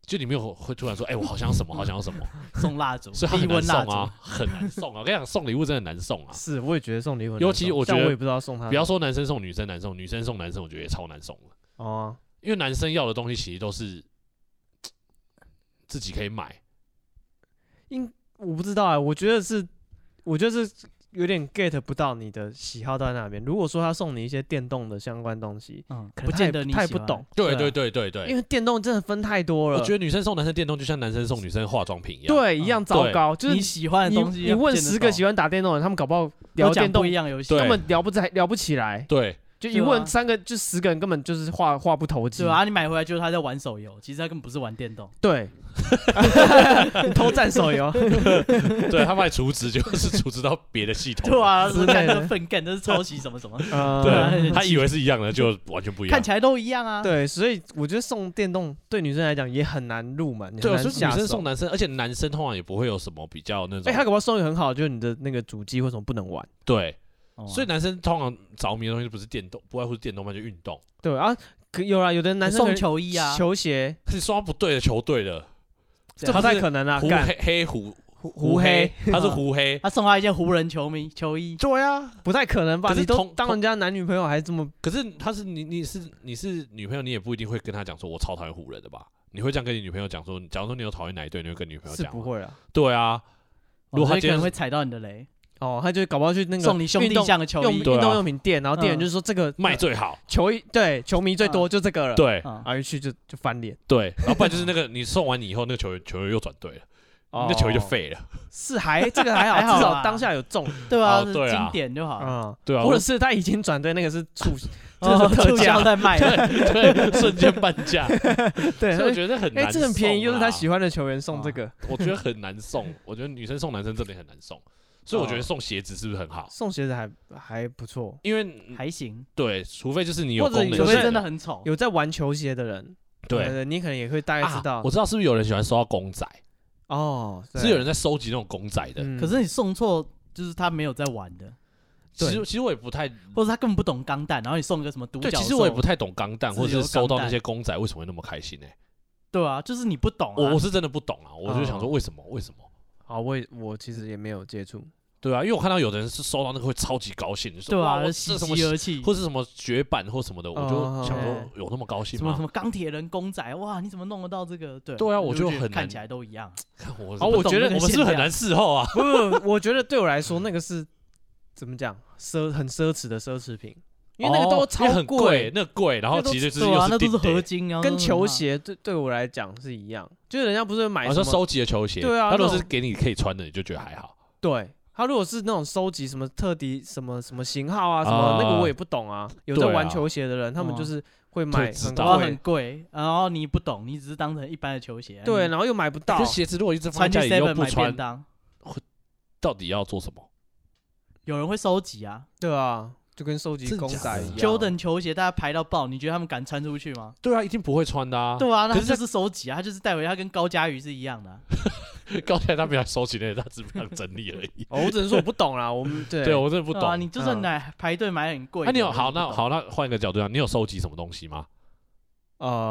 Speaker 3: 就你没有会突然说，哎、我好想 要什么，好想要什么，
Speaker 2: 送蜡 烛，
Speaker 3: 所以他
Speaker 2: 低
Speaker 3: 很
Speaker 2: 温
Speaker 3: 难
Speaker 2: 蜡
Speaker 3: 送啊
Speaker 2: 烛，，
Speaker 3: 很难送啊。我跟你讲，送礼物真的难送啊。
Speaker 1: 是，我也觉得送礼物很难送，
Speaker 3: 尤其我觉
Speaker 1: 但
Speaker 3: 得
Speaker 1: 我也不知道
Speaker 2: 嗯
Speaker 1: 送他
Speaker 3: 不要说男生送女生难送，女生送男生，我觉得也超难送了。
Speaker 1: 哦，
Speaker 3: 因为男生要的东西其实都是自己可以买，
Speaker 1: 应我不知道哎、我觉得是，我觉得是有点 get 不到你的喜好在那边。如果说他送你一些电动的相关东西，
Speaker 2: 嗯，
Speaker 1: 可
Speaker 2: 不
Speaker 1: 能他也
Speaker 2: 见得你
Speaker 1: 他也不
Speaker 2: 喜欢
Speaker 1: 懂，，
Speaker 3: 对
Speaker 1: 啊
Speaker 3: 对对对对。
Speaker 1: 因为电动真的分太多了，
Speaker 3: 我觉得女生送男生电动就像男生送女生化妆品一样。，
Speaker 1: 呃对啊一样糟
Speaker 3: 对
Speaker 1: 糕，就是
Speaker 2: 你喜欢的
Speaker 1: 你
Speaker 2: 东西
Speaker 1: 你
Speaker 2: 要不
Speaker 1: 问
Speaker 2: 见得
Speaker 1: 十个
Speaker 2: 懂
Speaker 1: 喜欢打电动的人，他们搞不好
Speaker 2: 都
Speaker 1: 聊
Speaker 2: 讲
Speaker 1: 电
Speaker 2: 不
Speaker 1: 动
Speaker 2: 一样游戏，
Speaker 3: 对
Speaker 1: 根本聊不起聊不起来，
Speaker 3: 对
Speaker 1: 就
Speaker 2: 对
Speaker 1: 一
Speaker 2: 啊
Speaker 1: 问三个就十个人根本就是话话不投机
Speaker 2: 对。吧？啊你买回来就是他在玩手游，其实他根本不是玩电动。
Speaker 1: 对，你偷占手 游，
Speaker 3: 对他们还除职，就是 除职到别的系统。
Speaker 2: 对啊，
Speaker 1: 之
Speaker 2: 是
Speaker 1: 类
Speaker 2: 看
Speaker 1: 的
Speaker 2: 这粪干，这是抄袭什么什么，
Speaker 3: 对
Speaker 1: 呃
Speaker 3: 啊，
Speaker 2: 对啊
Speaker 3: 他以为是一样的，就完全不一样
Speaker 2: 看。起来都一样啊。
Speaker 1: 对，所以我觉得送电动对女生来讲也很难入门，
Speaker 3: 对啊，
Speaker 1: 很
Speaker 3: 所
Speaker 1: 难
Speaker 3: 以
Speaker 1: 下
Speaker 3: 女生
Speaker 1: 手。
Speaker 3: 送男生，而且男生通常也不会有什么比较那
Speaker 1: 哎、
Speaker 3: 种。
Speaker 1: 他搞不好送的很好，就是你的那个主机为什么不能玩？
Speaker 3: 对，
Speaker 2: 哦，
Speaker 3: 所以男生通常着迷的东西不是电动，不外乎是电动嘛，就运动。
Speaker 1: 对啊，可有啦，有的男生可
Speaker 2: 送
Speaker 1: 能
Speaker 2: 球衣啊，
Speaker 1: 球鞋，
Speaker 3: 是刷不对的球队的，
Speaker 1: 这不
Speaker 3: 他
Speaker 1: 太
Speaker 3: 是
Speaker 1: 可能啊，
Speaker 3: 胡
Speaker 1: 干
Speaker 3: 黑黑胡
Speaker 1: 胡胡黑，啊
Speaker 3: 他是 胡黑。
Speaker 2: 他送他一件湖人球迷球衣，
Speaker 3: 对啊，
Speaker 1: 不太可能吧？
Speaker 3: 可是
Speaker 1: 你都
Speaker 3: 同
Speaker 1: 当
Speaker 3: 同
Speaker 1: 人家男女朋友还这么
Speaker 3: 可是他是你，你是你是女朋友，你也不一定会跟他讲说，我超讨厌湖人的吧？你会这样跟你女朋友讲说，假如说你有讨厌哪一队，你会跟女朋友
Speaker 1: 是
Speaker 3: 讲？
Speaker 1: 不。会啊？
Speaker 3: 对啊，如果他
Speaker 2: 哦所以可
Speaker 3: 今天
Speaker 2: 能会踩到你的雷，
Speaker 1: 哦，他就搞不好去那个
Speaker 2: 送你兄
Speaker 1: 运
Speaker 2: 弟
Speaker 1: 动
Speaker 2: 像的球
Speaker 1: 用
Speaker 2: 衣
Speaker 1: 运，
Speaker 3: 对啊
Speaker 1: 动用品店，然后店员
Speaker 2: 嗯
Speaker 1: 就说这个
Speaker 3: 卖
Speaker 1: 这
Speaker 3: 最好，
Speaker 1: 球衣对球迷最多就这个了，，
Speaker 3: 对
Speaker 2: 啊，
Speaker 1: 然后一去就就翻脸，
Speaker 3: 对，然后不然就是那个你送完你以后，那个球员球员又转队了，
Speaker 1: 哦
Speaker 3: 那球员就废了。
Speaker 1: 是 还这个还好，
Speaker 2: 还好
Speaker 1: 至少
Speaker 2: 啦
Speaker 1: 当下有中
Speaker 2: 对啊，
Speaker 3: 哦
Speaker 2: 是
Speaker 3: 对啊
Speaker 2: 经典就好了，
Speaker 1: 啊，
Speaker 3: 对啊，
Speaker 1: 或
Speaker 3: 我
Speaker 1: 者是他已经转队那个是 促 这
Speaker 2: 哦
Speaker 1: 是特
Speaker 2: 促销
Speaker 1: 价，
Speaker 2: 在卖，
Speaker 3: 对瞬间半价，
Speaker 1: 对，
Speaker 3: 所以我觉得很难。
Speaker 1: 哎，这很便宜，又是他喜
Speaker 3: 欢，
Speaker 1: 欢的球员送这个，
Speaker 3: 我觉得很难送。我觉得女生送男生真的很难送，所以我觉得
Speaker 1: 哦
Speaker 3: 送鞋子是不是很好？
Speaker 1: 送鞋子还还不错，
Speaker 3: 因为
Speaker 2: 还行，
Speaker 3: 对，除非就是你有
Speaker 1: 或者
Speaker 3: 功
Speaker 1: 有
Speaker 3: 能
Speaker 2: 有
Speaker 1: 些
Speaker 2: 些
Speaker 3: 性，
Speaker 2: 真的很丑，
Speaker 1: 嗯有在玩球鞋的人，
Speaker 3: 对。
Speaker 1: 对，你可能也会大概知
Speaker 3: 啊
Speaker 1: 道
Speaker 3: 我知道是不是有人喜欢收到公仔，
Speaker 1: 哦，对
Speaker 3: 是有人在收集那种公仔的。
Speaker 1: 嗯
Speaker 2: 可是你送错，就是他没有在玩的，
Speaker 3: 其实
Speaker 1: 对
Speaker 3: 其实我也不太
Speaker 2: 或者他根本不懂钢弹，然后你送一个什么独角
Speaker 3: 对，
Speaker 2: 兽，
Speaker 3: 其实我也不太懂钢弹，
Speaker 2: 自由
Speaker 3: 或者是收到
Speaker 2: 钢弹
Speaker 3: 那些公仔为什么会那么开心呢、
Speaker 2: 对啊，就是你不懂
Speaker 3: 我
Speaker 2: 啊
Speaker 3: 我，是真的不懂啊，我就想说为什么为什么？
Speaker 1: 好，哦我也我其实也没有接 触，
Speaker 3: 对啊，因为我看到有的人是收到那个会超级高兴，就说
Speaker 2: 对
Speaker 3: 哇
Speaker 2: 啊，
Speaker 3: 我
Speaker 2: 喜
Speaker 3: 这什么
Speaker 2: 极而泣，
Speaker 3: 或是什么绝版或什么的，我
Speaker 1: 哦
Speaker 3: 就想说
Speaker 1: 对
Speaker 3: 有那么高兴
Speaker 2: 什么什
Speaker 3: 吗？
Speaker 2: 么钢铁人公仔，哇，你怎么弄得到这个？对
Speaker 3: 对啊我
Speaker 2: 就
Speaker 3: 就
Speaker 2: 觉得
Speaker 3: 很
Speaker 2: 看
Speaker 3: 难
Speaker 2: 起来都一样，
Speaker 3: 看我
Speaker 1: 哦我
Speaker 3: 不懂
Speaker 1: 觉得
Speaker 3: 我们是不是很难伺候啊？
Speaker 1: 不不，不我觉得对我来说那个是怎么讲奢很奢侈的奢侈品，因为那个
Speaker 3: 哦
Speaker 1: 都
Speaker 3: 因为
Speaker 1: 超
Speaker 3: 很贵，，那贵，然后
Speaker 1: 那都
Speaker 3: 其实就是
Speaker 2: 对
Speaker 3: 又
Speaker 2: 啊，
Speaker 3: 是
Speaker 2: 那都是
Speaker 3: 定
Speaker 2: 合
Speaker 3: 的。
Speaker 2: 金啊，
Speaker 1: 跟球
Speaker 2: 那
Speaker 1: 鞋对对我来讲是一样，就是人家不是买
Speaker 3: 我
Speaker 1: 什
Speaker 3: 哦说
Speaker 1: 么
Speaker 3: 收集的球鞋，
Speaker 1: 对啊
Speaker 3: 那如
Speaker 1: 那
Speaker 3: 果
Speaker 1: 种
Speaker 3: 是给你可以穿的，你就觉得还好。
Speaker 1: 对。他如果是那种收集什么特敌什么什么型号啊，什
Speaker 3: 啊
Speaker 1: 么那个我也不懂啊。有在
Speaker 3: 对啊
Speaker 1: 玩球鞋的人，他们
Speaker 2: 嗯
Speaker 1: 就是会买
Speaker 3: 就知
Speaker 1: 很
Speaker 3: 道
Speaker 2: 啊很贵
Speaker 1: 贵
Speaker 2: 很，贵，然后你不懂，你只是当成一般的球鞋，
Speaker 1: 对，啊
Speaker 2: 你
Speaker 1: 然后又买不到
Speaker 3: 哎可，是鞋子如果一直放在
Speaker 2: 穿去
Speaker 3: 家里又
Speaker 2: seven
Speaker 3: 不
Speaker 2: 买
Speaker 3: 穿
Speaker 2: 便，当，
Speaker 3: 到底要做什么？
Speaker 2: 有人会收集啊
Speaker 1: 对啊，就跟收集
Speaker 3: 真的
Speaker 1: 公
Speaker 3: 假
Speaker 1: 仔
Speaker 3: 的
Speaker 1: 一样。。
Speaker 2: ，Jordan 球鞋大家排到爆，你觉得他们敢穿出去吗？
Speaker 3: 对啊，一定不会穿的啊。
Speaker 2: 对啊，那他
Speaker 3: 可是
Speaker 2: 就是收集啊，他就是带回家跟高佳瑜是一样的啊，
Speaker 3: 刚才他没有收起那个，他只不想整理而已
Speaker 1: 哦，我只能说我不懂啦，我 们对
Speaker 3: 对我真的不
Speaker 2: 不
Speaker 3: 懂。
Speaker 2: 啊，你就算
Speaker 1: 嗯
Speaker 2: 来排队买很贵
Speaker 3: 那、
Speaker 2: 的，
Speaker 3: 啊你有
Speaker 2: 我也
Speaker 3: 好
Speaker 2: 不
Speaker 3: 那
Speaker 2: 懂
Speaker 3: 好那换一个角度讲，你有收集什么东西吗？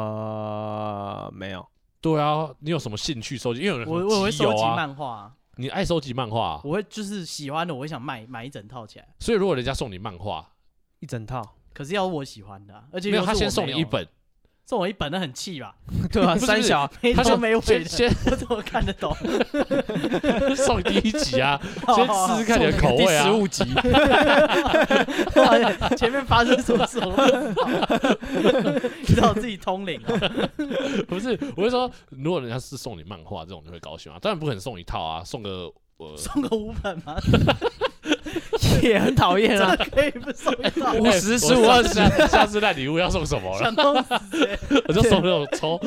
Speaker 1: 呃没有，
Speaker 3: 对啊，你有什么兴趣收集？因为有人
Speaker 2: 我
Speaker 3: 什
Speaker 2: 我
Speaker 3: 么
Speaker 2: 会
Speaker 3: 集
Speaker 2: 收
Speaker 3: 邮
Speaker 2: 集
Speaker 3: 啊，
Speaker 2: 漫画、啊，
Speaker 3: 你爱收集漫画、啊
Speaker 2: 我会就是喜欢的，我会想买买一整套起来。
Speaker 3: 所以如果人家送你漫画，
Speaker 1: 一整 套，
Speaker 2: 可是要我喜欢的啊、而且
Speaker 3: 没有
Speaker 2: 又
Speaker 3: 他
Speaker 2: 是
Speaker 3: 先
Speaker 2: 我
Speaker 3: 送你
Speaker 2: 有
Speaker 3: 一
Speaker 2: 的，
Speaker 3: 本，
Speaker 2: 送我一本，那很气 吧？
Speaker 1: 对啊，
Speaker 3: 不是
Speaker 1: 三
Speaker 3: 不是
Speaker 1: 小
Speaker 2: 没
Speaker 3: 他
Speaker 2: 头
Speaker 3: 先
Speaker 2: 没尾
Speaker 3: 先
Speaker 2: 的，
Speaker 3: 先
Speaker 2: 我怎么看得懂？
Speaker 3: 送第一 集啊，先试试看你的口味啊
Speaker 1: 第十。 五集，
Speaker 2: 看 前面发生什么事我都不知道， 你知道我自己通灵啊、
Speaker 3: 不是，我是说，如果人家是送你漫画这种，你会高兴吗？当然不可能送一套啊，送个呃，
Speaker 2: 送个五本 吗？
Speaker 1: 也很讨厌
Speaker 2: 真
Speaker 1: 啊
Speaker 2: 的。可以不送一套？
Speaker 1: 五十
Speaker 3: 哎
Speaker 1: 15
Speaker 3: 我
Speaker 1: 20
Speaker 3: 下次下次烂礼物要送什么 了？
Speaker 2: 想弄死欸，
Speaker 3: 我就送那种 抽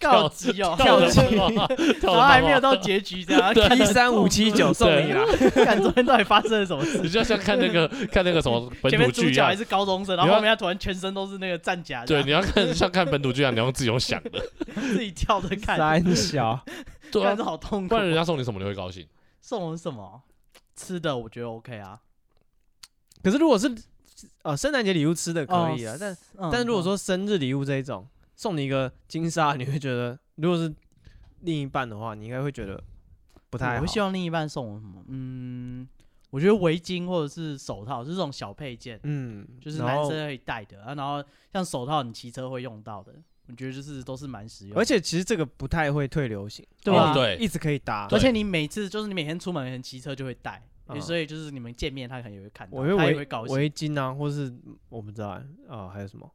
Speaker 2: 告急哦，
Speaker 3: 跳的
Speaker 2: 急，
Speaker 3: 漫 画，
Speaker 2: 然
Speaker 3: 跳的
Speaker 2: 后还
Speaker 3: 漫
Speaker 2: 没有
Speaker 3: 画。
Speaker 2: 到结局这
Speaker 3: 啊
Speaker 2: 样，
Speaker 1: 一三五七九送你啦，
Speaker 2: 看昨天到底发生了什么事？
Speaker 3: 你就像看那个看那个什么本
Speaker 2: 前
Speaker 3: 土
Speaker 2: 面主
Speaker 3: 剧一
Speaker 2: 角
Speaker 3: 样
Speaker 2: 还，是高中生，然
Speaker 3: 你
Speaker 2: 后
Speaker 3: 要
Speaker 2: 后面他突然全身都是那个战甲这
Speaker 3: 对，
Speaker 2: 样，
Speaker 3: 你要看像看本土剧一样，你要自己用想的。
Speaker 2: 自己跳着看，
Speaker 1: 三小，
Speaker 3: 对啊
Speaker 2: 看着，好痛苦
Speaker 3: 不。然人家送你什么你会高兴？
Speaker 2: 送我什么吃的？我觉得 OK 啊，
Speaker 1: 可是如果是呃圣诞节礼物吃的可以
Speaker 2: 哦
Speaker 1: 啊，但
Speaker 2: 嗯
Speaker 1: 但如果说生日礼物这一种，送你一个金沙，你会觉得如果是另一半的话，你应该会觉得不太
Speaker 2: 我
Speaker 1: 好
Speaker 2: 会。希望另一半送我什么？嗯，我觉得围巾或者是手套，就是这种小配件，
Speaker 1: 嗯，
Speaker 2: 就是
Speaker 1: 然
Speaker 2: 男
Speaker 1: 后
Speaker 2: 生可以戴的啊。然后像手套，你骑车会用到的，我觉得就是都是蛮实用的。
Speaker 1: 而且其实这个不太会退流行，
Speaker 2: 对啊
Speaker 1: 因为你
Speaker 3: 哦对
Speaker 1: 一直可以搭。
Speaker 2: 而且你每次就是你每天出门，可能骑车就会戴，
Speaker 1: 嗯
Speaker 2: 所以就是你们见面他可能也会看到，
Speaker 1: 我会
Speaker 2: 他也
Speaker 1: 围
Speaker 2: 会高兴。
Speaker 1: 围巾啊，或是我不知道啊、呃还有什么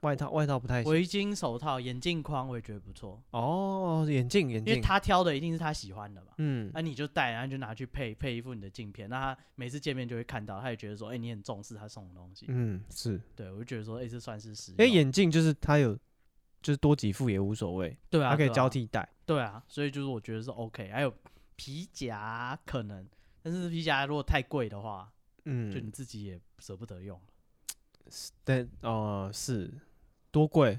Speaker 1: 外套，外套不太行。
Speaker 2: 围巾、手套、眼镜框，我也觉得不错，
Speaker 1: 哦，眼镜，眼
Speaker 2: 因为
Speaker 1: 镜，
Speaker 2: 他挑的一定是他喜欢的嘛。
Speaker 1: 嗯
Speaker 2: 那、，你就戴，然后就拿去配配一副你的镜片，那他每次见面就会看到，他也觉得说，哎、你很重视他送的东西。
Speaker 1: 嗯，是，
Speaker 2: 对，我就觉得说，哎、这算是实用。
Speaker 1: 因为眼镜就是它有就是多几副也无所谓，
Speaker 2: 对啊，
Speaker 1: 它可以
Speaker 2: 对啊
Speaker 1: 交，替戴。
Speaker 2: 对啊，所以就是我觉得是 OK。还有皮夹可能，但是皮夹如果太贵的话，就你
Speaker 1: 嗯，
Speaker 2: 自己也舍不得用，
Speaker 1: 但哦、呃是多贵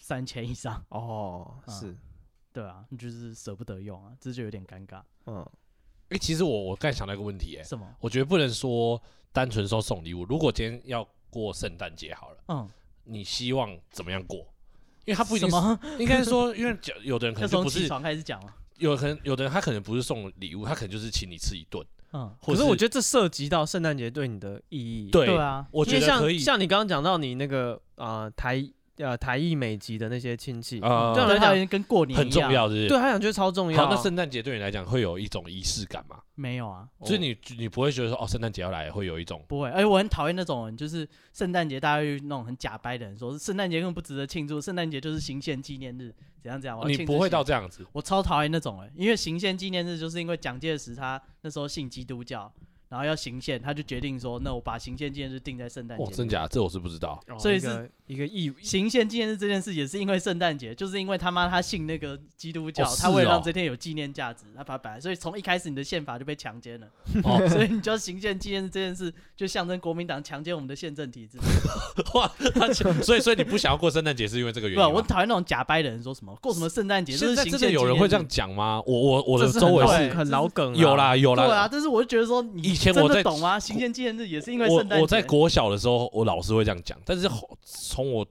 Speaker 2: 三千以上，
Speaker 1: 哦，
Speaker 2: 啊
Speaker 1: 是
Speaker 2: 对啊，你就是舍不得用啊，这就有点尴尬。
Speaker 1: 嗯
Speaker 3: 哎、其实我我刚才想到一个问题、哎，
Speaker 2: 什么？
Speaker 3: 我觉得不能说单纯说送礼物。如果今天要过圣诞节好了，
Speaker 2: 嗯，
Speaker 3: 你希望怎么样过？因为他不一
Speaker 2: 什
Speaker 3: 定是，
Speaker 2: 么？
Speaker 3: 应该说，因为讲有的人可
Speaker 2: 要
Speaker 3: 能就
Speaker 2: 从
Speaker 3: 不
Speaker 2: 起
Speaker 3: 是，
Speaker 2: 床开始讲吗？
Speaker 3: 有可能有的人他可能不是送礼物，他可能就是请你吃一顿，
Speaker 2: 嗯，
Speaker 3: 或
Speaker 1: 可是我觉
Speaker 3: 得
Speaker 1: 得这涉及到圣诞节对你的意义。
Speaker 3: 对
Speaker 2: 对啊，
Speaker 3: 我
Speaker 1: 因
Speaker 3: 觉
Speaker 1: 为
Speaker 3: 得可以
Speaker 1: 像像你刚刚讲到你那个啊、呃台呃台裔美籍的那些亲戚，
Speaker 3: 啊
Speaker 1: 这样
Speaker 2: 对
Speaker 1: 来讲
Speaker 2: 他跟过年
Speaker 3: 很
Speaker 2: 一
Speaker 3: 重
Speaker 2: 样。
Speaker 3: 要，是不是？
Speaker 1: 对他讲觉得超重要
Speaker 3: 好，
Speaker 1: 啊。
Speaker 3: 那圣诞节对你来讲会有一种仪式感嘛？
Speaker 2: 没有啊，
Speaker 3: 所以你你不会觉得说哦，圣诞节要来了会有一种
Speaker 2: 不会，而且我很讨厌那种人，就是圣诞节大家有那种很假掰的人，说圣诞节根本不值得庆祝，圣诞节就是行宪纪念日，怎样
Speaker 1: 哦
Speaker 2: 怎样。我要
Speaker 3: 你
Speaker 2: 庆祝
Speaker 3: 不会
Speaker 2: 行
Speaker 3: 到，这样子，
Speaker 2: 我超讨厌那种人，欸因为行宪纪念日就是因为蒋介石他那时候信基督教，然后要行宪，他就决定说，那我把行宪纪念日定在圣诞
Speaker 3: 哦，
Speaker 2: 节。
Speaker 3: 真？假？这我是不知 道。
Speaker 1: 哦
Speaker 2: 所以
Speaker 1: 一
Speaker 2: 是
Speaker 1: 个一个意
Speaker 2: 行宪纪念日这件事也是因为圣诞节，就是因为他妈他信那个基督教，
Speaker 3: 哦
Speaker 2: 他为了
Speaker 3: 是哦
Speaker 2: 让这天有纪念价值，他把它摆来，所以从一开始你的宪法就被强奸了。
Speaker 3: 哦，
Speaker 2: 所以你知道行宪纪念这件事，就象征国民党强奸我们的宪政体
Speaker 3: 啊
Speaker 2: 制。
Speaker 3: 哇，他所以所以你不想要过圣诞节是因为这个
Speaker 2: 不，
Speaker 3: 原因
Speaker 2: 啊我
Speaker 3: 吗？
Speaker 2: 讨厌那种假掰的人说什么过什么圣诞节，这
Speaker 3: 现
Speaker 2: 是
Speaker 3: 在
Speaker 2: 行
Speaker 3: 真
Speaker 2: 宪
Speaker 3: 的有
Speaker 2: 纪
Speaker 3: 人
Speaker 2: 念
Speaker 3: 会这样
Speaker 2: 日。
Speaker 3: 讲吗？我我我的
Speaker 1: 这是
Speaker 3: 周围
Speaker 1: 很
Speaker 2: 是
Speaker 1: 老
Speaker 2: 对
Speaker 1: 很
Speaker 2: 这
Speaker 1: 老
Speaker 2: 是
Speaker 1: 梗啊
Speaker 3: 有，啦有
Speaker 2: 对啊，
Speaker 3: 啦，
Speaker 2: 但是我就觉得说你
Speaker 3: 以前
Speaker 2: 真
Speaker 3: 我
Speaker 2: 的
Speaker 3: 在
Speaker 2: 懂吗？行宪纪念日也是因为圣诞
Speaker 3: 我
Speaker 2: 节。
Speaker 3: 我在国小的时候，我老师会这样讲，但是后从我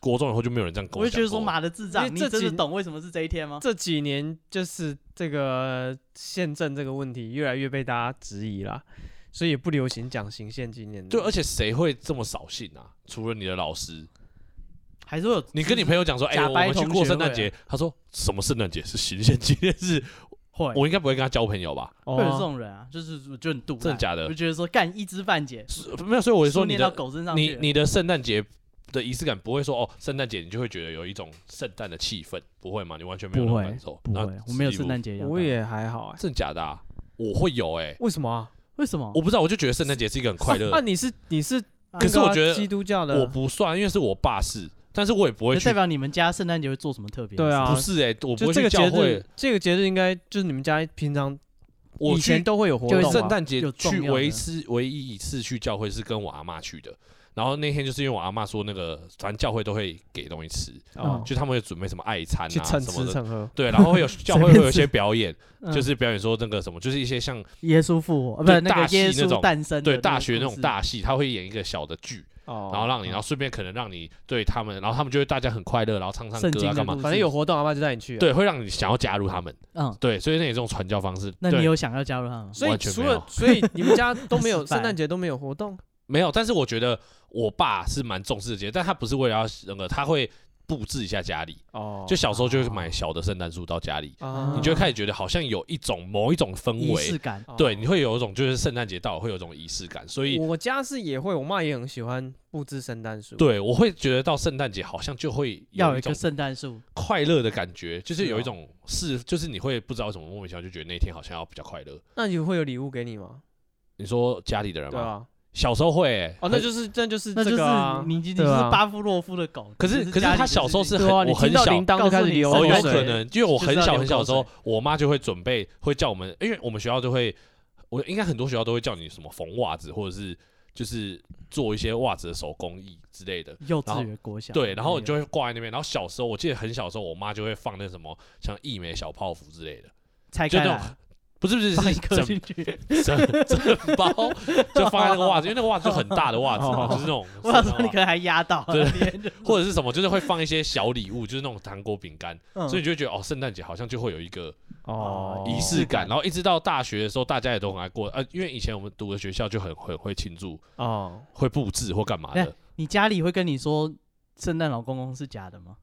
Speaker 3: 国中以后就没有人这样跟
Speaker 2: 我就觉得
Speaker 3: 讲过
Speaker 2: 说妈的智
Speaker 1: 因
Speaker 2: 障，
Speaker 1: 为
Speaker 2: 你
Speaker 1: 这
Speaker 2: 真
Speaker 1: 几
Speaker 2: 的懂为什么是这一天吗？
Speaker 1: 这几年就是这个宪政这个问题越来越被大家质疑啦，所以也不流行讲行宪纪念日。
Speaker 3: 对，而且谁会这么扫兴啊？除了你的老师，
Speaker 2: 还是会有
Speaker 3: 你跟你朋友讲说，哎、
Speaker 2: 假
Speaker 3: 我
Speaker 2: 掰
Speaker 3: 们去
Speaker 2: 同
Speaker 3: 过
Speaker 2: 学
Speaker 3: 圣诞
Speaker 2: 会啊
Speaker 3: 节，他说什么圣诞节是行宪纪念日？
Speaker 2: 会
Speaker 3: 我应该不会跟他交朋友吧？
Speaker 2: 会有这
Speaker 1: 哦，
Speaker 2: 种人啊，就是我就很肚
Speaker 3: 真的假的
Speaker 2: 我就觉得说干一知半解，
Speaker 3: 是没有，所以我就说
Speaker 2: 啊书
Speaker 3: 你
Speaker 2: 念到
Speaker 3: 的
Speaker 2: 狗身上
Speaker 3: 你
Speaker 2: 去。
Speaker 3: 你的圣诞节的仪式感不会说哦，圣诞节你就会觉得有一种圣诞的气氛，不会吗？你完全没有那种感受，
Speaker 2: 不
Speaker 3: 那
Speaker 2: 会，我没有圣诞
Speaker 3: 礼
Speaker 2: 节一样
Speaker 1: 我也还好哎、
Speaker 3: 物真的假的啊？我会有哎、
Speaker 1: 为什么啊？
Speaker 2: 为什么
Speaker 3: 我？不知道，我就觉得圣诞节是一个很快 乐
Speaker 1: 那、
Speaker 3: 的。
Speaker 1: 啊你是你是那个啊？
Speaker 2: 可
Speaker 3: 是我觉得
Speaker 1: 基督教的
Speaker 3: 我不算，因为是我爸是，但是我也不会
Speaker 2: 就代
Speaker 3: 去。
Speaker 2: 表你们家圣诞节会做什么特别的事？
Speaker 1: 对啊
Speaker 3: 不是哎、我不
Speaker 1: 就
Speaker 3: 会
Speaker 1: 这
Speaker 3: 去
Speaker 1: 个节
Speaker 3: 教会
Speaker 1: 日，，这个节日应该就是你们家平常
Speaker 3: 我
Speaker 1: 以
Speaker 3: 去
Speaker 1: 前都会有活
Speaker 2: 就
Speaker 1: 动
Speaker 2: 是
Speaker 1: 啊
Speaker 3: 圣诞节
Speaker 2: 有重
Speaker 3: 去
Speaker 2: 要的
Speaker 3: 唯一次唯一一次去教会是跟我阿妈去的，然后那天就是因为我阿妈说那个，反正教会都会给东西吃，
Speaker 1: 哦
Speaker 2: 嗯
Speaker 3: 就他们会准备什么爱餐
Speaker 1: 去
Speaker 3: 啊
Speaker 1: 蹭
Speaker 3: 什么
Speaker 1: 吃
Speaker 3: 的，
Speaker 1: 蹭喝。
Speaker 3: 对，然 后会有教会
Speaker 2: 随便
Speaker 3: 会
Speaker 2: 吃
Speaker 3: 有一些表演，
Speaker 2: 嗯
Speaker 3: 就是表演说那个什么，就是一些像
Speaker 2: 耶稣复活，啊不
Speaker 3: 对
Speaker 2: 是那
Speaker 3: 大
Speaker 2: 个
Speaker 3: 戏
Speaker 2: 耶
Speaker 3: 那种
Speaker 2: 稣诞生的
Speaker 3: 对
Speaker 2: 那
Speaker 3: 大
Speaker 2: 个
Speaker 3: 学那
Speaker 2: 故
Speaker 3: 种
Speaker 2: 事
Speaker 3: 大戏，他会演一个小的剧，
Speaker 1: 哦，
Speaker 3: 然后让你，然后顺便可能让你对他们，然后他们就会大家很快乐，然后唱唱
Speaker 2: 圣
Speaker 3: 歌
Speaker 2: 经
Speaker 3: 啊
Speaker 2: 的
Speaker 3: 干嘛
Speaker 2: 故，事
Speaker 1: 反正有活动，阿妈就带你去、啊。，
Speaker 3: 对，会让你想要加入他们，
Speaker 2: 嗯，
Speaker 3: 对，所以那也是一种传教方式。
Speaker 2: 那
Speaker 3: 对
Speaker 2: 你有想要加入他们吗？
Speaker 1: 所以
Speaker 3: 完全
Speaker 1: 除
Speaker 3: 没有
Speaker 1: 了所以你们 家都没有
Speaker 2: 失败
Speaker 1: 圣诞节都没有活动
Speaker 3: 没有，但是我觉得我爸是蛮重视这些，但他不是为了要那个，他会布置一下家里。
Speaker 1: 哦，
Speaker 3: 就小时候就会买小的圣诞树到家里，
Speaker 1: 啊
Speaker 3: 你就会开始觉得好像有一种某一种氛
Speaker 2: 仪式
Speaker 3: 围，
Speaker 2: 感，
Speaker 1: 哦
Speaker 3: 对，你会有一种就是圣诞节到了会有一种仪式感，所以
Speaker 1: 我家是也会，我妈也很喜欢布置圣诞树。，
Speaker 3: 对我会觉得到圣诞节好像就会
Speaker 2: 要
Speaker 3: 有
Speaker 2: 有
Speaker 3: 一
Speaker 2: 一
Speaker 3: 种
Speaker 2: 个圣诞树，
Speaker 3: 快乐的感觉，就是
Speaker 1: 是
Speaker 3: 有一
Speaker 1: 哦
Speaker 3: 种
Speaker 2: 嗯
Speaker 3: 是就是你会不知道为什么莫名其妙就觉得那一天好像要比较快乐。
Speaker 1: 那你会有礼物给你吗？
Speaker 3: 你说家里的人
Speaker 1: 对
Speaker 3: 吗？
Speaker 1: 啊，
Speaker 3: 小时候会欸，
Speaker 1: 哦，那就是那就是
Speaker 2: 那
Speaker 1: 这
Speaker 2: 就是
Speaker 1: 个啊
Speaker 2: 你你你
Speaker 1: 对
Speaker 2: 是
Speaker 1: 啊
Speaker 2: 巴夫洛夫的狗。
Speaker 3: 可是
Speaker 2: 就
Speaker 3: 可是
Speaker 2: 家
Speaker 3: 他
Speaker 2: 里
Speaker 3: 小
Speaker 2: 的
Speaker 3: 时候
Speaker 2: 事
Speaker 3: 是很
Speaker 1: 对啊，
Speaker 3: 我
Speaker 1: 你
Speaker 3: 很
Speaker 1: 听到
Speaker 3: 小
Speaker 1: 铃铛就开始流
Speaker 2: 告
Speaker 3: 哦，
Speaker 1: 口
Speaker 2: 诉你
Speaker 1: 水，
Speaker 3: 有可能，因为我
Speaker 2: 就
Speaker 3: 很
Speaker 2: 是要
Speaker 3: 小
Speaker 2: 流
Speaker 3: 很小的
Speaker 2: 口
Speaker 3: 时候
Speaker 2: 水，
Speaker 3: 我妈就会准备，会叫我们，因为我们学校就会，我应该很多学校都会叫你什么缝袜子，或者是就是做一些袜子的手工艺之类的。
Speaker 2: 情幼
Speaker 3: 然后
Speaker 2: 稚园、国小，
Speaker 3: 对，然后你就
Speaker 2: 那
Speaker 3: 会挂在那边。然后小时候，我记得很小的时候，我妈就会放那什么像一枚小泡芙之类的，
Speaker 2: 个拆
Speaker 3: 就
Speaker 2: 开
Speaker 3: 那
Speaker 2: 来
Speaker 3: 种不是不是
Speaker 2: 放
Speaker 3: 是
Speaker 2: 一颗
Speaker 3: 整
Speaker 2: 进去。
Speaker 3: 整整包，就放在那个袜子，因为那个袜子就很大的袜子
Speaker 2: 哦
Speaker 3: 嘛，就是那种
Speaker 2: 我想
Speaker 3: 圣诞
Speaker 2: 说你
Speaker 3: 袜
Speaker 2: 可能还压到，
Speaker 3: 对
Speaker 2: 连着
Speaker 3: 或者是什么，就是会放一些小礼物，就是那种糖果饼干，
Speaker 2: 嗯
Speaker 3: 所以你就会觉得哦，圣诞节好像就会有一个
Speaker 1: 哦，
Speaker 3: 仪
Speaker 2: 仪式
Speaker 3: 式感，
Speaker 2: 感
Speaker 3: 然后一直到大学的时候，大家也都很爱过。呃，因为以前我们读的学校就很很会庆祝、
Speaker 1: 哦，
Speaker 3: 会布置或干嘛的。
Speaker 2: 你家里会跟你说圣诞老公公是假的吗？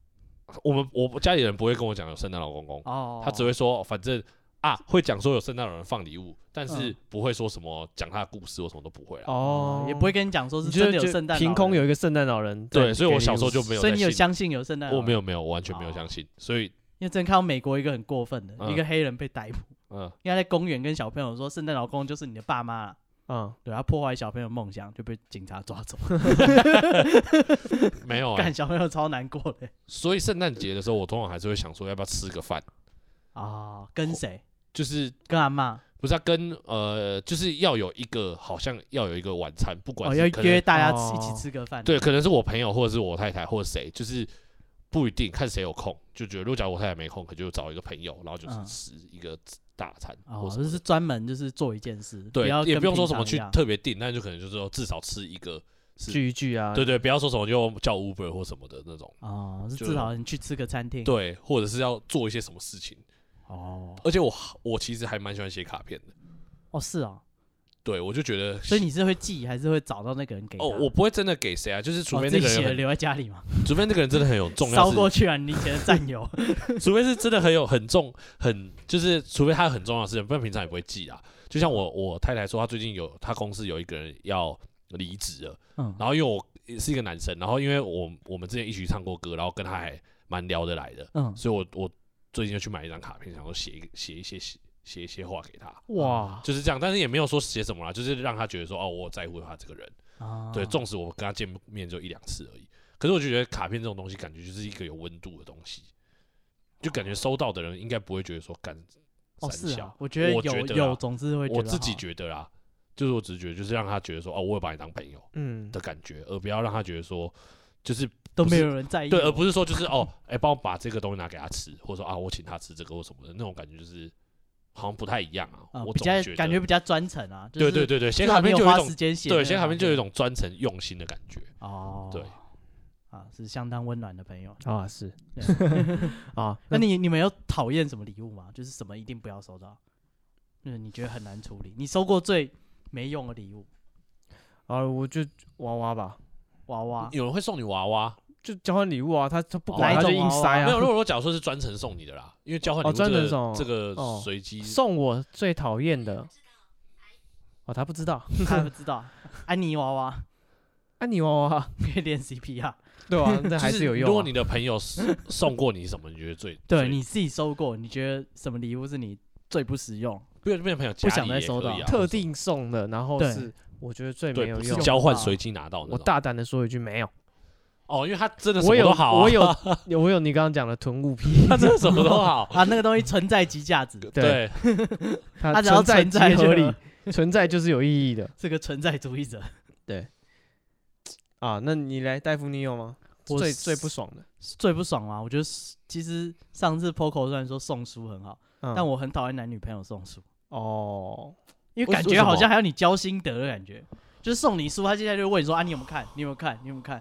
Speaker 3: 我们我家里人不会跟我讲有圣诞老公公，
Speaker 2: 哦，
Speaker 3: 他只会说反正啊会讲说有圣诞老人放礼物，但是
Speaker 2: 嗯
Speaker 3: 不会说什么讲他的故事，我什么都不会啊。
Speaker 1: 哦，
Speaker 2: 也不会跟你讲说是
Speaker 1: 你
Speaker 2: 真
Speaker 1: 就
Speaker 2: 的有
Speaker 1: 就
Speaker 2: 圣诞老人，
Speaker 1: 凭空有一个圣诞老人在给
Speaker 3: 对，
Speaker 1: 你，嗯
Speaker 3: 所以我小时候就没有
Speaker 2: 所以
Speaker 3: 在
Speaker 2: 你有
Speaker 3: 信
Speaker 2: 相信有圣诞？
Speaker 3: 我没，有没有，我完全没有
Speaker 2: 嗯哦
Speaker 3: 相信。所以
Speaker 2: 因为之前看到美国一个很过分的，
Speaker 3: 嗯
Speaker 2: 一个黑人被逮捕，
Speaker 3: 嗯，
Speaker 2: 因为他在公园跟小朋友说圣诞老公就是你的爸妈啊，
Speaker 1: 嗯，
Speaker 2: 对他破坏小朋友梦想就被警察抓走，
Speaker 3: 没有、欸
Speaker 2: 干，小朋友超难过的
Speaker 3: 所以圣诞节的时候，我通常还是会想说要不要吃个饭，
Speaker 1: 哦
Speaker 2: 啊！跟谁？
Speaker 3: 就是
Speaker 2: 跟阿妈
Speaker 3: 不是要跟呃，就是要有一个好像要有一个晚餐，不管
Speaker 2: 哦，
Speaker 3: 是
Speaker 2: 要
Speaker 3: 可能
Speaker 2: 约大家吃
Speaker 1: 哦
Speaker 2: 一起吃个饭。
Speaker 3: 对，可能是我朋友或者是我太太或者谁，就是不一定看谁有空，就觉得如果假如我太太没空，可能就找一个朋友，然后就是
Speaker 2: 嗯
Speaker 3: 吃一个大餐或
Speaker 2: 哦，
Speaker 3: 什
Speaker 2: 就
Speaker 3: 么的
Speaker 2: 是专门就是做一件事，
Speaker 3: 对
Speaker 2: 要，
Speaker 3: 也
Speaker 2: 跟
Speaker 3: 不用说
Speaker 2: 平
Speaker 3: 什么
Speaker 2: 常
Speaker 3: 去
Speaker 2: 一样
Speaker 3: 特别订，但就可能就是说至少吃一个，是
Speaker 1: 聚一聚啊，
Speaker 3: 对对，不要说什么就叫 Uber 或什么的那种，
Speaker 2: 哦，是
Speaker 3: 就
Speaker 2: 至少你去吃个餐厅。
Speaker 3: 对，或者是要做一些什么事情。
Speaker 2: 哦
Speaker 3: 而且我我其实还蛮喜欢写卡片的，
Speaker 2: 哦是哦，
Speaker 3: 对我就觉得，
Speaker 2: 所以你是会记还是会找到那个人给他？
Speaker 3: 哦，我不会真的给谁啊，就是除
Speaker 2: 哦
Speaker 3: 非
Speaker 2: 自
Speaker 3: 那
Speaker 2: 己
Speaker 3: 个
Speaker 2: 写
Speaker 3: 人
Speaker 2: 的
Speaker 3: 很，
Speaker 2: 留在家里嘛，
Speaker 3: 除非那个人真的很有重 要
Speaker 2: 烧
Speaker 3: 事
Speaker 2: 过去啊，你以前的战 友。
Speaker 3: 除非是真的很有很重很，就是除非他很重要的事情，不然平常也不会记啊。就像我我太太说，她最近有她公司有一个人要离职了，
Speaker 2: 嗯，
Speaker 3: 然后因为我是一个男生，然后因为我我们之前一起唱过歌，然后跟他还蛮聊得来的，
Speaker 2: 嗯，
Speaker 3: 所以我我最近就去买一张卡片，想说写一个写一些写写一些话给他，
Speaker 1: 哇，
Speaker 3: 就是这样，但是也没有说写什么啦，就是让他觉得说哦，我在乎他这个人。
Speaker 2: 啊
Speaker 3: 对，纵使我跟他见面就一两次而已，可是我就觉得卡片这种东西，感觉就是一个有温度的东西，就感觉收到的人应该不会觉得说干
Speaker 2: 哦
Speaker 3: 三
Speaker 2: 是
Speaker 3: 小
Speaker 2: 啊，我觉得有
Speaker 3: 我觉得啊
Speaker 2: 有，总之会
Speaker 3: 我自
Speaker 2: 好
Speaker 3: 己觉得啦，就是我只是觉得就是让他觉得说哦，我有把你当朋友
Speaker 1: 嗯
Speaker 3: 的感觉，而不要让他觉得说就是
Speaker 2: 都
Speaker 3: 不
Speaker 2: 没
Speaker 3: 是
Speaker 2: 有人在意我，
Speaker 3: 对，而不是说就是哦，哎，帮我把这个东西拿给他吃，或者说啊，我请他吃这个或什么的那种感觉，就是好像不太一样啊。
Speaker 2: 啊
Speaker 3: 我
Speaker 2: 比
Speaker 3: 总
Speaker 2: 较
Speaker 3: 觉得
Speaker 2: 感觉比较专程啊，就
Speaker 3: 对
Speaker 2: 是
Speaker 3: 对对对，写
Speaker 2: 至少
Speaker 3: 卡
Speaker 2: 你
Speaker 3: 片
Speaker 2: 有
Speaker 3: 就有
Speaker 2: 花
Speaker 3: 一
Speaker 2: 时
Speaker 3: 种
Speaker 2: 间写那
Speaker 3: 对
Speaker 2: 个
Speaker 3: 写卡片就有一
Speaker 2: 东
Speaker 3: 种专程用心的感觉。
Speaker 2: 西哦，
Speaker 3: 对
Speaker 2: 啊，是相当温暖的朋友。
Speaker 1: 啊是 啊，
Speaker 2: 那
Speaker 3: 哎
Speaker 1: 那
Speaker 2: 你你们有讨厌什么礼物吗？就是什么一定不要收到，就是你觉得很难处理，你收过最没用的礼物，
Speaker 1: 啊我就娃娃吧，
Speaker 2: 娃娃
Speaker 3: 有人会送你娃娃，
Speaker 1: 就交换礼物啊，他他不
Speaker 3: 哦
Speaker 1: 管
Speaker 2: 哪
Speaker 1: 他
Speaker 2: 一
Speaker 1: 就
Speaker 2: 种
Speaker 1: 硬
Speaker 2: 娃娃
Speaker 1: 塞
Speaker 3: 没有，
Speaker 1: 啊
Speaker 3: 如，果说假如说是专程送你的啦，因为交换礼物
Speaker 1: 哦专程
Speaker 3: 这
Speaker 1: 送
Speaker 3: 个
Speaker 1: 哦
Speaker 3: 这个
Speaker 1: 哦
Speaker 3: 随 机
Speaker 1: 送我最讨厌的。哦，他不知道，
Speaker 2: 他不知道，安妮娃娃
Speaker 1: 安妮娃 娃，
Speaker 2: 可以练 CPR，
Speaker 1: 对啊，那
Speaker 3: 就
Speaker 1: 还
Speaker 3: 是
Speaker 1: 有用啊。
Speaker 3: 如果你的朋友送送过你什么，你觉得最
Speaker 2: 对
Speaker 3: 最
Speaker 2: 你自己收过，你觉得什么礼物是你最不实用？
Speaker 3: 不要变朋友
Speaker 2: 不
Speaker 3: 家
Speaker 2: 想
Speaker 3: 里
Speaker 2: 再
Speaker 3: 也
Speaker 2: 收
Speaker 3: 可以
Speaker 2: 到
Speaker 3: 啊
Speaker 1: 特定送的，然后
Speaker 2: 对
Speaker 1: 是我觉得最没
Speaker 3: 对，
Speaker 1: 有
Speaker 3: 不是
Speaker 1: 用。
Speaker 3: 交换
Speaker 2: 到
Speaker 3: 随机拿到那
Speaker 1: 我
Speaker 3: 种。
Speaker 1: 大胆的说一句，没有，
Speaker 3: 哦，因为他真的什
Speaker 1: 我
Speaker 3: 么
Speaker 1: 有
Speaker 3: 都好啊，
Speaker 1: 我有我有你刚刚讲的囤物癖，
Speaker 3: 他真的什么都 好。
Speaker 2: 啊，那个东西存在即价值，
Speaker 3: 对，
Speaker 1: 它
Speaker 2: 它只要
Speaker 1: 存在
Speaker 2: 存在
Speaker 1: 即
Speaker 2: 就
Speaker 1: 合理，存在就是有意义的
Speaker 2: 是个存在主义者。
Speaker 1: 啊。那你来，大夫，你有吗？
Speaker 2: 我
Speaker 1: 最
Speaker 2: 是
Speaker 1: 最不爽的，
Speaker 2: 最不爽啊，我觉得是其实上次 POCO 虽然说送书很好，
Speaker 1: 嗯
Speaker 2: 但我很讨厌男女朋友送书，
Speaker 1: 哦，
Speaker 2: 因为
Speaker 3: 为
Speaker 2: 感
Speaker 3: 为
Speaker 2: 觉
Speaker 3: 什
Speaker 2: 好
Speaker 3: 么
Speaker 2: 像还要你交心得的感觉，就是送你书，他接下来就问你说啊，你有没有看？你有没有看？你有没有看？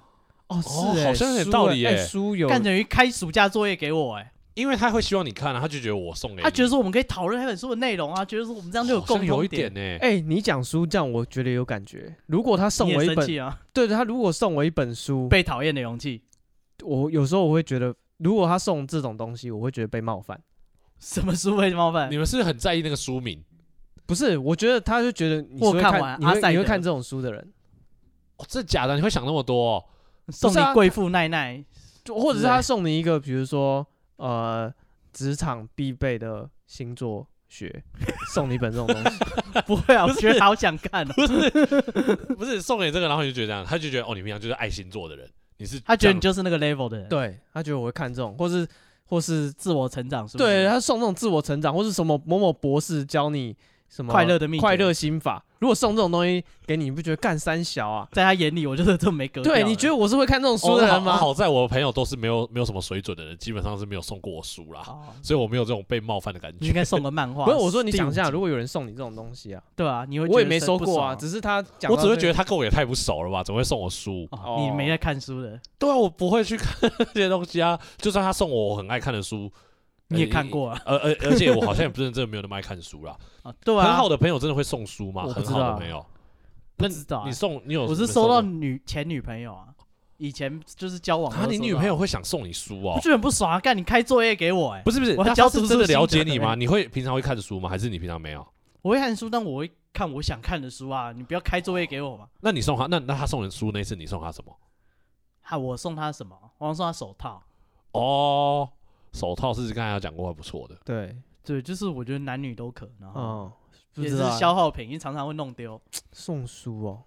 Speaker 1: 哦，
Speaker 3: 哦
Speaker 1: 是欸，
Speaker 3: 好像有点
Speaker 1: 书
Speaker 3: 道
Speaker 1: 欸
Speaker 3: 理
Speaker 2: 哎
Speaker 1: 欸
Speaker 3: 欸
Speaker 1: 书有
Speaker 2: 干等于开暑假作业给我哎、
Speaker 3: 因为他会希望你看啊，他就觉得我送给你
Speaker 2: 他觉得说我们可以讨论那本书的内容啊，觉得说我们这样就有
Speaker 3: 好像
Speaker 2: 共
Speaker 3: 有
Speaker 2: 同
Speaker 3: 一点呢，
Speaker 1: 哎，你讲书这样，我觉得有感觉。如果他送
Speaker 2: 你
Speaker 1: 我
Speaker 2: 也
Speaker 1: 一
Speaker 2: 生
Speaker 1: 本，
Speaker 2: 气啊，
Speaker 1: 对他如果送我一本书，
Speaker 2: 被讨厌的勇气，
Speaker 1: 我有时候我会觉得，如果他送这种东西，我会觉得被冒犯。
Speaker 2: 什么书会冒犯
Speaker 3: 你？们是不是很在意那个书名
Speaker 1: 不是，我觉得他就觉得你
Speaker 2: 我
Speaker 1: 是会
Speaker 2: 看
Speaker 1: 看
Speaker 2: 完
Speaker 1: 你
Speaker 2: 阿
Speaker 1: 会
Speaker 2: 塞
Speaker 1: 你会
Speaker 2: 德
Speaker 1: 看这种书的人，
Speaker 3: 哦，真的假的？你会想那么多哦？
Speaker 2: 送
Speaker 1: 不是
Speaker 2: 你
Speaker 1: 啊
Speaker 2: 贵妇奈奈
Speaker 1: 就或者是
Speaker 2: 是欸
Speaker 1: 他送你一个，比如说呃，职场必备的星座学，送你一本这种东 西。
Speaker 2: 不会啊，我
Speaker 3: 不
Speaker 2: 觉得
Speaker 3: 是
Speaker 2: 好想看、哦。
Speaker 3: 不是送给你这个，然后你就觉得这样，他就觉得哦，你平常就是爱星座的人，你是
Speaker 2: 他觉得你
Speaker 3: 这样
Speaker 2: 就是那个 level 的人，，
Speaker 1: 对他觉得我会看这种，或是或是
Speaker 2: 自我成长书，
Speaker 1: 对，他送这种自我成长，或是什么某某博士教你什么
Speaker 2: 快乐的秘诀
Speaker 1: 快乐心法。如果送这种东西给你，你不觉得干三小 啊？
Speaker 2: 在他眼里我就是这么没格调的。
Speaker 1: 对，你觉得我是会看这种书
Speaker 3: 哦
Speaker 1: 的
Speaker 3: 那好
Speaker 1: 人吗？
Speaker 3: 好在我朋友都是没有没有什么水准的人，基本上是没有送过我书啦。
Speaker 2: 哦
Speaker 3: 所以我没有这种被冒犯的感
Speaker 2: 你应
Speaker 3: 觉。
Speaker 2: 该送个漫画。
Speaker 1: 不是，我说你
Speaker 2: 第
Speaker 1: 想
Speaker 2: 五
Speaker 1: 一下，
Speaker 2: 集
Speaker 1: 如果有人送你这种东西啊，
Speaker 2: 对啊，你会
Speaker 1: 我也
Speaker 2: 觉得
Speaker 1: 没
Speaker 2: 是
Speaker 1: 收
Speaker 2: 不
Speaker 1: 过
Speaker 2: 爽
Speaker 1: 啊，只是他讲
Speaker 3: 我
Speaker 1: 到
Speaker 3: 只会
Speaker 1: 这
Speaker 3: 觉得他跟我也太不熟了吧，怎么会送我书？
Speaker 2: 哦你没在看书的，
Speaker 3: 对啊，我不会去看这些东西啊。 就算他送我我很爱看的书，
Speaker 2: 你也看过啊？
Speaker 3: 呃，而而而且我好像也不是真的没有那么爱看书啦。
Speaker 1: 哎
Speaker 2: 啊对
Speaker 3: 很
Speaker 2: 啊，
Speaker 3: 好的朋友真的会送书吗？
Speaker 1: 我不
Speaker 3: 很
Speaker 1: 知
Speaker 3: 好的
Speaker 1: 道
Speaker 3: 朋友，
Speaker 2: 不
Speaker 3: 那
Speaker 2: 知道啊
Speaker 3: 你送你有？
Speaker 2: 我是收到女前女朋友啊，以前就是交往的时
Speaker 3: 啊，
Speaker 2: 候收到。
Speaker 3: 你女朋友会想送你书
Speaker 2: 不
Speaker 3: 哦？
Speaker 2: 就很不爽啊？干你开作业给我哎，
Speaker 3: 不是不是，
Speaker 2: 我还
Speaker 3: 那
Speaker 2: 教
Speaker 3: 她是
Speaker 2: 读
Speaker 3: 真的欸
Speaker 2: 书心得
Speaker 3: 了解你
Speaker 2: 嘞
Speaker 3: 吗？你会平常会看书吗？还是你平常没有？
Speaker 2: 我会看书，但我会看我想看的书啊，你不要开作业给我嘛。
Speaker 3: 那你送他，那那他送你书那次你送他什么？
Speaker 2: 啊，我送她什么？我送她手套。
Speaker 3: 哦，手套是刚才有讲过，还不错的。
Speaker 1: 对，
Speaker 2: 对，就是我觉得男女都可，然后
Speaker 1: 哦，不
Speaker 2: 也
Speaker 1: 知
Speaker 2: 是
Speaker 1: 道欸
Speaker 2: 消耗品，因为常常会弄丢。
Speaker 1: 送书哦。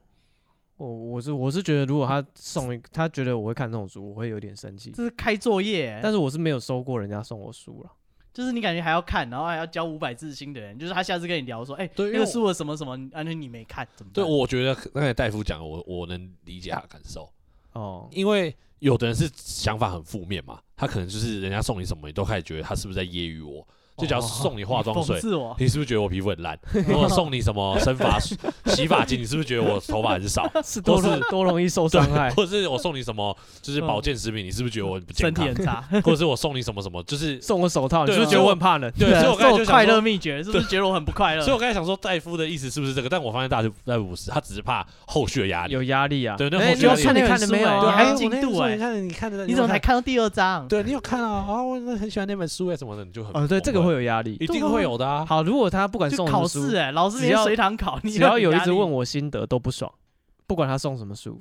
Speaker 1: 我我是我是觉得，如果他送一，他觉得我会看这种书，我会有点生气。
Speaker 2: 这是开作业欸，
Speaker 1: 但是我是没有收过人家送我书了。
Speaker 2: 就是你感觉还要看，然后还要交五百字新的人，就是他下次跟你聊说，哎、
Speaker 3: 对因
Speaker 2: 那
Speaker 3: 为
Speaker 2: 个
Speaker 3: 我
Speaker 2: 书我什么什么，安全你没看，怎么
Speaker 3: 对，
Speaker 2: 办？
Speaker 3: 我觉得刚才戴夫讲的，我我能理解他的感受，
Speaker 1: 哦，
Speaker 3: 因为有的人是想法很负面嘛，他可能就是人家送你什么，你都开始觉得他是不是在揶揄我。就假如
Speaker 1: 哦
Speaker 3: 送你化妆水
Speaker 2: 讽，刺我，
Speaker 3: 你是不是觉得我皮肤很 烂？如果送你什么生发 水洗发精，你是不是觉得我头发很 少？
Speaker 1: 是
Speaker 3: 都
Speaker 1: 多容多容易受伤 害。
Speaker 3: 或者是我送你什么就是保健食品，你是不是觉得我很不健
Speaker 2: 身体
Speaker 3: 康？
Speaker 2: 很差。
Speaker 3: 或者是我送你什么什么， 就是
Speaker 1: 送我手套，你
Speaker 3: 对
Speaker 1: 是不是觉得我很怕冷？
Speaker 3: 对，所以我刚才就想
Speaker 2: 快乐
Speaker 3: 说，
Speaker 2: 秘诀是不是觉得我很不快乐？
Speaker 3: 所以我刚才想说戴夫的意思是不是这个？但我发现大夫戴夫不是，他只是怕后续的压力。
Speaker 1: 有压力啊。
Speaker 3: 对那
Speaker 1: 哎
Speaker 3: 后
Speaker 1: 你
Speaker 3: 续
Speaker 1: 有
Speaker 3: 有
Speaker 1: 看你
Speaker 2: 压力
Speaker 1: 看了没有啊？
Speaker 2: 对
Speaker 3: 哎
Speaker 2: 还有
Speaker 3: 我
Speaker 2: 进
Speaker 3: 那天
Speaker 2: 度
Speaker 3: 说
Speaker 2: 哎
Speaker 3: 你看你看得到
Speaker 2: 你怎么才？看到第二章？
Speaker 3: 对你有看啊啊！我很喜欢那本书哎，什么的，你就很
Speaker 1: 哦，对，这个
Speaker 3: 崩
Speaker 1: 会
Speaker 3: 溃
Speaker 1: 有压力
Speaker 3: 一。定会有的啊。
Speaker 1: 好，如果他不管
Speaker 2: 就
Speaker 1: 送什
Speaker 2: 考
Speaker 1: 么书
Speaker 2: 试，哎、老师
Speaker 1: 只
Speaker 2: 连
Speaker 1: 要
Speaker 2: 随堂考，你
Speaker 1: 只要有一直
Speaker 2: 直
Speaker 1: 问，我心得都不爽，不管他送什么书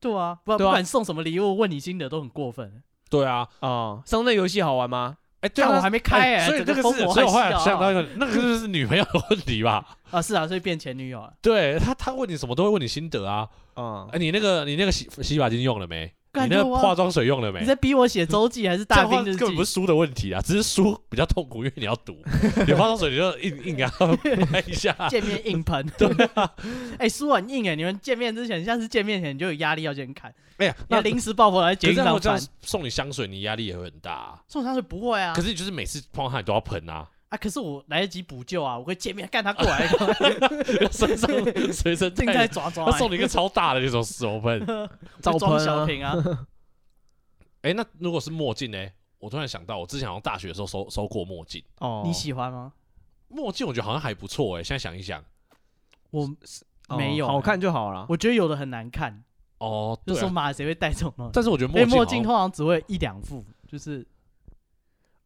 Speaker 2: 对啊，不
Speaker 1: 对啊
Speaker 2: 不管送什么礼物，问你心得都很过分。
Speaker 3: 对啊，
Speaker 1: 啊。送那游戏好玩吗？
Speaker 3: 哎，对
Speaker 2: 但
Speaker 3: 啊，
Speaker 2: 我还没开哎，
Speaker 3: 所以
Speaker 2: 整
Speaker 3: 那个
Speaker 2: 疯
Speaker 3: 是，
Speaker 2: 魔
Speaker 3: 所以我后
Speaker 2: 还
Speaker 3: 来
Speaker 2: 小
Speaker 3: 想到一个，那个就是女朋友的问题吧？
Speaker 2: 啊，是啊，所以变前女友啊，
Speaker 3: 对他，他问你什么都会问你心得啊。
Speaker 1: 啊
Speaker 2: 哦
Speaker 3: 哎，，你那个你那个洗洗发精用了没？你
Speaker 2: 干
Speaker 3: 那
Speaker 2: 就
Speaker 3: 个
Speaker 2: 我
Speaker 3: 化妆水用了没
Speaker 2: 你？在逼我写周记还是
Speaker 3: 这
Speaker 2: 大
Speaker 3: 样的话
Speaker 2: 兵日
Speaker 3: 根
Speaker 2: 记
Speaker 3: 本？不是书的问题啊，只是书比较痛苦，因为你要读，你化妆水你就硬硬啊拍 一 下。
Speaker 2: 见面硬喷，对啊， 哎，书很硬哎，你们见面之前，下次见面前你就有压力要先看，
Speaker 3: 哎呀，
Speaker 2: 那
Speaker 3: 那
Speaker 2: 临时抱佛来
Speaker 3: 可
Speaker 2: 决
Speaker 3: 是
Speaker 2: 定
Speaker 3: 这样
Speaker 2: 上
Speaker 3: 我这样
Speaker 2: 饭。
Speaker 3: 送你香水，你压力也会很大啊。
Speaker 2: 送香水不会啊
Speaker 3: 可，是你就是每次碰到他，你都要喷啊，
Speaker 2: 啊，可是我来得及补救啊，我会见面干他过来，
Speaker 3: 身上随身
Speaker 2: 正
Speaker 3: 带
Speaker 2: 在
Speaker 3: 着。
Speaker 2: 抓抓
Speaker 3: 他
Speaker 2: 欸，
Speaker 3: 送你一个超大的那种手喷，
Speaker 1: 照
Speaker 2: 就装
Speaker 1: 喷
Speaker 2: 小
Speaker 1: 啊
Speaker 2: 瓶啊，
Speaker 3: 哎，那如果是墨镜呢？我突然想到，我之前好像大学的时候收收过墨镜，
Speaker 1: 哦，
Speaker 2: 你喜欢吗？
Speaker 3: 墨镜我觉得好像还不错哎。现在想一想，
Speaker 2: 我
Speaker 1: 哦
Speaker 2: 没有
Speaker 1: 好
Speaker 2: 欸
Speaker 1: 看就好了。
Speaker 2: 我觉得有的很难看，
Speaker 3: 哦，
Speaker 2: 就
Speaker 3: 对
Speaker 2: 说
Speaker 3: 啊，
Speaker 2: 妈谁会戴这种东西？
Speaker 3: 但是我觉得
Speaker 2: 因为墨
Speaker 3: 墨
Speaker 2: 镜
Speaker 3: 镜好
Speaker 2: 哎通常只会有一两副，就是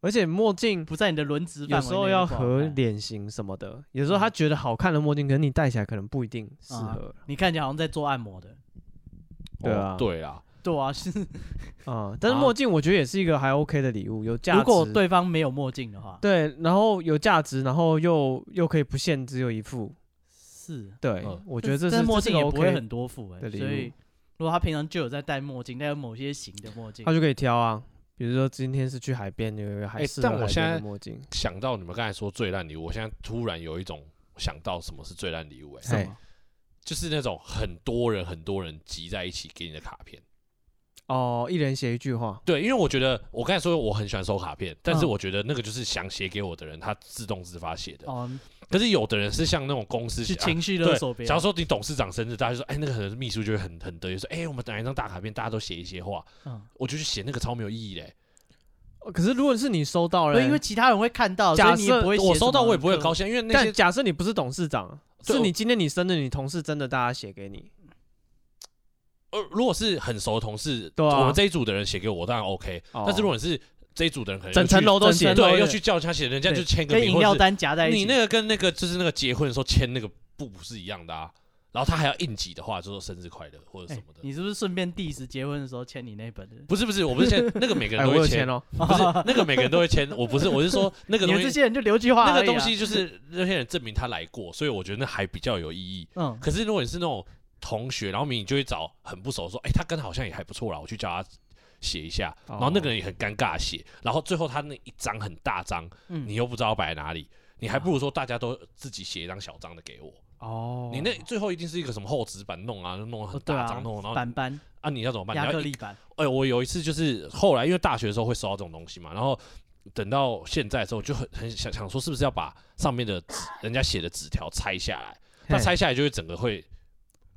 Speaker 1: 而且墨镜
Speaker 2: 不在你的轮值范围
Speaker 1: 有
Speaker 2: 内。
Speaker 1: 时候要
Speaker 2: 不好看嗯
Speaker 1: 合脸型什么的，有时候他觉得好看的墨镜，可是你戴起来可能不一定适
Speaker 2: 啊
Speaker 1: 合
Speaker 2: 你看起来好像在做按摩的。
Speaker 1: 对
Speaker 3: 像
Speaker 1: 啊
Speaker 3: 哦对啊，
Speaker 2: 对啊，是
Speaker 1: 啊。但是墨镜我觉得也是一个还 OK 的礼物，有价值。
Speaker 2: 如果对方没有墨镜的话，
Speaker 1: 对，然后有价值，然后又又可以不限只有一副，
Speaker 2: 是。
Speaker 1: 对
Speaker 3: 嗯，
Speaker 1: 我觉得这
Speaker 2: 但
Speaker 1: 是
Speaker 2: 墨镜
Speaker 1: 这是
Speaker 2: 也
Speaker 1: 个
Speaker 2: 不会
Speaker 1: OK，
Speaker 2: 很多副哎、
Speaker 1: 的礼物
Speaker 2: 所以如果他平常就有在戴墨镜，戴有某些型的墨镜
Speaker 1: 他，就可以挑啊。比如说今天是去海边，有一个海
Speaker 3: 哎
Speaker 1: 适合
Speaker 3: 但
Speaker 1: 海
Speaker 3: 我
Speaker 1: 边
Speaker 3: 现在
Speaker 1: 的墨镜，
Speaker 3: 想到你们刚才说最烂礼物，我现在突然有一种想到什么是最烂礼物、欸，
Speaker 2: 什
Speaker 1: 嘿
Speaker 2: 么？
Speaker 3: 就是那种很多人很多人集在一起给你的卡片。
Speaker 1: 哦，一人写一句话，
Speaker 3: 对，因为我觉得我刚才说我很喜欢收卡片，但是
Speaker 2: 嗯
Speaker 3: 我觉得那个就是想写给我的人他自动自发写的。
Speaker 2: 哦，
Speaker 3: 可是有的人是像那种公司
Speaker 2: 去
Speaker 3: 想
Speaker 2: 情绪
Speaker 3: 对
Speaker 2: 勒索，别
Speaker 3: 假
Speaker 2: 人
Speaker 3: 如。说你董事长生日，大家就说，哎、那个可能是秘书就会很很得意说，哎、我们拿一张大卡片，大家都写一些话，
Speaker 2: 嗯，
Speaker 3: 我就去写那个超没有意义嘞、欸
Speaker 1: 哦可是如果是你收到了
Speaker 2: 对，，因为其他人会看到，所
Speaker 1: 假
Speaker 2: 以你也不会写
Speaker 3: 我收到
Speaker 2: 什么
Speaker 3: 我也不会
Speaker 2: 刻
Speaker 3: 高兴，因为那
Speaker 1: 但
Speaker 3: 些
Speaker 1: 假设你不是董事长，啊
Speaker 3: 对
Speaker 1: 是
Speaker 3: 我
Speaker 1: 你今天你生日，你同事真的大家写给你，
Speaker 3: 呃，如果是很熟的同事，
Speaker 1: 对啊
Speaker 3: 我们这一组的人写给我，当然 OK。
Speaker 1: 哦
Speaker 3: 但是如果你是这一组的人，可能
Speaker 1: 整层楼都
Speaker 2: 整
Speaker 1: 写
Speaker 2: 层
Speaker 3: 对，
Speaker 2: 楼
Speaker 3: 对
Speaker 2: 的
Speaker 3: 要去叫他写，人家
Speaker 2: 对
Speaker 3: 就签个
Speaker 2: 跟
Speaker 3: 名，
Speaker 2: 饮
Speaker 3: 或
Speaker 2: 料
Speaker 3: 者
Speaker 2: 单夹在
Speaker 3: 是
Speaker 2: 一起。
Speaker 3: 你那个跟那个就是那个结婚的时候签那个布不是一样的啊。然后他还要应急的话，就说生日快乐或者
Speaker 2: 哎
Speaker 3: 什么的。
Speaker 2: 你是不是顺便 diss 结婚的时候签你那本的？
Speaker 3: 不是不是，我不是签那个每个
Speaker 1: 哎，
Speaker 3: 人都
Speaker 1: 我
Speaker 3: 会
Speaker 1: 有
Speaker 3: 签
Speaker 1: 钱，哦，
Speaker 3: 不是那个每个人都会签。我不是，我是说那个
Speaker 2: 你
Speaker 3: 东
Speaker 2: 们这
Speaker 3: 西，
Speaker 2: 些人就留句话、啊
Speaker 3: 那个东，西就是那些人证明他来过，所以我觉得那还比较有意义。
Speaker 2: 嗯，
Speaker 3: 可是如果你是那种同学，然后明明就会找很不熟说，哎、他跟好像也还不错啦，我去叫他写一下，
Speaker 1: 哦
Speaker 3: 然后那个人也很尴尬地写，然后最后他那一张很大张，
Speaker 2: 嗯
Speaker 3: 你又不知道摆在哪里，你还不如说大家都自己写一张小张的给我，
Speaker 1: 哦
Speaker 3: 你那最后一定是一个什么厚纸板弄啊，弄得很
Speaker 2: 哦对
Speaker 3: 大
Speaker 2: 啊
Speaker 3: 张弄，然后
Speaker 2: 板板
Speaker 3: 啊你要怎么办？你
Speaker 2: 亚克
Speaker 3: 要一
Speaker 2: 力板，
Speaker 3: 哎、我有一次就是后来因为大学的时候会收到这种东西嘛，然后。等到现在的时候，就很很想想说，是不是要把上面的纸人家写的纸条拆下来？那
Speaker 1: 嘿
Speaker 3: 拆下来就会整个会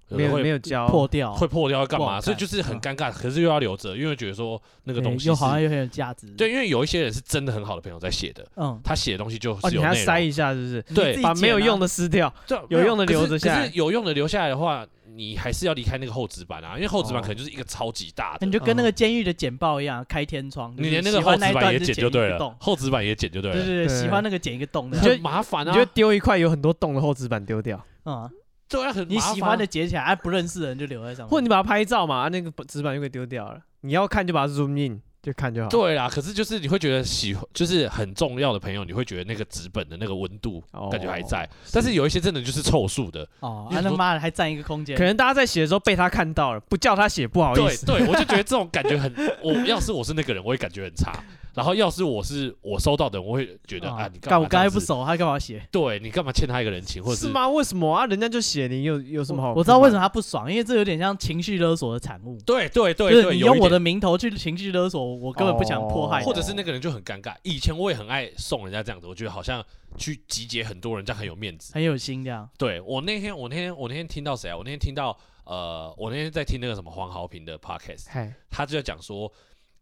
Speaker 1: 没有
Speaker 3: 会
Speaker 1: 没有啊嗯交
Speaker 2: 破掉，
Speaker 3: 会破掉要干
Speaker 2: 不好
Speaker 3: 嘛？
Speaker 2: 看
Speaker 3: 所以就是很尴尬，可是又要留着，因为觉得说那个
Speaker 2: 对
Speaker 3: 东
Speaker 2: 哎
Speaker 3: 西
Speaker 2: 又好像
Speaker 3: 是
Speaker 2: 又很有价值。，
Speaker 3: 对，因为有一些人是真的很好的朋友在写的，
Speaker 2: 嗯，
Speaker 3: 他写的东西就
Speaker 1: 哦，
Speaker 3: 是
Speaker 1: 你
Speaker 3: 有
Speaker 1: 还要
Speaker 3: 内
Speaker 1: 塞
Speaker 3: 容，
Speaker 1: 一下是不是？
Speaker 3: 对
Speaker 2: 自己
Speaker 3: 对
Speaker 2: 剪啊
Speaker 1: 把没有用的撕掉，
Speaker 3: 对，
Speaker 1: 有
Speaker 3: 没
Speaker 1: 用的留着下来
Speaker 3: 可是可是有用的留下来的话，你还是要离开那个厚纸板啊，因为厚纸板
Speaker 1: 哦
Speaker 3: 可能就是一个超级大的
Speaker 2: 你，就跟那个监狱的简报一样，开天窗，
Speaker 3: 嗯你连
Speaker 2: 就是
Speaker 3: 那个
Speaker 2: 喜
Speaker 3: 厚
Speaker 2: 欢
Speaker 3: 纸
Speaker 2: 那一
Speaker 3: 板
Speaker 2: 段
Speaker 3: 也
Speaker 2: 就
Speaker 3: 剪
Speaker 2: 剪
Speaker 3: 就
Speaker 2: 一
Speaker 3: 对
Speaker 2: 个
Speaker 3: 了
Speaker 2: 洞，，
Speaker 3: 厚纸板也剪就对
Speaker 2: 对
Speaker 3: 了，
Speaker 2: 对对，
Speaker 1: 对
Speaker 2: 喜欢那个剪一个洞的
Speaker 1: 你，就
Speaker 3: 很麻烦
Speaker 1: 你
Speaker 3: 啊，
Speaker 1: 就丢一块有很多洞的厚纸板丢掉，
Speaker 2: 嗯，
Speaker 3: 对啊，很
Speaker 2: 你
Speaker 3: 麻烦啊
Speaker 2: 喜欢的截起来，啊，不认识的人就留在上面，
Speaker 1: 或者你把它拍照嘛，啊那个纸板就可以丢掉了。你要看就把它 zoom in，就看就好。
Speaker 3: 对啦，可是就是你会觉得喜，就是很重要的朋友，你会觉得那个纸本的那个温度
Speaker 1: 哦
Speaker 3: 感觉还在，但是有一些真的就是凑数的。
Speaker 2: 哦，
Speaker 3: 你
Speaker 2: 啊他
Speaker 3: 说
Speaker 2: 妈的还占一个空间
Speaker 1: 可，能大家在写的时候被他看到了，不叫他写不好意
Speaker 3: 对
Speaker 1: 思。
Speaker 3: 对，我就觉得这种感觉很，我要是我是那个人，我也感觉很差。然后要是我是我收到的人，我会觉得
Speaker 2: 哦
Speaker 3: 啊，你干嘛
Speaker 2: 干我刚才
Speaker 3: 这样
Speaker 2: 不
Speaker 3: 子，
Speaker 2: 熟，他干嘛写？
Speaker 3: 对你干嘛欠他一个人情，或者
Speaker 1: 是
Speaker 3: 是
Speaker 1: 吗？为什么啊？人家就写你有有什么好？
Speaker 2: 我知道为什么。他不爽，因为这有点像情绪勒索的产物。
Speaker 3: 对对对
Speaker 2: 就是
Speaker 3: 对，
Speaker 2: 你
Speaker 3: 有
Speaker 2: 用
Speaker 3: 一
Speaker 2: 我
Speaker 3: 点哦
Speaker 2: 的名头去情绪勒索我，我根本不想迫害你。
Speaker 3: 或者是那个人就很尴尬。以前我也很爱送人家这样子，我觉得好像去集结很多人，这样很有面子。
Speaker 2: 很有心这样，
Speaker 3: 对我那天，我那天，我那天听到谁啊？我那天听到呃，我那天在听那个什么黄豪平的 podcast，
Speaker 1: 嗨，
Speaker 3: 他就在讲说，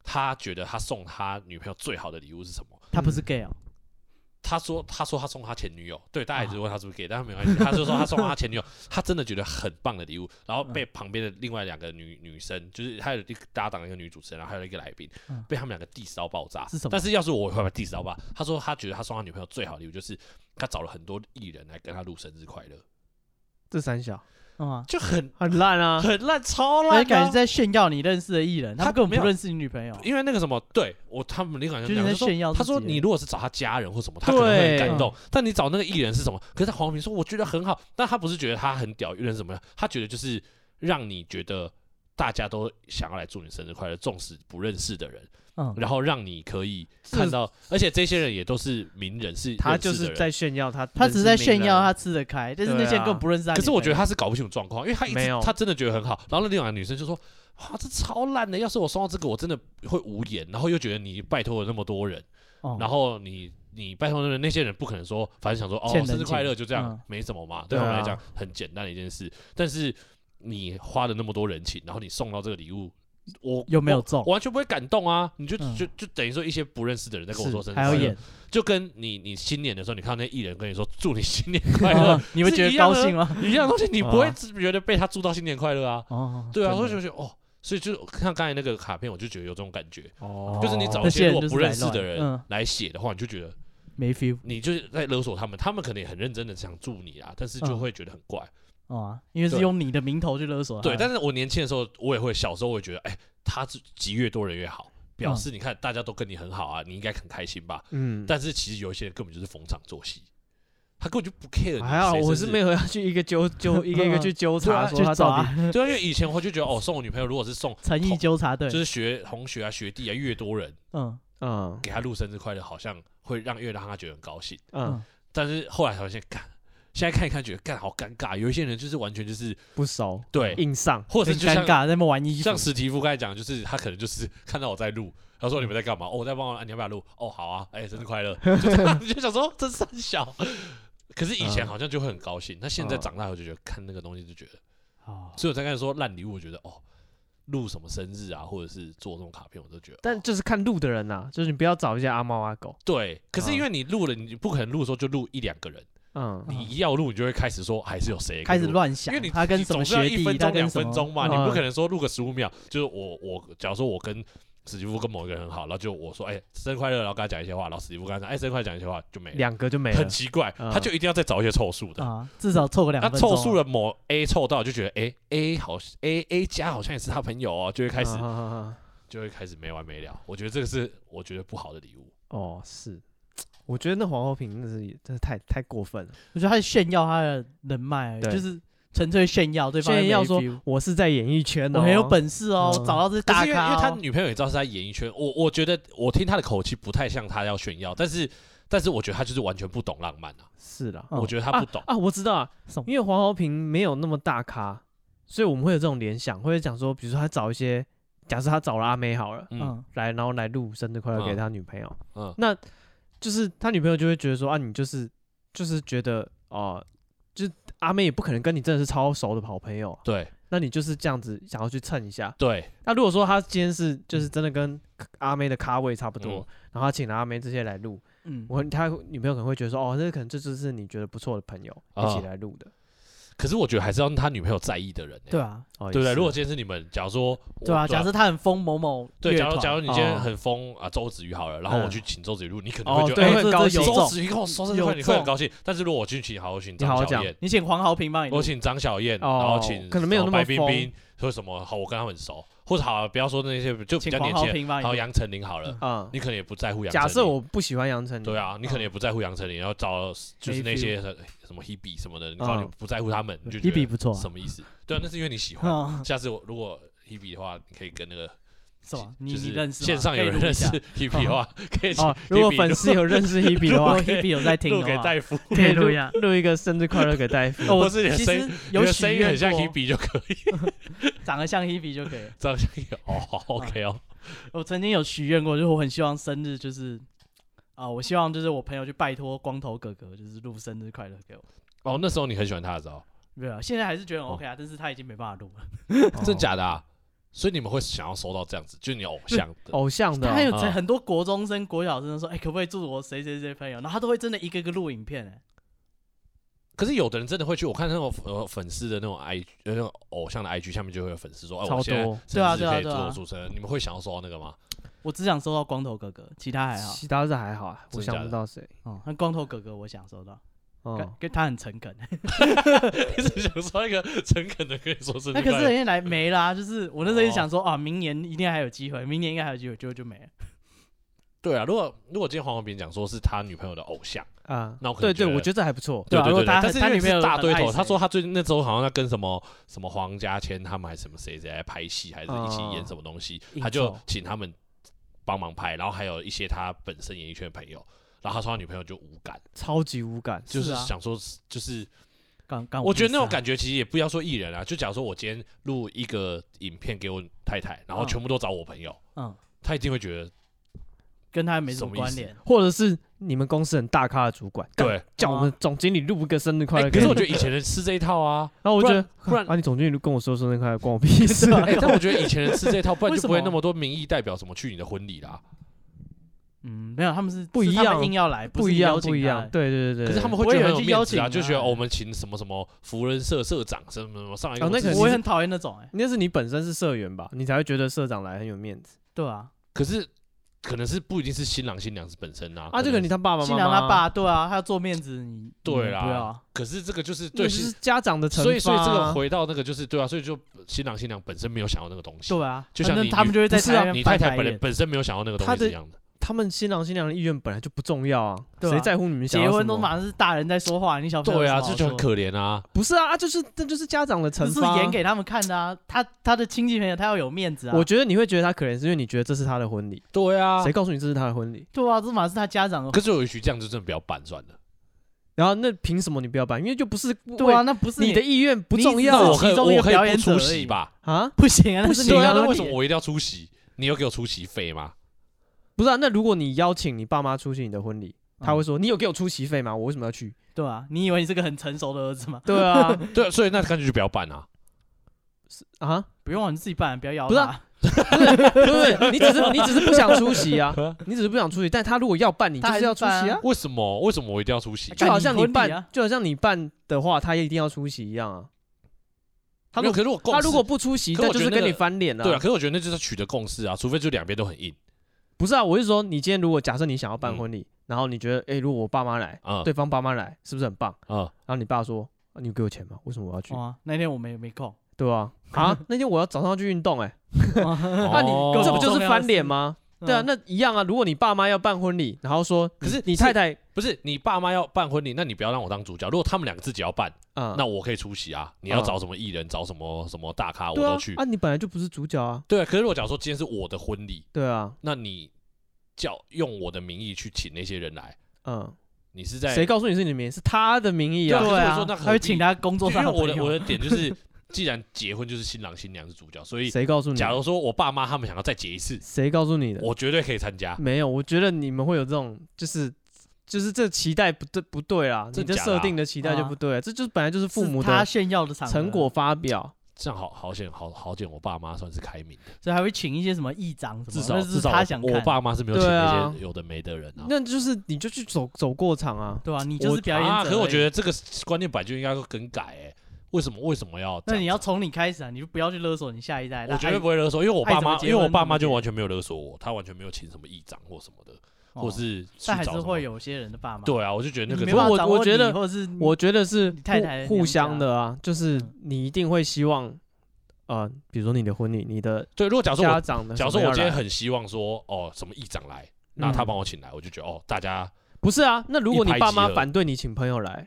Speaker 3: 他觉得他送他女朋友最好的礼物是什么？
Speaker 2: 他不是
Speaker 1: 嗯
Speaker 2: gay 哦，
Speaker 3: 他说，他说他送他前女友，对，大家
Speaker 2: 啊
Speaker 3: 也是问他是不是 gay，、但没 关系，他就说他送他前女友，他真的觉得很棒的礼物，然后被旁边的另外两个女女生，就是他有一个搭档一个女主持人，然后还有一个来宾，
Speaker 2: 嗯
Speaker 3: 被他们两个 diss 到爆炸。
Speaker 2: 是什么
Speaker 3: 但是要是我，我也会把 diss 到爆炸。他说他觉得他送他女朋友最好的礼物就是他找了很多艺人来跟他录生日快乐，
Speaker 1: 这三小
Speaker 2: 嗯啊，
Speaker 3: 就很
Speaker 1: 很烂 啊！
Speaker 3: 很烂，超烂、
Speaker 2: 而
Speaker 3: 啊，
Speaker 2: 且感觉是在炫耀你认识的艺人，他
Speaker 3: 他
Speaker 2: 们根
Speaker 3: 没
Speaker 2: 本
Speaker 3: 有
Speaker 2: 不认识你女朋友。
Speaker 3: 因为那个什么，对我他们另外
Speaker 2: 就是在炫耀自
Speaker 3: 他
Speaker 2: 己
Speaker 3: 说
Speaker 2: 的
Speaker 3: 你如果是找他家人或什么，他可能会很
Speaker 1: 对
Speaker 3: 感动。但你找那个艺人是什么？可是黄平说，我觉得很好，但他不是觉得他很屌，艺人是什么？他觉得就是让你觉得大家都想要来祝你生日快乐，纵使不认识的人，
Speaker 2: 嗯，
Speaker 3: 然后让你可以
Speaker 1: 这
Speaker 3: 看到，而且这些人也都是名人，是
Speaker 1: 他
Speaker 3: 认识
Speaker 1: 就
Speaker 3: 的
Speaker 1: 是
Speaker 3: 人
Speaker 1: 在炫耀他，
Speaker 2: 他只是在炫耀他
Speaker 1: 他
Speaker 2: 吃得开，但是
Speaker 1: 对
Speaker 2: 那些人
Speaker 1: 啊
Speaker 2: 根本不认识他。
Speaker 3: 可是我觉得，他是搞不清楚状况，因为他一
Speaker 1: 没
Speaker 3: 直
Speaker 1: 有
Speaker 3: 他真的觉得很好。然后那另外一个女生就说：“哇，这超烂的！要是我收到这个，我真的会无言。”然后又觉得你拜托了那么多人，
Speaker 2: 然
Speaker 3: 然后你你拜托那那些人不可能说，反正想说哦
Speaker 2: 欠人
Speaker 3: 生日
Speaker 2: 情
Speaker 3: 快乐就这样，
Speaker 2: 嗯
Speaker 3: 没什么嘛，
Speaker 1: 对
Speaker 3: 对
Speaker 1: 啊
Speaker 3: 我们来讲很简单的一件事。但是你花了那么多人情，然后你送到这个礼物，我
Speaker 2: 有没有
Speaker 3: 我
Speaker 2: 中
Speaker 3: 我完全不会感动啊！你就、
Speaker 2: 嗯
Speaker 3: 就就等于说一些不认识的人在跟我说生日
Speaker 2: 还
Speaker 3: 快
Speaker 2: 要
Speaker 3: 乐
Speaker 2: 演，，
Speaker 3: 就跟你你新年的时候，你看到那艺人跟你说祝你新年快 乐，
Speaker 2: 嗯你会觉
Speaker 3: 是
Speaker 2: 得
Speaker 3: 一样
Speaker 2: 高
Speaker 3: 的
Speaker 2: 兴吗？
Speaker 3: 一样东 西，你不会
Speaker 1: 啊
Speaker 3: 自觉得被他祝到新年快乐啊？
Speaker 2: 哦，
Speaker 3: 对啊，
Speaker 2: 真
Speaker 3: 所以
Speaker 2: 的
Speaker 3: 就觉得哦，所以就看刚才那个卡片，我就觉得有这种感觉，
Speaker 1: 哦
Speaker 3: 就是你找
Speaker 2: 那
Speaker 3: 一
Speaker 2: 些
Speaker 3: 些
Speaker 2: 人
Speaker 3: 如
Speaker 2: 就
Speaker 3: 果
Speaker 2: 是
Speaker 3: 不认识
Speaker 2: 来
Speaker 3: 的
Speaker 2: 乱嗯
Speaker 3: 人来写的话，你就觉得
Speaker 2: 没 feel
Speaker 3: 你就是在勒索他们，他们可能也很认真的想助你啊啦，但是就
Speaker 2: 嗯
Speaker 3: 会觉得很怪。
Speaker 2: 哦啊，因为是
Speaker 3: 对
Speaker 2: 用你的名头去勒
Speaker 1: 嗯
Speaker 2: 索他。
Speaker 3: 对，但是我年轻的时候，我也会小时候我也觉得，哎，他是集越多人越好，表
Speaker 2: 嗯
Speaker 3: 示你看大家都跟你很好啊，你应该很开心吧？
Speaker 1: 嗯，
Speaker 3: 但是其实有一些人根本就是逢场作戏，他根本就不 care 你。
Speaker 1: 还好我是没
Speaker 3: 有。
Speaker 1: 有要去一个纠 纠一个一个去纠
Speaker 2: 对啊
Speaker 1: 察说
Speaker 2: 去
Speaker 1: 他到底
Speaker 2: 抓
Speaker 3: 对啊，因为以前我就觉得，哦，送我女朋友如果是送
Speaker 2: 诚意
Speaker 3: 同
Speaker 2: 纠察队，
Speaker 3: 就是学同学啊、学弟啊，越多人
Speaker 2: 嗯，
Speaker 1: 嗯
Speaker 3: 给他录生日快乐，好像会让越让他觉得很高兴。
Speaker 1: 嗯
Speaker 3: 但是后来发现，干，现在看一看觉得干好尴尬。有一些人就是完全就是
Speaker 1: 不熟，
Speaker 3: 对，
Speaker 1: 硬上
Speaker 3: 或者
Speaker 2: 很
Speaker 3: 是就
Speaker 2: 尴
Speaker 3: 像
Speaker 2: 尬，在那边玩衣服
Speaker 3: 像，史蒂夫刚才讲，就是他可能就是 看到我在录，他说你们在干嘛？哦，我在帮我，啊你要不要录？哦，好啊，哎、生日快乐！ 就这样，就想说这三小。可是以前好像就会很高兴，那现在
Speaker 1: 嗯
Speaker 3: 长大后就觉得看那个东西就觉得，
Speaker 2: 哦
Speaker 3: 所以我才刚才说烂礼物，我觉得哦，录什么生日啊，或者是做那种卡片，我都觉得。
Speaker 1: 但就是看路的人呐，就是你不要找一些阿猫阿狗，
Speaker 3: 对，可是
Speaker 1: 嗯
Speaker 3: 因为你录了，你不可能录的时候就录一两个人，
Speaker 1: 嗯，
Speaker 3: 你一要录，你就会开始说还是有谁
Speaker 2: 开始
Speaker 3: 录，
Speaker 2: 乱想
Speaker 3: 因为你，
Speaker 2: 他跟
Speaker 3: 你
Speaker 2: 什么
Speaker 3: 总是要
Speaker 2: 学
Speaker 3: 一
Speaker 2: 弟，
Speaker 3: 分
Speaker 2: 他
Speaker 3: 钟
Speaker 2: 跟
Speaker 3: 两
Speaker 2: 什
Speaker 3: 分
Speaker 2: 么
Speaker 3: 钟嘛，
Speaker 1: 嗯
Speaker 3: 你不可能说录个十五秒，就是我我假如说我跟史蒂夫跟某一个人很好，然后就我说哎生日快乐，然后跟他讲一些话，然后史蒂夫跟他讲哎生日快乐讲一些话就没了，
Speaker 1: 两个就没了
Speaker 3: 很，奇怪，
Speaker 1: 嗯
Speaker 3: 他就一定要再找一些凑数的。
Speaker 2: 啊，至少凑个两
Speaker 3: 他
Speaker 2: 分钟。
Speaker 3: 凑数，了某 A 凑到，就觉得哎 A 好 A A 加好像也是他朋友哦，就会开始
Speaker 2: 嗯
Speaker 1: 啊啊啊啊
Speaker 3: 就会开始没完没了。我觉得这个是我觉得不好的礼物。
Speaker 1: 哦，是，我觉得那黄浩平真的是真的太太过分了，
Speaker 2: 我觉得他在炫耀他的人脉而已，
Speaker 1: 对
Speaker 2: 就是纯粹炫耀对方
Speaker 1: 炫耀
Speaker 2: 没
Speaker 1: 说
Speaker 3: 哦
Speaker 2: feel
Speaker 1: 我是在演艺圈的，
Speaker 2: 我很有，本事哦，
Speaker 1: 嗯
Speaker 2: 我找到这些
Speaker 3: 可
Speaker 2: 大
Speaker 3: 是因为因为
Speaker 2: 咖
Speaker 3: 他
Speaker 2: 哦。
Speaker 3: 女朋友也知道是在演艺圈，我我觉得我听他的口气不太像他要炫耀，但是但是我觉得他就是完全不懂浪漫啊，
Speaker 1: 是啦，
Speaker 2: 嗯
Speaker 3: 我觉得他不懂。
Speaker 1: 啊，我知道啊
Speaker 2: 什么，
Speaker 1: 因为黄豪平没有那么大咖，所以我们会有这种联想，会讲说，比如说他找一些，假设他找了阿妹好了，
Speaker 3: 嗯
Speaker 2: 嗯，
Speaker 1: 来，然后来录生日快乐
Speaker 3: 嗯
Speaker 1: 给他女朋友，
Speaker 3: 嗯，
Speaker 1: 那就是他女朋友就会觉得说啊，你就是就是觉得哦、就是阿妹也不可能跟你真的是超熟的好朋友啊，
Speaker 3: 对
Speaker 1: 那你就是这样子想要去蹭一下。
Speaker 3: 对，
Speaker 1: 那如果说他今天是就是真的跟阿妹的咖位差不多，
Speaker 3: 嗯
Speaker 1: 然后他请了阿妹这些来录，
Speaker 2: 嗯，
Speaker 1: 我他女朋友可能会觉得说哦，这可能这就是你觉得不错的朋友一起
Speaker 3: 啊
Speaker 1: 来录的，
Speaker 3: 可是我觉得还是要他女朋友在意的人、欸，
Speaker 2: 对啊，
Speaker 1: 哦，
Speaker 3: 对不
Speaker 1: 也
Speaker 3: 对？
Speaker 1: 是
Speaker 3: 如
Speaker 1: 啊
Speaker 3: 果今天是你们，假如说我
Speaker 2: 对啊，假设他很疯某某
Speaker 3: 对，
Speaker 2: 乐
Speaker 3: 假如假
Speaker 2: 团
Speaker 3: 如你今天
Speaker 1: 哦
Speaker 3: 很疯啊周子瑜好了，然后我
Speaker 1: 嗯
Speaker 3: 去请周子瑜录，你可能
Speaker 1: 哦
Speaker 3: 会觉得
Speaker 1: 对
Speaker 3: 哎
Speaker 1: 会
Speaker 2: 这
Speaker 1: 很高
Speaker 2: 这
Speaker 1: 兴
Speaker 2: 有
Speaker 3: 周
Speaker 2: 种，
Speaker 3: 子瑜跟我说生日快乐，你
Speaker 2: 有
Speaker 3: 会很
Speaker 2: 中
Speaker 3: 高兴。但是如果我去请好，我请
Speaker 1: 你好好
Speaker 3: 张小
Speaker 1: 讲
Speaker 3: 燕，
Speaker 2: 你请黄豪平帮你录
Speaker 3: 我请张小燕，
Speaker 1: 哦
Speaker 3: 然后请
Speaker 1: 可能没有
Speaker 3: 什么
Speaker 1: 那么
Speaker 3: 白冰
Speaker 1: 疯
Speaker 3: 冰，说什么好，我跟他们很熟，或者好了，啊不要说那些就比
Speaker 2: 请
Speaker 3: 较
Speaker 2: 黄
Speaker 3: 年
Speaker 2: 豪
Speaker 3: 轻人，
Speaker 2: 平吧。
Speaker 3: 好
Speaker 2: 你
Speaker 3: 杨丞琳好了，
Speaker 1: 啊、
Speaker 3: 哦你可能也不在乎杨丞琳。
Speaker 1: 假设我嗯不喜欢杨丞琳，
Speaker 3: 对啊，你可能也不在乎杨丞琳，然后找就是那些什么 Hebe 什么的，你搞你
Speaker 1: 嗯
Speaker 3: 不在乎他们，你就觉
Speaker 2: Hebe
Speaker 3: 得
Speaker 2: 不错啊
Speaker 3: 什么意思？对 啊，那是因为你喜欢。
Speaker 2: 嗯，
Speaker 3: 下次我如果 Hebe 的话，你可以跟那个
Speaker 2: 是吧？
Speaker 3: 就
Speaker 2: 你
Speaker 3: 是
Speaker 2: 你认识吗
Speaker 3: 线上有人认识？Hebe 的话，
Speaker 2: 嗯
Speaker 3: 可以
Speaker 1: 哦，如果
Speaker 3: Hebe
Speaker 1: 粉
Speaker 3: 录
Speaker 1: 丝有认识 Hebe 的
Speaker 2: 如
Speaker 1: 话
Speaker 2: 果，Hebe 有在听
Speaker 3: 录给
Speaker 2: 的话，
Speaker 3: 戴夫，
Speaker 1: 可以录
Speaker 2: 一下。
Speaker 1: 录一个生日快乐给戴夫。
Speaker 2: 哦，我
Speaker 3: 或是你的
Speaker 2: 其
Speaker 3: 声
Speaker 2: 实
Speaker 3: 你
Speaker 2: 有
Speaker 3: 的
Speaker 2: 许
Speaker 3: 声音
Speaker 2: 愿
Speaker 3: 很像
Speaker 2: 过
Speaker 3: Hebe 就可以，
Speaker 2: 长得像 Hebe 就可以了。
Speaker 3: 这样像一
Speaker 2: 嗯
Speaker 3: 个哦好，OK 哦，
Speaker 2: 我曾经有许愿过，就是我很希望生日就是啊、我希望就是我朋友去拜托光头哥哥，就是录生日快乐给我。
Speaker 3: 哦那时候你很喜欢他的时候，
Speaker 2: 没有啊，现在还是觉得
Speaker 3: 哦
Speaker 2: 很 OK 啊，但是他已经没办法录了。
Speaker 1: 哦
Speaker 3: 真假的啊？所以你们会想要收到这样子，就是你偶像的
Speaker 1: 偶像的
Speaker 2: 他
Speaker 1: 哦、
Speaker 2: 还有在
Speaker 3: 嗯
Speaker 2: 很多国中生、国小生都说，哎、可不可以祝我谁谁谁朋友？然后他都会真的一个个录影片、哎，
Speaker 3: 可是有的人真的会去，我看那种呃粉丝的那种 IG，呃那种偶像的 IG 下面就会有粉丝说，哦，
Speaker 1: 超
Speaker 3: 我现在
Speaker 1: 多
Speaker 3: 甚至
Speaker 2: 对啊
Speaker 3: 可以
Speaker 2: 对啊对
Speaker 3: 做
Speaker 2: 啊
Speaker 3: 主持人，你们会想要收到那个吗？
Speaker 2: 我只想收到光头哥哥，其他还好。
Speaker 1: 其他是还好啊，我
Speaker 3: 真的假
Speaker 1: 想不
Speaker 3: 的
Speaker 1: 到谁。
Speaker 2: 哦、但光头哥哥我想收到，跟
Speaker 1: 哦，
Speaker 2: 跟他很诚恳。
Speaker 3: 你是想说一个诚恳的跟你说 生
Speaker 2: 那
Speaker 3: 日
Speaker 2: 可
Speaker 3: 快
Speaker 2: 是人家
Speaker 3: 乐？
Speaker 2: 来没啦、就是我那时候就
Speaker 3: 哦
Speaker 2: 想说，啊，明年一定还有机会，明年应该还有机会，结果就没了。
Speaker 3: 对啊，如果如果今天黄宏斌讲说是他女朋友的偶像，
Speaker 1: 啊，
Speaker 3: 那我可
Speaker 1: 对
Speaker 3: 能
Speaker 1: 对，
Speaker 3: 觉得
Speaker 1: 我觉得这还不错。
Speaker 2: 对啊
Speaker 3: 对
Speaker 2: 如果
Speaker 3: 对，
Speaker 2: 他
Speaker 3: 但是
Speaker 2: 他
Speaker 3: 因为
Speaker 2: 女朋友
Speaker 3: 是大堆
Speaker 2: 很爱
Speaker 3: 头，
Speaker 2: 谁
Speaker 3: 他说他最近那时候好像在跟什么什么黄家千他们还是什么谁谁在拍戏，还是一起
Speaker 2: 哦
Speaker 3: 演什么东西，
Speaker 2: 应酬
Speaker 3: 他就请他们帮忙拍，然后还有一些他本身演艺圈的朋友，然后他说他女朋友就无感，
Speaker 1: 超级无感。
Speaker 3: 就是是
Speaker 2: 啊
Speaker 3: 想说是就是。
Speaker 2: 刚刚
Speaker 3: 我觉得那种
Speaker 2: 感。
Speaker 3: 感觉其实也不要说艺人啊，就假如说我今天录一个影片给我太太，然后全部都找我朋友，
Speaker 2: 嗯，
Speaker 3: 她一定会觉得
Speaker 2: 跟他没什
Speaker 3: 什
Speaker 2: 么
Speaker 3: 么意
Speaker 2: 关
Speaker 3: 思
Speaker 2: 联。
Speaker 1: 或者是你们公司很大咖的主管，干
Speaker 3: 对。
Speaker 1: 叫
Speaker 2: 哦
Speaker 1: 我们总经理录一个生日快
Speaker 3: 哎、
Speaker 1: 乐给
Speaker 3: 可
Speaker 1: 你。
Speaker 3: 是我觉得以前人吃这一套啊，
Speaker 1: 然后我觉得，
Speaker 3: 不然
Speaker 1: 啊，你总经理跟我说生日快乐，关 我屁事。
Speaker 3: 哎、但我觉得以前人吃这一套，不然
Speaker 2: 为
Speaker 3: 就
Speaker 2: 什
Speaker 3: 不会
Speaker 2: 么
Speaker 3: 那么多民意代表什么去你的婚礼啦。
Speaker 2: 嗯，没有，他们是
Speaker 1: 不
Speaker 2: 是
Speaker 1: 一
Speaker 2: 他们
Speaker 1: 样
Speaker 2: 硬要来，
Speaker 1: 不
Speaker 2: 是
Speaker 1: 一
Speaker 2: 你
Speaker 1: 样，
Speaker 2: 邀请
Speaker 1: 不一
Speaker 2: 他
Speaker 1: 样。
Speaker 2: 来。
Speaker 1: 对对对对。
Speaker 3: 可是他们
Speaker 1: 会
Speaker 3: 会觉得
Speaker 2: 我也有
Speaker 3: 很有
Speaker 2: 去
Speaker 3: 面
Speaker 2: 邀
Speaker 3: 子
Speaker 2: 请
Speaker 3: 啊，
Speaker 2: 啊
Speaker 3: 就觉得、哦我们请什么什么福人社社长什么什么上来
Speaker 1: 哦
Speaker 3: 跟我们
Speaker 1: 那
Speaker 3: 致
Speaker 1: 个
Speaker 3: 辞、
Speaker 1: 是
Speaker 2: 我也很讨厌那种、哎，
Speaker 1: 那是你本身是社员吧？你才会觉得社长来很有面子
Speaker 2: 对啊，
Speaker 3: 可是可能是不一定是新郎新娘是本身啊。
Speaker 1: 啊。这个
Speaker 3: 能
Speaker 1: 你他爸爸妈妈，
Speaker 2: 新娘他，爸，对啊，他要做面子，你
Speaker 3: 对
Speaker 2: 啦，
Speaker 3: 啦
Speaker 2: 不要啊，
Speaker 3: 可是这个就是
Speaker 1: 对，
Speaker 3: 对
Speaker 1: 就
Speaker 3: 新，
Speaker 1: 是家长的惩罚啊。
Speaker 3: 所以所以这个回到那个就是对啊，所以就新郎新娘本身没有想要那个东西。
Speaker 2: 对啊，
Speaker 3: 就
Speaker 2: 反
Speaker 3: 像
Speaker 2: 正
Speaker 3: 你
Speaker 2: 他们就会在
Speaker 1: 不是啊
Speaker 2: 台面
Speaker 3: 你
Speaker 2: 翻
Speaker 3: 太太
Speaker 2: 白
Speaker 3: 本人
Speaker 2: 眼
Speaker 3: 本身没有想要那个东
Speaker 1: 她
Speaker 3: 西
Speaker 1: 的
Speaker 3: 是一样的，
Speaker 1: 他们新郎新娘的意愿本来就不重要啊，
Speaker 2: 对啊
Speaker 1: 谁在乎你们想要
Speaker 2: 结婚
Speaker 1: 什么
Speaker 2: 都马上是大人在说话，你小朋友
Speaker 3: 对
Speaker 2: 有
Speaker 3: 啊，
Speaker 2: 什么
Speaker 3: 这
Speaker 2: 好
Speaker 3: 就很
Speaker 2: 说
Speaker 3: 可怜啊。
Speaker 1: 不是啊，啊就是这就是家长的
Speaker 2: 这
Speaker 1: 惩
Speaker 2: 是
Speaker 1: 罚啊。
Speaker 2: 演给他们看的啊，他他的亲戚朋友他要有面子啊，
Speaker 1: 我觉得你会觉得他可怜，是因为你觉得这是他的婚礼，
Speaker 3: 对啊
Speaker 1: 谁告诉你这是他的婚礼？
Speaker 2: 对啊，这马上是他家长的，
Speaker 3: 可是我也许这样就真的不要办算了。
Speaker 1: 然后那凭什么你不要办？因为就不是
Speaker 2: 对啊，
Speaker 1: 为，
Speaker 2: 那不是
Speaker 1: 你的意愿不重
Speaker 2: 那
Speaker 1: 要
Speaker 3: 我
Speaker 2: 你只是
Speaker 3: 可以
Speaker 2: 其中一个
Speaker 3: 我可
Speaker 2: 表
Speaker 3: 以
Speaker 2: 演
Speaker 3: 不出
Speaker 2: 者而已
Speaker 3: 席吧？
Speaker 1: 啊。
Speaker 2: 不行啊，那
Speaker 1: 不
Speaker 2: 是
Speaker 1: 行
Speaker 2: 你
Speaker 3: 对啊，
Speaker 2: 的
Speaker 3: 那
Speaker 2: 问
Speaker 3: 为什
Speaker 2: 题
Speaker 3: 么我一定要出席？你有给我出席费吗？
Speaker 1: 不是啊，那如果你邀请你爸妈出席你的婚礼，他会
Speaker 2: 嗯
Speaker 1: 说你有给我出席费吗？我为什么要去？
Speaker 2: 对啊，你以为你是个很成熟的 儿子吗？
Speaker 1: 对啊，
Speaker 3: 对啊，所以那干脆就不要办啊。
Speaker 1: 啊，
Speaker 2: 不用啊，你自己办，不要摇
Speaker 1: 不是啊
Speaker 2: 他
Speaker 1: 对不对？你只是你只是不想出席啊，你只是不想出席，但他如果要办，你就
Speaker 2: 他还
Speaker 1: 是
Speaker 2: 是
Speaker 1: 要出
Speaker 2: 办
Speaker 1: 席
Speaker 2: 啊
Speaker 1: 啊。
Speaker 3: 为什么？为什么我一定要出席？
Speaker 1: 就好像你
Speaker 2: 干你婚礼
Speaker 1: 办
Speaker 2: 啊，
Speaker 1: 就好像你办的话，他也一定要出席一样啊。他
Speaker 3: 没有，
Speaker 1: 如
Speaker 3: 可是如果
Speaker 1: 他
Speaker 3: 共
Speaker 1: 如
Speaker 3: 识
Speaker 1: 果不出席，
Speaker 3: 可
Speaker 1: 那
Speaker 3: 我
Speaker 1: 就
Speaker 3: 觉
Speaker 1: 是
Speaker 3: 得那
Speaker 1: 跟你
Speaker 3: 个
Speaker 1: 翻脸
Speaker 3: 对啊，
Speaker 1: 啊
Speaker 3: 可。是我觉得那就是取得共识啊，除非就两边都很硬
Speaker 1: 不是啊，我是说，你今天如果假设你想要办
Speaker 3: 嗯
Speaker 1: 婚礼，然后你觉得，哎，如果我爸妈来，
Speaker 3: 啊
Speaker 1: 对方爸妈来，是不是很棒？
Speaker 3: 啊。
Speaker 1: 然后你爸说，啊你有给我钱吗？为什么我要去
Speaker 2: 哦？啊，那天我没没空，
Speaker 1: 对吧？啊，那天我要早上要去运动，哎，
Speaker 3: 那
Speaker 1: 那你
Speaker 3: 哦
Speaker 1: 这不就是翻脸吗？对啊，
Speaker 2: 嗯
Speaker 1: 那一样啊。如果你爸妈要办婚礼，然后说，
Speaker 3: 可是
Speaker 1: 你你
Speaker 3: 是
Speaker 1: 太太
Speaker 3: 不是你爸妈要办婚礼，那你不要让我当主角。如果他们两个自己要办，
Speaker 1: 啊，
Speaker 3: 那我可以出席啊。你要
Speaker 1: 嗯
Speaker 3: 找什么艺人，找什么什么大咖，我
Speaker 1: 对啊
Speaker 3: 都去，
Speaker 1: 啊，。你本来就不是主角啊，
Speaker 3: 对啊，可是我讲说今天是我的婚礼，
Speaker 1: 对啊，
Speaker 3: 那你叫用我的名义去请那些人来，
Speaker 1: 嗯，
Speaker 3: 你是在
Speaker 1: 谁告诉你是你的名？是他的名义
Speaker 3: 对
Speaker 1: 啊
Speaker 3: 啊，可是
Speaker 2: 对
Speaker 3: 我说那
Speaker 2: 啊，
Speaker 3: 何
Speaker 2: 他会
Speaker 3: 必
Speaker 2: 请他工作
Speaker 3: 就因
Speaker 2: 上的
Speaker 3: 为我
Speaker 2: 朋
Speaker 3: 的我
Speaker 2: 友。
Speaker 3: 的点就是， 既然结婚就是新郎新娘是主角，所以
Speaker 1: 谁告诉你
Speaker 3: 假？如说我爸妈他们想要再结一次，
Speaker 1: 谁告诉你的？
Speaker 3: 我啊绝对可以参加。
Speaker 2: 嗯
Speaker 1: 没有，我觉得你们会有这种，就是就是这期待不对不对啦，
Speaker 3: 真
Speaker 1: 你这
Speaker 3: 假的
Speaker 1: 设
Speaker 3: 啊
Speaker 1: 定的期待就不对了，这就是本来就是父
Speaker 2: 是
Speaker 1: 母
Speaker 2: 他
Speaker 1: 的
Speaker 2: 炫耀的场合
Speaker 1: 成果，发表，
Speaker 3: 这样好好险，好好险，我爸妈算是开明的，
Speaker 2: 所以还会请一些什么议长什么，
Speaker 3: 至少
Speaker 2: 嗯那
Speaker 3: 至
Speaker 2: 是
Speaker 3: 少
Speaker 2: 他想
Speaker 3: 我
Speaker 2: 看
Speaker 3: 我。爸妈是没有
Speaker 1: 对
Speaker 3: 请
Speaker 1: 啊
Speaker 3: 那些有的没的人啊。
Speaker 1: 那就是你就去走走过场啊。
Speaker 2: 对啊，你
Speaker 3: 我
Speaker 2: 就是表演者而已。
Speaker 3: 啊，可是我觉得这个观念本来就应该更改哎、为什么为什么要？
Speaker 2: 那你要。从你开始啊，你就不要去勒索你下一代。
Speaker 3: 我
Speaker 2: 那
Speaker 3: 绝对
Speaker 2: 爱
Speaker 3: 不会勒索，因为我
Speaker 2: 爱
Speaker 3: 爸
Speaker 2: 怎么
Speaker 3: 妈，
Speaker 2: 结
Speaker 3: 因为我
Speaker 2: 婚
Speaker 3: 爸
Speaker 2: 怎么
Speaker 3: 妈就
Speaker 2: 结
Speaker 3: 完全没有勒索我，他完全没有请什么议长或什么的，
Speaker 2: 哦
Speaker 3: 或是去
Speaker 2: 但还是
Speaker 3: 找什么
Speaker 2: 会有些人的爸妈。
Speaker 3: 对啊，我就觉
Speaker 2: 你
Speaker 3: 得那
Speaker 2: 没
Speaker 3: 个
Speaker 1: 办
Speaker 2: 办
Speaker 1: 我
Speaker 2: 法掌握
Speaker 1: 我觉
Speaker 2: 你
Speaker 1: 得
Speaker 3: 嗯
Speaker 2: 或者是你
Speaker 1: 我觉得是
Speaker 2: 你太太
Speaker 1: 互互相的啊，就是
Speaker 2: 嗯
Speaker 1: 你一定会希望呃，比如说你的婚礼，你的
Speaker 3: 对，如果假设
Speaker 1: 家
Speaker 3: 我
Speaker 1: 长的什
Speaker 3: 假
Speaker 1: 么
Speaker 3: 设
Speaker 1: 要
Speaker 3: 我今天
Speaker 1: 来
Speaker 3: 很希望说，哦，什么议长来，那他
Speaker 1: 嗯
Speaker 3: 帮我请来，我就觉得哦，大家
Speaker 1: 不是啊，那如果
Speaker 3: 一
Speaker 1: 你
Speaker 3: 拍
Speaker 1: 爸
Speaker 3: 即
Speaker 1: 妈
Speaker 3: 合
Speaker 1: 反对你请朋友来，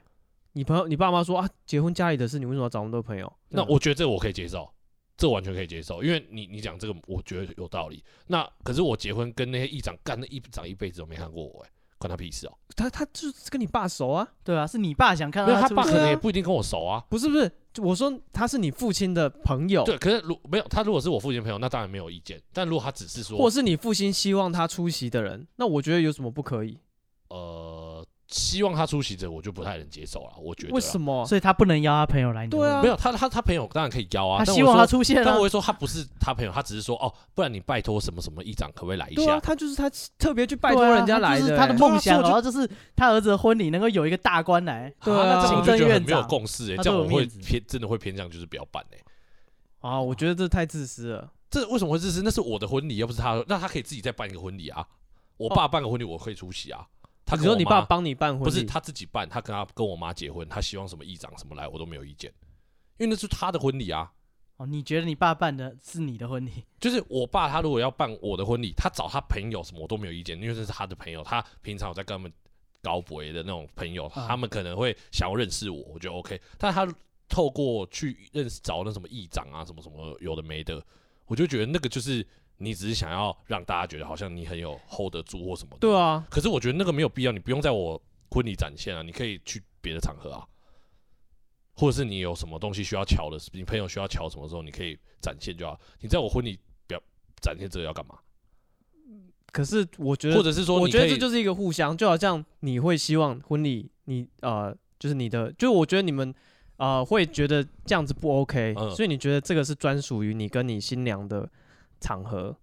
Speaker 1: 你朋友你爸妈说啊，结婚家里的事，你为什么要找那么多朋友？
Speaker 3: 那
Speaker 1: 对啊
Speaker 3: 我觉得这个我可以接受，这完全可以接受，因为你你讲这个，我觉得有道理。那可是我结婚跟那些议长干，那议长一辈子都没看过我、欸，关他屁事哦、
Speaker 1: 他他就是跟你爸熟啊，
Speaker 2: 对啊，是你爸想看
Speaker 3: 因
Speaker 2: 到
Speaker 3: 为他
Speaker 2: 出
Speaker 3: 爸
Speaker 2: 现
Speaker 3: 可能
Speaker 1: 对啊
Speaker 3: 也不一定跟我熟啊。
Speaker 1: 不是不是，就我说他是你父亲的朋
Speaker 2: 哦
Speaker 1: 友，
Speaker 3: 对，可是如没有他，如果是我父亲的朋友，那当然没有意见。但如果他只是说
Speaker 1: 或是你父亲希望他出席的人，那我觉得有什么不可以？
Speaker 3: 呃，希望他出席者，我就不太能接受了。我觉得啊
Speaker 1: 为什
Speaker 3: 么
Speaker 1: 么？
Speaker 2: 所以他不能邀他朋友来。你的
Speaker 1: 对啊
Speaker 2: 婚
Speaker 3: 没有他他他朋友当然可以邀啊，
Speaker 2: 他
Speaker 3: 但
Speaker 2: 希
Speaker 3: 我
Speaker 2: 望
Speaker 3: 说
Speaker 2: 他出现
Speaker 3: 但
Speaker 2: 啊
Speaker 3: 我。会说他不是他朋友，他只是说哦，不然你拜托什么什么议长可不可以来一
Speaker 1: 对
Speaker 3: 下
Speaker 1: 啊，？他就是他特别去拜
Speaker 2: 对
Speaker 1: 托
Speaker 2: 啊
Speaker 1: 人家
Speaker 2: 他
Speaker 1: 来
Speaker 2: 就是
Speaker 1: 的、
Speaker 2: 他的
Speaker 1: 欸
Speaker 2: 梦想，
Speaker 3: 对啊所以
Speaker 2: 然
Speaker 3: 我
Speaker 2: 后就是他儿子的婚礼能够有一个大官来，
Speaker 1: 对
Speaker 3: 啊，那这样我
Speaker 1: 啊
Speaker 3: 就觉得
Speaker 2: 行政
Speaker 3: 很没
Speaker 2: 院
Speaker 3: 有
Speaker 2: 长
Speaker 3: 共识哎、
Speaker 2: 他
Speaker 3: 这样
Speaker 2: 都
Speaker 3: 我
Speaker 2: 有
Speaker 3: 会
Speaker 2: 面子
Speaker 3: 偏真的会偏向就是不要办哎、
Speaker 1: 啊，我觉得这太自私了。
Speaker 3: 这为什么会自私？那是我的婚礼，又不是他的，那他可以自己再办一个婚礼啊。我爸办个婚礼，我可以出席啊。他
Speaker 1: 你
Speaker 3: 跟
Speaker 1: 说
Speaker 3: 我
Speaker 1: 你爸
Speaker 3: 妈
Speaker 1: 帮你办婚礼，
Speaker 3: 不是他自己办，他跟他跟我妈结婚，他希望什么议长什么来，我都没有意见，因为那是他的婚礼啊。
Speaker 2: 哦，你觉得你爸办的是你的婚礼？
Speaker 3: 就是我爸他如果要办我的婚礼，他找他朋友什么我都没有意见，因为这是他的朋友，他平常有在跟他们高博的那种朋友，
Speaker 2: 嗯
Speaker 3: 他们可能会想要认识我，我觉得 OK。但他透过去认识找那什么议长啊，什么什么有的没的，我就觉得那个就是你只是想要让大家觉得好像你很有 hold 得住或什么的。
Speaker 1: 对啊，
Speaker 3: 可是我觉得那个没有必要，你不用在我婚礼展现啊，你可以去别的场合啊，或者是你有什么东西需要瞧的，你朋友需要瞧什么时候，你可以展现就好。你在我婚礼表展现这个要干嘛？
Speaker 1: 可是我觉得
Speaker 3: 或者是说
Speaker 1: 我
Speaker 3: 你
Speaker 1: 觉
Speaker 3: 可
Speaker 1: 得
Speaker 3: 以，
Speaker 1: 这就是一个互相，就好像你会希望婚礼，你呃，就是你的，就是我觉得你们呃会觉得这样子不 OK，、
Speaker 3: 嗯
Speaker 1: 所以你觉得这个是专属于你跟你新娘的场合。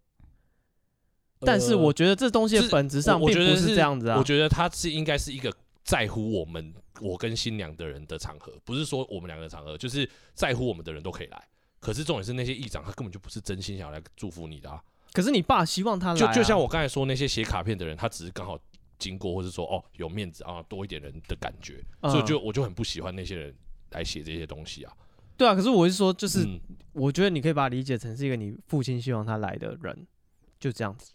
Speaker 3: 呃
Speaker 1: 但是我觉得这东西的
Speaker 3: 是
Speaker 1: 本质上
Speaker 3: 我
Speaker 1: 并
Speaker 3: 我觉
Speaker 1: 不
Speaker 3: 得
Speaker 1: 这样子啊
Speaker 3: 我。觉得他是应该是一个在乎我们我跟新娘的人的场合，不是说我们两个的场合，就是在乎我们的人都可以来。可是重点是那些议长，他根本就不是真心想要来祝福你的啊。
Speaker 1: 可是你爸希望他来、
Speaker 3: 就
Speaker 1: 啊，
Speaker 3: 就像我刚才说，那些写卡片的人，他只是刚好经过，或是说哦有面子啊，多一点人的感觉，
Speaker 1: 嗯，
Speaker 3: 所以就我就很不喜欢那些人来写这些东西啊。
Speaker 1: 对啊。可是我是说，就是、
Speaker 3: 嗯
Speaker 1: 我觉得你可以把它理解成是一个你父亲希望他来的人，就这样子。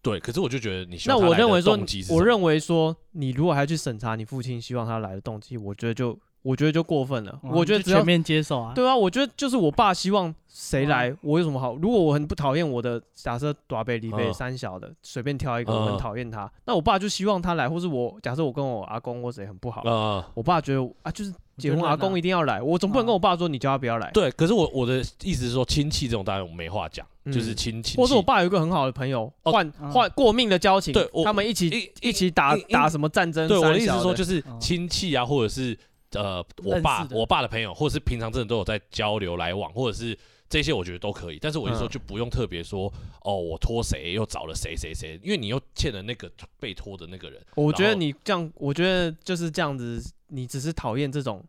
Speaker 3: 对，可是我就觉得你希
Speaker 1: 那
Speaker 3: 望他
Speaker 1: 我
Speaker 3: 来的
Speaker 1: 认为说
Speaker 3: 动机是，什么
Speaker 1: 我认为说，你如果还去审查你父亲希望他来的动机，我觉得就我觉得就过分了。
Speaker 2: 哦
Speaker 1: 我
Speaker 2: 你
Speaker 1: 觉得
Speaker 2: 就
Speaker 1: 只要
Speaker 2: 全面接受啊。
Speaker 1: 对啊，我觉得就是我爸希望谁
Speaker 3: 嗯
Speaker 1: 来，我有什么好？如果我很不讨厌我的，假设短北、离北、
Speaker 3: 嗯
Speaker 1: 三小的，随便挑一个，我
Speaker 3: 嗯
Speaker 1: 很讨厌他，那我爸就希望他来，或是我假设我跟我阿公或谁很不好，
Speaker 3: 呃
Speaker 1: 我爸觉得啊，就是结婚
Speaker 2: 我觉得烂啊
Speaker 1: 阿公一定要来，我总不能
Speaker 2: 嗯
Speaker 1: 跟我爸说你叫他不要来。
Speaker 3: 对，可是我我的意思是说，亲戚这种当然我没话讲，
Speaker 1: 嗯
Speaker 3: 就是亲亲
Speaker 1: 或是我
Speaker 3: 戚。
Speaker 1: 爸有一个很好的朋友，
Speaker 3: 哦
Speaker 1: 换
Speaker 2: 嗯
Speaker 1: 换过命的交情
Speaker 3: 对我，
Speaker 1: 他们一起
Speaker 3: 一
Speaker 1: 一起打
Speaker 3: 一一
Speaker 1: 打什么战争？
Speaker 3: 对我的
Speaker 1: 三
Speaker 3: 意思
Speaker 1: 小
Speaker 3: 是说，就是
Speaker 2: 嗯
Speaker 3: 亲戚啊，或者是呃我
Speaker 2: 认
Speaker 3: 爸
Speaker 2: 识的
Speaker 3: 我爸的朋友，或者是平常真的都有在交流来往，或者是这些我觉得都可以。但是我就
Speaker 1: 嗯
Speaker 3: 说就不用特别说、哦，我托谁又找了谁谁谁，因为你又欠了那个被托的那个人。
Speaker 1: 我觉得
Speaker 3: 然后
Speaker 1: 你这样，我觉得就是这样子，你只是讨厌这种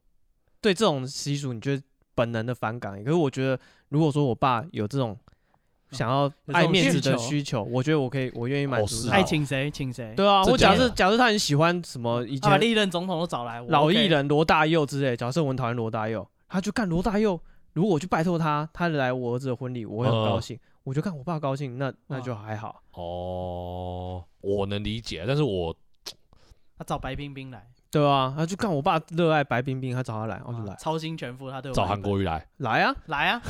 Speaker 1: 对这种习俗，你觉得本能的反感。可是我觉得，如果说我爸有这种想要
Speaker 2: 有这种
Speaker 1: 爱面子
Speaker 2: 需
Speaker 1: 的
Speaker 2: 求
Speaker 1: 需求，我觉得我可以，我愿意满
Speaker 3: 哦
Speaker 1: 足
Speaker 3: 是
Speaker 1: 他。
Speaker 2: 爱请谁请谁，
Speaker 1: 对啊，
Speaker 3: 这
Speaker 1: 我假设
Speaker 3: 假的
Speaker 1: 假设他很喜欢什么以
Speaker 2: 他把
Speaker 1: 前
Speaker 2: 历任总统都找来，我
Speaker 1: 老
Speaker 2: OK
Speaker 1: 艺。人罗大佑之类，假设我很讨厌罗大佑，他就干罗大佑。如果我去拜托他，他来我儿子的婚礼，我会很
Speaker 3: 嗯
Speaker 1: 高兴。我就看我爸高兴，那那
Speaker 2: 嗯
Speaker 1: 就还好。
Speaker 3: 哦，我能理解，但是我
Speaker 2: 他找白冰冰来，
Speaker 1: 对啊，他就看我爸热爱白冰冰，他找他来，我就
Speaker 2: 啊
Speaker 1: 来
Speaker 3: 哦
Speaker 2: 操心全付，他对我
Speaker 3: 找
Speaker 2: 来
Speaker 3: 韩
Speaker 2: 一
Speaker 3: 国瑜来，
Speaker 1: 来啊，
Speaker 2: 本来啊，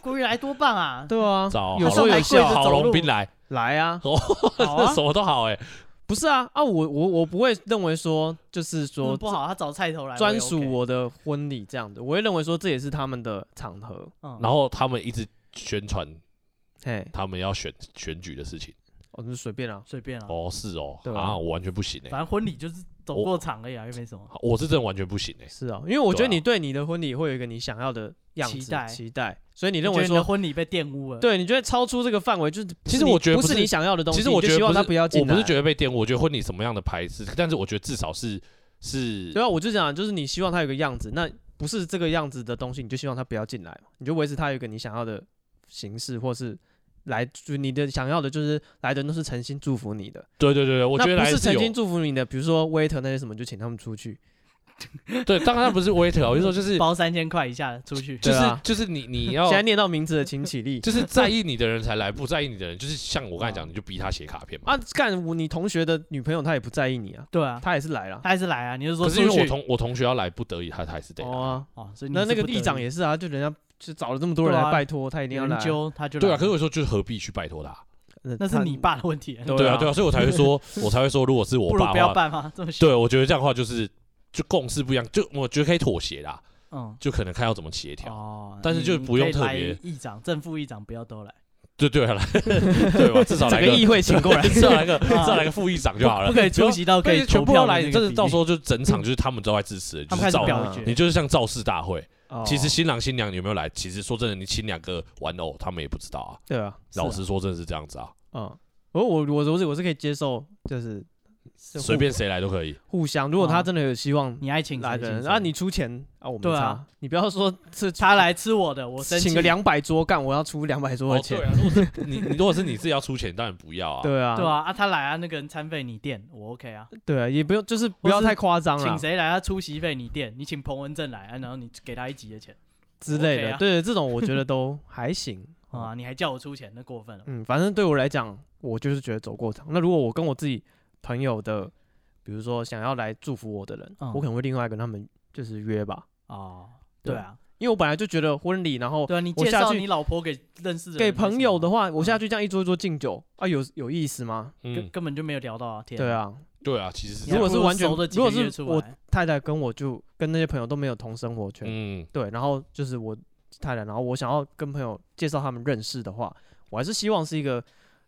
Speaker 2: 国语来多 棒啊！
Speaker 1: 对啊，
Speaker 3: 找
Speaker 1: 有
Speaker 3: 郝
Speaker 1: 时候有
Speaker 2: 上
Speaker 3: 龙
Speaker 2: 来跪
Speaker 1: 效
Speaker 2: 着，
Speaker 3: 郝
Speaker 2: 走
Speaker 3: 龙
Speaker 2: 路
Speaker 3: 斌来，，
Speaker 1: 来啊，
Speaker 2: 好啊
Speaker 3: 什么都好哎、
Speaker 1: 不是啊啊，我我我不会认为说就是
Speaker 2: 嗯
Speaker 1: 说
Speaker 2: 不好，他找菜头来，
Speaker 1: 专属
Speaker 2: 我也 OK。
Speaker 1: 我的婚礼这样的，我会认为说这也是他们的场合，
Speaker 2: 嗯
Speaker 3: 然后他们一直宣传
Speaker 1: 嘿，
Speaker 3: 他们要选选举的事情。
Speaker 1: 我就随便啊，
Speaker 2: 随便啊，
Speaker 3: 哦，是哦，
Speaker 1: 对啊
Speaker 3: 啊，我完全不行哎、
Speaker 2: 反正婚礼就是走过场而已啊，又没什么。
Speaker 3: 我是真的完全不行哎、
Speaker 1: 是啊，因为我觉得
Speaker 3: 对啊
Speaker 1: 你对你的婚礼会有一个你想要的样子
Speaker 2: 期待
Speaker 1: 期待，所以你
Speaker 2: 你
Speaker 1: 认
Speaker 2: 觉
Speaker 1: 为
Speaker 2: 得你的
Speaker 1: 说。
Speaker 2: 婚礼被玷污了？，
Speaker 1: 对，你觉得超出这个范围，就是
Speaker 3: 其实
Speaker 1: 你
Speaker 3: 我觉得
Speaker 1: 不
Speaker 3: 不
Speaker 1: 是
Speaker 3: 是
Speaker 1: 你想要的东西，
Speaker 3: 其实我
Speaker 1: 你
Speaker 3: 觉
Speaker 1: 就
Speaker 3: 得
Speaker 1: 希望
Speaker 3: 不
Speaker 1: 他
Speaker 3: 是
Speaker 1: 不要进
Speaker 3: 我
Speaker 1: 来。啊
Speaker 3: 不是觉得被玷污，我觉得婚礼什么样的牌子，但是我觉得至少是是
Speaker 1: 对啊，我就讲，就是你希望他有个样子，那不是这个样子的东西，你就希望他不要进来嘛，你就维持他有一个你想要的形式，或是来就你的想要的，就是来的人都是诚心祝福你的，
Speaker 3: 对对对对，我觉得
Speaker 1: 那
Speaker 3: 来
Speaker 1: 不是
Speaker 3: 是
Speaker 1: 诚
Speaker 3: 有
Speaker 1: 心祝福你的，比如说 waiter 那些什么，就请他们出去，
Speaker 3: 对，当然不是 waiter，我就 说就是
Speaker 2: 包三千块以下的出去，
Speaker 1: 对
Speaker 3: 就是
Speaker 1: 啊
Speaker 3: 就是你你要
Speaker 1: 现在念到名字的请起立
Speaker 3: 就是在意你的人才来，不在意你的人就是像我刚才讲，你就逼他写卡片嘛。
Speaker 1: 啊！干，我你同学的女朋友她也不在意你啊，
Speaker 2: 对啊，
Speaker 1: 她也是来了。
Speaker 2: 他还是来啊，你就说
Speaker 3: 可
Speaker 2: 出
Speaker 3: 是因为我
Speaker 2: 去
Speaker 3: 同我同学要来，不得已他还是得来。
Speaker 1: 哦啊，
Speaker 2: 哦，所以你
Speaker 1: 那
Speaker 2: 是
Speaker 1: 那个
Speaker 2: 不得
Speaker 1: 里长
Speaker 2: 已
Speaker 1: 也是啊，就人家就找了这么多人
Speaker 2: 对啊
Speaker 1: 来拜托，他一定要来
Speaker 2: 研。究他就
Speaker 3: 对啊，
Speaker 2: 来
Speaker 3: 可是我说就是何必去拜托他？
Speaker 1: 呃
Speaker 2: 那是
Speaker 1: 他
Speaker 2: 你爸的问题啊，
Speaker 3: 对
Speaker 1: 对
Speaker 3: 啊，
Speaker 1: 啊
Speaker 3: 对啊，所以我才 会说，我才会说，如果是 我
Speaker 2: 不如
Speaker 3: 爸
Speaker 2: 不
Speaker 3: 的
Speaker 2: 要
Speaker 3: 话，
Speaker 2: 办嘛，这么小
Speaker 3: 对啊我觉得这样的话就是就共识不一样，就我觉得可以妥协啦，
Speaker 2: 嗯
Speaker 3: 就可能看要怎么协调。
Speaker 2: 哦，
Speaker 3: 但是就
Speaker 2: 你
Speaker 3: 不用
Speaker 2: 可以
Speaker 3: 特
Speaker 2: 来
Speaker 3: 别
Speaker 2: 议长、正副议长不要都来，
Speaker 3: 对对啊，来 对吧？至少
Speaker 1: 整
Speaker 3: 来，
Speaker 1: 个议会请过来
Speaker 3: 啊至少来个至少来个副议长就好了，
Speaker 2: 啊不可以出
Speaker 3: 呃要
Speaker 2: 席到可以
Speaker 3: 对全
Speaker 2: 投
Speaker 3: 部
Speaker 2: 票
Speaker 3: 都
Speaker 2: 的
Speaker 3: 来，
Speaker 2: 那
Speaker 3: 你
Speaker 2: 个
Speaker 3: 真的
Speaker 2: 比
Speaker 3: 到
Speaker 2: 例
Speaker 3: 时候就整场就是他们都在支持，
Speaker 2: 他
Speaker 3: 就
Speaker 2: 们
Speaker 3: 是
Speaker 2: 开始
Speaker 3: 造
Speaker 1: 表
Speaker 2: 表
Speaker 1: 决
Speaker 2: 决
Speaker 3: 你，就是像造势大会。
Speaker 1: 哦
Speaker 3: 其实新郎新娘有没有来，其实说真的，你请两个玩偶，他们也不知道啊。
Speaker 1: 对啊，
Speaker 2: 是啊
Speaker 3: 老实说，真的是这样子啊，
Speaker 1: 嗯，我我我我是我是可以接受，就是是
Speaker 3: 随
Speaker 1: 互
Speaker 3: 便谁来都可以。
Speaker 1: 互相，如果他真的有希望
Speaker 2: 啊你爱请谁
Speaker 1: 来的
Speaker 2: 请
Speaker 1: 人，
Speaker 2: 谁
Speaker 1: 啊，你出钱啊，我没
Speaker 2: 对啊
Speaker 1: 差，你不要说这
Speaker 2: 他来吃我的，我生
Speaker 1: 请
Speaker 2: 气
Speaker 1: 个两百桌干，我要出两百桌
Speaker 3: 哦
Speaker 1: 的，钱
Speaker 3: 对，啊，如果是你，你如果是你自己要出钱，当然不要啊。
Speaker 1: 对啊，
Speaker 2: 对啊啊，他来啊，那个人餐费你垫，我 OK 啊，
Speaker 1: 对啊，也不用就是不
Speaker 2: 是
Speaker 1: 要太夸张
Speaker 3: 啊
Speaker 2: 请
Speaker 1: 了
Speaker 2: 谁来他出席费你垫，你请彭文正来啊，然后你给他一集的钱
Speaker 1: 之类
Speaker 2: OK
Speaker 1: 的
Speaker 2: 啊，
Speaker 1: 对，这种我觉得都还行
Speaker 3: 哦
Speaker 2: 啊，你还叫我出钱，那过分了。
Speaker 1: 嗯，反正对我来讲，我就是觉得走过场。那如果我跟我自己朋友的，比如说想要来祝福我的人，
Speaker 2: 嗯
Speaker 1: 我可能会另外跟他们就是约吧，
Speaker 2: 哦，
Speaker 1: 对
Speaker 2: 对啊，
Speaker 1: 因为我本来就觉得婚礼，然后
Speaker 2: 对啊，你
Speaker 1: 哦我
Speaker 2: 介
Speaker 1: 下
Speaker 2: 绍
Speaker 1: 去
Speaker 2: 你老婆给认识的
Speaker 1: 给
Speaker 2: 人
Speaker 1: 朋友的
Speaker 2: 为
Speaker 1: 话，我下去这样一桌一桌敬酒啊，有有意思吗？
Speaker 2: 什么，根
Speaker 3: 嗯，
Speaker 2: 根本就没有聊到啊，天，
Speaker 1: 对，啊，
Speaker 3: 对啊，其实是这
Speaker 2: 你还
Speaker 1: 如果
Speaker 3: 样。
Speaker 2: 不
Speaker 1: 是完全
Speaker 2: 熟的几
Speaker 1: 如果
Speaker 2: 个月
Speaker 1: 是
Speaker 2: 出
Speaker 1: 我
Speaker 2: 来
Speaker 1: 太太跟我就跟那些朋友都没有同生活圈，
Speaker 3: 嗯，
Speaker 1: 对，然后就是我太太，然后我想要跟朋友介绍他们认识的话，我还是希望是一个，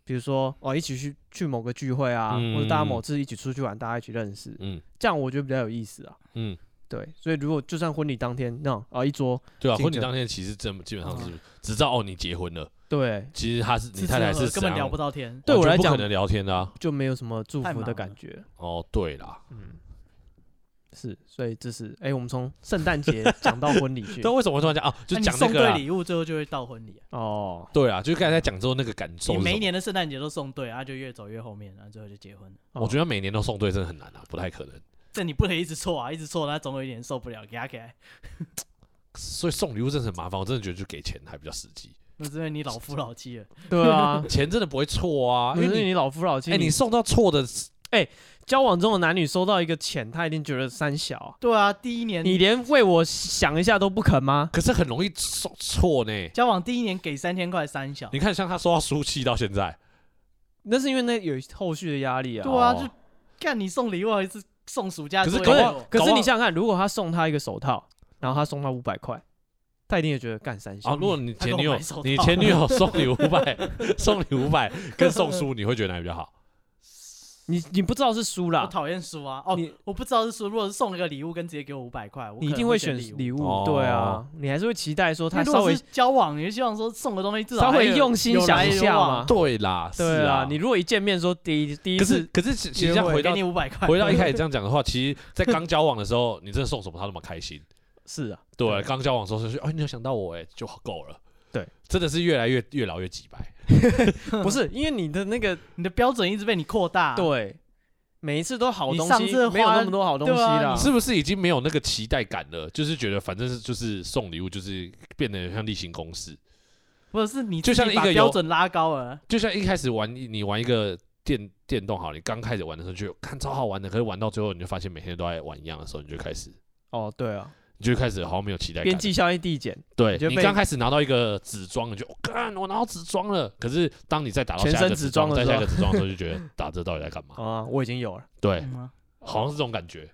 Speaker 1: 比如说哦，一起去去某个聚会啊，或者大家某
Speaker 3: 嗯
Speaker 1: 次一起出去玩，大家一起认识，
Speaker 3: 嗯
Speaker 1: 这样我觉得比较有意思啊。
Speaker 3: 嗯，
Speaker 1: 对，所以如果就算婚礼当天那种啊、一桌，
Speaker 3: 对啊，
Speaker 1: 竞
Speaker 3: 婚礼
Speaker 1: 争
Speaker 3: 当天其实真基本上
Speaker 2: 嗯
Speaker 3: 是只知道哦，你结婚了，
Speaker 1: 对，
Speaker 3: 其实他是你
Speaker 2: 吃吃
Speaker 3: 太太
Speaker 2: 喝
Speaker 3: 是
Speaker 2: 喝根本
Speaker 3: 怎
Speaker 2: 聊
Speaker 3: 样
Speaker 2: 不到天，
Speaker 1: 对我
Speaker 3: 完
Speaker 1: 来
Speaker 3: 全不
Speaker 1: 讲
Speaker 3: 可能聊天的啊。
Speaker 1: 就没有什么祝
Speaker 2: 太
Speaker 1: 福的
Speaker 2: 忙
Speaker 1: 感
Speaker 2: 了
Speaker 1: 觉。
Speaker 3: 哦，对啦，
Speaker 1: 嗯，是，所以这是哎、我们从圣诞节讲到婚礼 去
Speaker 3: 但为什么会突然讲啊？就
Speaker 2: 那你
Speaker 3: 讲那
Speaker 2: 送
Speaker 3: 个
Speaker 2: 对
Speaker 3: 啦
Speaker 2: 礼物，最后就会到婚礼啊。
Speaker 1: 哦，
Speaker 3: 对啊，就是刚才讲之后那个感受
Speaker 2: 你
Speaker 3: 是什么。
Speaker 2: 每一年的圣诞节都送对，啊，就越走越后面，然后最后就结婚了。
Speaker 3: 我觉得每年都送对真的很难啊，不太可能。
Speaker 2: 这你不能一直错啊，一直错，他总有一点受不了，给他给他。
Speaker 3: 所以送礼物真的很麻烦，我真的觉得就给钱还比较实际，，
Speaker 2: 那是因为你老夫老妻了，
Speaker 1: 对啊
Speaker 3: 钱真的不会错啊，
Speaker 1: 因
Speaker 3: 因
Speaker 1: 为
Speaker 3: 为你
Speaker 1: 你老夫老妻，
Speaker 3: 哎、你送到错的，
Speaker 1: 交往中的男女收到一个钱，他一定觉得三小啊、
Speaker 2: 对啊，第一年
Speaker 1: 你连为我想一下都不肯吗？
Speaker 3: 可是很容易送错呢。
Speaker 2: 交往第一年给三千块三小，
Speaker 3: 你看，像他收到书气到现在，
Speaker 1: 那是因为那有后续的压力啊。
Speaker 2: 对啊，
Speaker 3: 哦
Speaker 2: 就干你送礼物还是送暑假
Speaker 3: 可
Speaker 2: 作
Speaker 3: 是
Speaker 2: 业给
Speaker 1: 可
Speaker 3: 搞不
Speaker 2: 我？
Speaker 3: 好
Speaker 1: 可是
Speaker 3: 搞不好
Speaker 1: 你想想看，如果他送他一个手套，然后他送他五百块，他一定也觉得干三小。
Speaker 3: 啊，如果你
Speaker 2: 他
Speaker 3: 前
Speaker 2: 跟
Speaker 3: 女
Speaker 2: 我
Speaker 3: 友
Speaker 2: 买手，
Speaker 3: 你
Speaker 2: 套
Speaker 3: 前女友送你五百， 送你五百跟送书，你会觉得哪比较好？
Speaker 1: 你你不知道是输
Speaker 2: 我
Speaker 1: 啦，
Speaker 2: 讨厌书啊！哦
Speaker 1: 你，
Speaker 2: 我不知道是说，如果是送了个礼物跟直接给我五百块，我
Speaker 1: 你一
Speaker 2: 可
Speaker 1: 定
Speaker 2: 能会
Speaker 1: 选
Speaker 2: 物。
Speaker 1: 礼
Speaker 3: 哦
Speaker 1: 物，对啊，你还是会期待说
Speaker 2: 因
Speaker 1: 他
Speaker 2: 为如
Speaker 1: 稍
Speaker 2: 果
Speaker 1: 微
Speaker 2: 是交往，你就希望说送个东西至少
Speaker 1: 稍
Speaker 2: 还
Speaker 1: 微
Speaker 2: 有
Speaker 1: 用心
Speaker 2: 有
Speaker 1: 想
Speaker 2: 来
Speaker 1: 一
Speaker 2: 有
Speaker 1: 下
Speaker 2: 往
Speaker 1: 嘛。
Speaker 3: 对啦，是
Speaker 1: 对啊
Speaker 3: 啊，，
Speaker 1: 你如果一见面说第一第一
Speaker 3: 可是
Speaker 1: 次，
Speaker 3: 可是其其实这样
Speaker 2: 约会
Speaker 3: 回到
Speaker 2: 给你五百块，
Speaker 3: 回到一开始这样讲的话，其实，在刚交往的时候，你真的送什么他那么开心。
Speaker 1: 是啊，
Speaker 3: 对，刚交往的时候就是，哎，你有想到我，哎，就够了。
Speaker 1: 对，
Speaker 3: 真的是越来越越老越几百。
Speaker 1: 不是因为你的那个
Speaker 2: 你的标准一直被你扩大。
Speaker 1: 对，每一次都好
Speaker 2: 啊你
Speaker 1: 东
Speaker 2: 上
Speaker 1: 西，
Speaker 2: 次
Speaker 1: 没有
Speaker 2: 花
Speaker 1: 那么多好东
Speaker 2: 对
Speaker 1: 西
Speaker 2: 啊
Speaker 1: 啦
Speaker 2: 你。
Speaker 3: 是不是已经没有那个期待感了？就是觉得反正是就是送礼物，就是变得像例行公事。
Speaker 2: 不是你
Speaker 3: 就
Speaker 2: 自己
Speaker 3: 像一
Speaker 2: 把
Speaker 3: 个
Speaker 2: 标
Speaker 3: 游
Speaker 2: 准拉高了，
Speaker 3: 就像一开始玩你玩一个电电动好，你刚开始玩的时候就看超好玩的，可是玩到最后你就发现每天都在玩一样的时候，你就开始
Speaker 1: 哦，对啊，
Speaker 3: 你就开始好像没有
Speaker 2: 哦
Speaker 3: 期待感
Speaker 1: 边
Speaker 3: 了。
Speaker 1: 际效应递减，
Speaker 3: 对
Speaker 1: 你就
Speaker 3: 你
Speaker 1: 被
Speaker 3: 刚开始拿到一个纸装，你就哦干、我拿到纸装了。可是当你再打到
Speaker 1: 全
Speaker 3: 下一个
Speaker 1: 身
Speaker 3: 纸
Speaker 1: 纸装
Speaker 3: 装，
Speaker 1: 的时
Speaker 3: 再下一
Speaker 1: 候
Speaker 3: 个纸装的时候，就觉得 打这到底在干嘛？
Speaker 1: 啊，我已经有了。
Speaker 3: 对，
Speaker 2: 嗯啊
Speaker 3: 好像是这种感觉。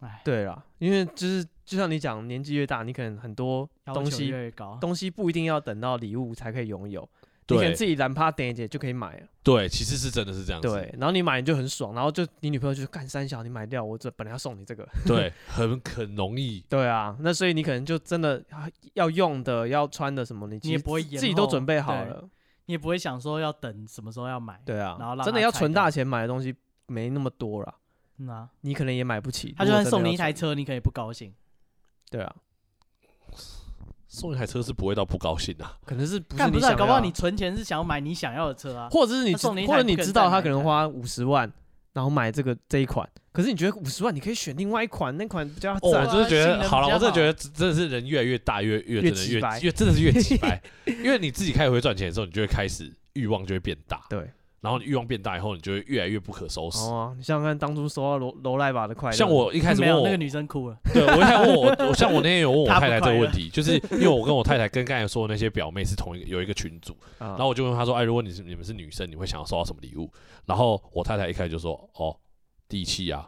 Speaker 2: 哎，
Speaker 1: 对啦，因为就是就像你讲，年纪越大，你可能很多
Speaker 2: 要
Speaker 1: 东
Speaker 2: 求越
Speaker 1: 西
Speaker 2: 来越高，
Speaker 1: 东西不一定要等到礼物才可以拥有，你可能
Speaker 3: 对
Speaker 1: 自己懒趴点一点就可以买了。
Speaker 3: 对，其实是真嗯的是这样子。
Speaker 1: 对，然后你买你就很爽，然后就你女朋友就说干三小，你买掉，我这本来要送你这个。
Speaker 3: 对，很 很容易。
Speaker 1: 对啊，那所以你可能就真的啊要用的、要穿的什么，你其
Speaker 2: 也
Speaker 1: 实
Speaker 2: 不会
Speaker 1: 自
Speaker 2: 延
Speaker 1: 自己都
Speaker 2: 后
Speaker 1: 准备好
Speaker 2: 对
Speaker 1: 了。
Speaker 2: 你也不会想说要等什么时候要买。
Speaker 1: 对
Speaker 2: 然
Speaker 1: 啊
Speaker 2: 后，让
Speaker 1: 真的
Speaker 2: 他
Speaker 1: 要
Speaker 2: 猜
Speaker 1: 存
Speaker 2: 到
Speaker 1: 大钱买的东西没那么多啦，
Speaker 2: 嗯啊，
Speaker 1: 你可能也买不起。
Speaker 2: 他
Speaker 1: 如
Speaker 2: 就
Speaker 1: 果真
Speaker 2: 算
Speaker 1: 的
Speaker 2: 送
Speaker 1: 要
Speaker 2: 你一台
Speaker 1: 存，
Speaker 2: 车，你可能也不高兴。
Speaker 1: 对啊，
Speaker 3: 送一台车是不会到不高兴的、啊。
Speaker 1: 可能是不是
Speaker 2: 干不
Speaker 1: 你
Speaker 2: 是啊，
Speaker 1: 想
Speaker 2: 搞不好
Speaker 1: 要
Speaker 2: 你存钱是想要买你想要的车啊。
Speaker 1: 或者是你
Speaker 2: 他
Speaker 1: 知
Speaker 2: 送你一
Speaker 1: 或
Speaker 2: 台
Speaker 1: 者
Speaker 2: 不
Speaker 1: 你
Speaker 2: 可能
Speaker 1: 知
Speaker 2: 再
Speaker 1: 道
Speaker 2: 买
Speaker 1: 他
Speaker 2: 一
Speaker 1: 可能
Speaker 2: 台
Speaker 1: 花五十万，然后买这个这一款，可是你觉得五十万你可以选另外一款，那款比较
Speaker 3: 哦，我
Speaker 1: 赞。啊
Speaker 3: 真的觉
Speaker 2: 性能
Speaker 3: 得
Speaker 2: 比
Speaker 3: 好了，
Speaker 2: 较
Speaker 3: 我真的觉
Speaker 2: 好
Speaker 3: 得真的是人越来越大，越越
Speaker 1: 越
Speaker 3: 真的
Speaker 1: 鸡
Speaker 3: 越
Speaker 1: 掰
Speaker 3: 越真的是越鸡 掰，因为你自己开始会赚钱的时候，你就会开始欲望就会变大，
Speaker 1: 对，
Speaker 3: 然后你欲望变大以后，你就会越来越不可收拾。
Speaker 1: 好啊，你想想看，当初收到楼楼赖吧的快乐，
Speaker 3: 像我一开始
Speaker 2: 哦没
Speaker 3: 问
Speaker 2: 有
Speaker 3: 我
Speaker 2: 那个，女 生哭了，
Speaker 3: 对我一开始问我，我像我那天有问我
Speaker 2: 她不
Speaker 3: 太太这
Speaker 2: 快
Speaker 3: 个
Speaker 2: 乐
Speaker 3: 问题，就是因为我跟我太太跟刚才说的那些表妹是同一个有一个群组，
Speaker 1: 啊，
Speaker 3: 然后我就问她说，哎，如果你是你们是女生，你会想要收到什么礼物？然后我太太一开始就说，哦，地 契啊，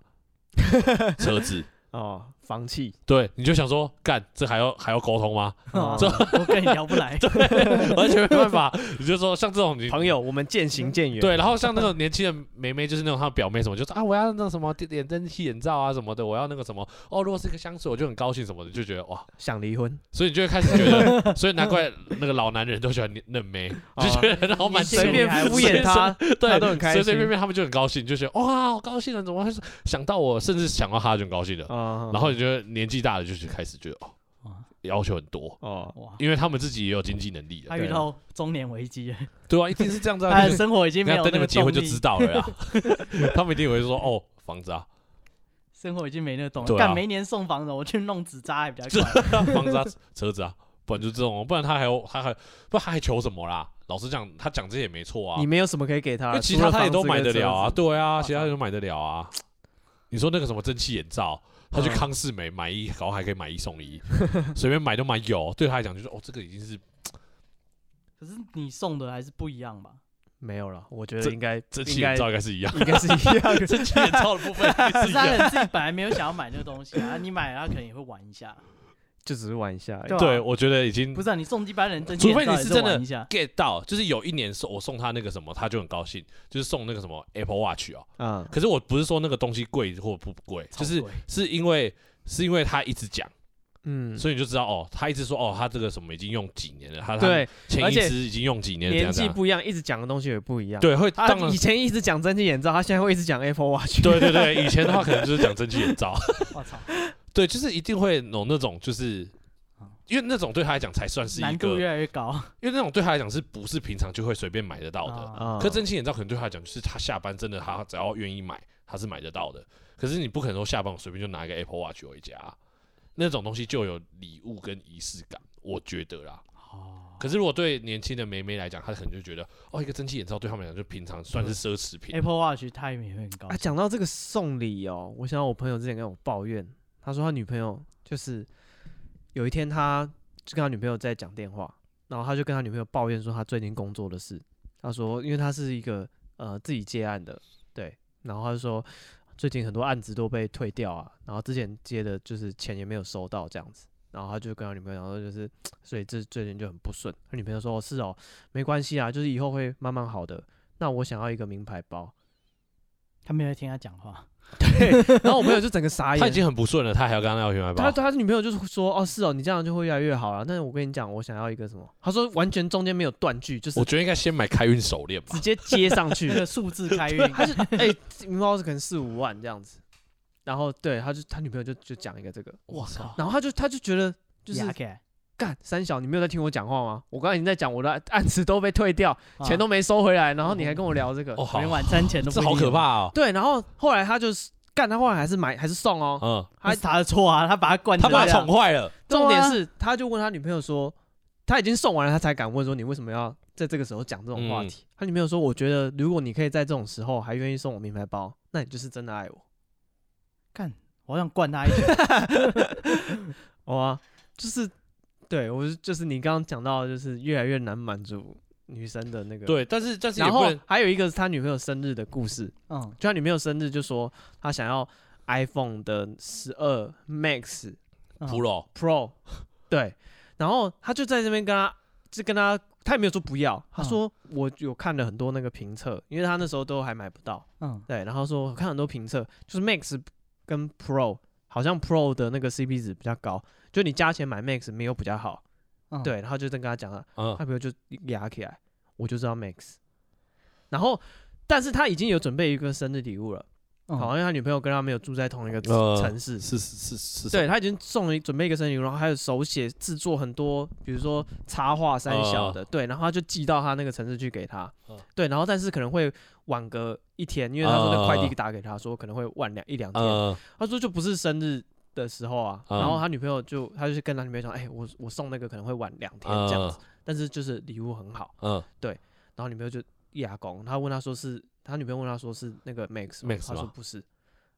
Speaker 3: 车子，
Speaker 1: 哦，房契，
Speaker 3: 对，你就想说，干这还要还要沟 通吗？
Speaker 1: 哦
Speaker 3: 这
Speaker 2: 我跟你聊不来，
Speaker 3: 完全没办法。你就说像这种你
Speaker 1: 朋友，我们渐行渐远。
Speaker 3: 对，然后像那种年轻的妹妹，就是那种她的表妹什么，就说啊，我要那个什么点点灯器眼罩啊什么的，我要那个什么哦，如果是一个香水，我就很高兴什么的，就觉得哇，
Speaker 1: 想离婚，
Speaker 3: 所以你就会开始觉 得，所以难怪那个老男人都喜欢嫩妹，就觉得然后蛮
Speaker 2: 年轻
Speaker 1: 哦随
Speaker 2: 人
Speaker 3: 随
Speaker 1: 便
Speaker 3: 便
Speaker 1: 敷衍 他，
Speaker 3: 对
Speaker 1: 都很开
Speaker 3: 随随
Speaker 1: 心
Speaker 3: 便便他们就很高兴，就觉得哇，好高兴啊，怎么会是想到我，甚至想到他就很高兴了。
Speaker 1: 啊，
Speaker 3: 然后你觉得年纪大了，就是开始觉得哦，
Speaker 2: 哇
Speaker 3: 要求很多，
Speaker 1: 哦，
Speaker 2: 哇，
Speaker 3: 因为他们自己也有经济能力了啊
Speaker 2: 他，遇到中年危机了，
Speaker 3: 哎对啊，一定是这 样子啊，
Speaker 2: 他
Speaker 3: 就
Speaker 2: 的
Speaker 3: 是
Speaker 2: 生活已哎经没
Speaker 3: 那
Speaker 2: 有
Speaker 3: 等你
Speaker 2: 那个
Speaker 3: 们结婚
Speaker 2: 动
Speaker 3: 就知
Speaker 2: 力，
Speaker 3: 道了呀。 他们一定会说哦，房子 啊，
Speaker 2: 生活已经没那个动力。
Speaker 3: 对啊
Speaker 2: 干每年送房子，我去弄纸扎还比较快。
Speaker 3: 房子啊，车子啊，不然就这种，不然他还有他还不然他还求什么啦？老实讲，他讲这些也没错啊
Speaker 1: 你，没有什么可以给
Speaker 3: 因
Speaker 1: 他
Speaker 3: 为
Speaker 1: 的，
Speaker 3: 其
Speaker 1: 除
Speaker 3: 他
Speaker 1: 了
Speaker 3: 他也都
Speaker 1: 房子
Speaker 3: 买
Speaker 1: 跟
Speaker 3: 得了啊，
Speaker 1: 车子
Speaker 3: 对啊，其他也都买得了啊。你说那个什么蒸汽眼罩，他去
Speaker 1: 嗯
Speaker 3: 康士美买一，然后还可以买一送一， 随便买都买有，对他来讲就是哦，这个已经是
Speaker 2: 可是你送的还是不一样 吧？
Speaker 1: 没有了，我觉得
Speaker 3: 这
Speaker 1: 应该
Speaker 3: 蒸汽
Speaker 1: 应
Speaker 3: 眼
Speaker 1: 该
Speaker 3: 罩应该是一样，
Speaker 1: 应该是一样的。
Speaker 3: 蒸汽眼罩的部分应该
Speaker 2: 可
Speaker 3: 是
Speaker 2: 是
Speaker 3: 一
Speaker 2: 他
Speaker 3: 样
Speaker 2: 可。
Speaker 1: 啊
Speaker 2: 能自己本来没有想要买那个东西啊， 你买了他可能也会玩一下。
Speaker 3: 嗯
Speaker 1: 就只是玩一下而已，
Speaker 2: 对啊
Speaker 3: 对，我觉得已经
Speaker 2: 不是啊，你送一般人真
Speaker 3: 除
Speaker 2: 心
Speaker 3: 非
Speaker 2: 眼
Speaker 3: 你
Speaker 2: 罩
Speaker 3: 是
Speaker 2: 也
Speaker 3: 真的
Speaker 2: 玩一下，
Speaker 3: get 到，就是有一年送我送他那个什么，他就很高兴，就是送那个什么 Apple Watch 哦。
Speaker 1: 嗯，
Speaker 3: 可是我不是说那个东西贵或不贵，
Speaker 2: 超
Speaker 3: 就是
Speaker 2: 贵
Speaker 3: 是因为是因为他一直讲，
Speaker 1: 嗯，
Speaker 3: 所以你就知道哦，他一直说哦，他这个什么已经用几年了，他他
Speaker 1: 对，
Speaker 3: 前
Speaker 1: 而
Speaker 3: 一
Speaker 1: 且
Speaker 3: 支已经用几年了，这
Speaker 1: 年
Speaker 3: 样这
Speaker 1: 纪
Speaker 3: 样。
Speaker 1: 不一样，一直讲的东西也不一样。，
Speaker 3: 对，会
Speaker 1: 他
Speaker 3: 当然
Speaker 1: 以。前一直讲蒸汽眼罩，他现在会一直讲 Apple Watch。
Speaker 3: 对对对，以前的话可能就是讲蒸汽眼罩，
Speaker 2: 我操，
Speaker 3: 对，就是一定会有那种，就是
Speaker 2: 啊
Speaker 3: 因为那种对他来讲才算是一
Speaker 2: 难
Speaker 3: 个，
Speaker 2: 度
Speaker 3: 因
Speaker 2: 越来越高。
Speaker 3: 为那种对他来讲是不是平常就会随便买得到的，
Speaker 2: 啊
Speaker 1: 啊，
Speaker 3: 可蒸汽眼罩可能对他来讲，就是他下班真的他只要愿意买，他是买得到的。可是你不可能说下班我随便就拿一个 Apple Watch 回家啊、那种东西就有礼物跟仪式感，我觉得啦。
Speaker 2: 哦
Speaker 3: 可是如果对年轻的妹妹来讲，她可能就觉得哦，一个蒸汽眼罩对他们来讲就平常算
Speaker 2: 嗯
Speaker 3: 是奢侈品。
Speaker 2: Apple Watch 它也没很高
Speaker 1: 啊，，讲到这个送礼哦，我想到我朋友之前跟我抱怨，他说他女朋友就是有一天他就跟他女朋友在讲电话，然后他就跟他女朋友抱怨说他最近工作的事。他说，因为他是一个呃自己接案的，对，然后他就说最近很多案子都被退掉啊，然后之前接的就是钱也没有收到这样子。然后他就跟他女朋友讲说，就是所以这最近就很不顺。他女朋友说：“哦，是哦，没关系啊，就是以后会慢慢好的。”那我想要一个名牌包，
Speaker 2: 他没有在听他讲话，
Speaker 1: 然后我朋友就整个傻眼，
Speaker 3: 她已经很不顺了，她还要跟她要平买
Speaker 1: 他
Speaker 3: 包。
Speaker 1: 他女朋友就是说，哦，是哦，你这样就会越来越好了。但是我跟你讲，我想要一个什么？他说完全中间没有断句，就是
Speaker 3: 我觉得应该先买开运手链吧
Speaker 1: 直。接接上
Speaker 3: 嗯
Speaker 2: 那
Speaker 1: 去，
Speaker 2: 个数字开运，
Speaker 1: 他
Speaker 3: 啊
Speaker 1: 是哎，名包是可能四五万这样子。然后对，他就他女朋友就就讲一个这个，
Speaker 2: 我
Speaker 3: 啊
Speaker 2: 靠，
Speaker 1: 然后他就他就觉得就是
Speaker 2: 压起来
Speaker 1: 干三小，你没有在听我讲话吗？我刚才已经在讲我的案案子都被退掉，
Speaker 2: 啊
Speaker 1: 钱都没收回来，然后你还跟我聊这个
Speaker 3: 哦，，好
Speaker 2: 连，晚餐钱都不
Speaker 3: 这好
Speaker 2: 一定
Speaker 3: 可。怕哦。
Speaker 1: 对，然后后来他就是干，他后来还是买还是送哦，
Speaker 3: 嗯，
Speaker 2: 他是他的错啊，他把他灌
Speaker 3: 他
Speaker 2: 成
Speaker 3: 把
Speaker 2: 这
Speaker 3: 她
Speaker 2: 样
Speaker 3: 宠坏了。
Speaker 1: 重
Speaker 2: 对
Speaker 1: 点
Speaker 2: 啊
Speaker 1: 是，他就问他女朋友说，他已经送完了，他才敢问说你为什么要在这个时候讲这种话
Speaker 3: 嗯
Speaker 1: 题？他女朋友说，我觉得如果你可以在这种时候还愿意送我名牌包，那你就是真的爱我。
Speaker 2: 干，我好想灌他一拳。
Speaker 1: 哦啊，就是对我是就是你刚刚讲到，就是越来越难满足女生的那个。。
Speaker 3: 对，但是但是也
Speaker 1: 然
Speaker 3: 不
Speaker 1: 后
Speaker 3: 能
Speaker 1: 还有一个是他女朋友生日的故事，
Speaker 2: 嗯，
Speaker 1: 就他女朋友生日就说他想要 iPhone 的十二 Max，
Speaker 2: 嗯
Speaker 3: Pro，
Speaker 1: Pro，对， 然后他就在这边跟他，就跟他，他也没有说不要，他
Speaker 2: 嗯
Speaker 1: 说我有看了很多那个评测，因为他那时候都还买不到，
Speaker 2: 嗯，
Speaker 1: 对，然后说我看很多评测，就是 Max 跟 Pro 好像 Pro 的那个 CP 值比较高，就你加钱买 Max 没有比较好，
Speaker 2: 嗯，
Speaker 1: 对，然后就在跟他讲了，
Speaker 3: 嗯
Speaker 1: 他，朋友就压起来，我就知道 Max，然后但是他已经有准备一个生日礼物了，
Speaker 2: 嗯
Speaker 1: 好，因为他女朋友跟他没有住在同一个
Speaker 3: 呃
Speaker 1: 城市，
Speaker 3: 是是是是，
Speaker 1: 对他已经送了一准备一个生日礼物，然后还有手写制作很多，比如说插画三小的，对，然后他就寄到他那个城市去给他，
Speaker 3: 嗯
Speaker 1: 对，然后但是可能会晚个一天，因为他说那快
Speaker 3: 嗯嗯
Speaker 1: 递
Speaker 3: 嗯
Speaker 1: 打给他说可能会晚两一两天，
Speaker 3: 呃，
Speaker 1: 他说就不是生日的时候啊，
Speaker 3: 嗯
Speaker 1: 然后他女朋友就他就是跟他女朋友讲，哎、我我送那个可能会晚两天这样子，但是就是礼物很好，
Speaker 3: 嗯，
Speaker 1: 然后女朋友就一牙拱，他问他说是他女朋友问他说是那个 Max，吗
Speaker 3: Max
Speaker 1: 他说
Speaker 3: 吗
Speaker 1: 不是，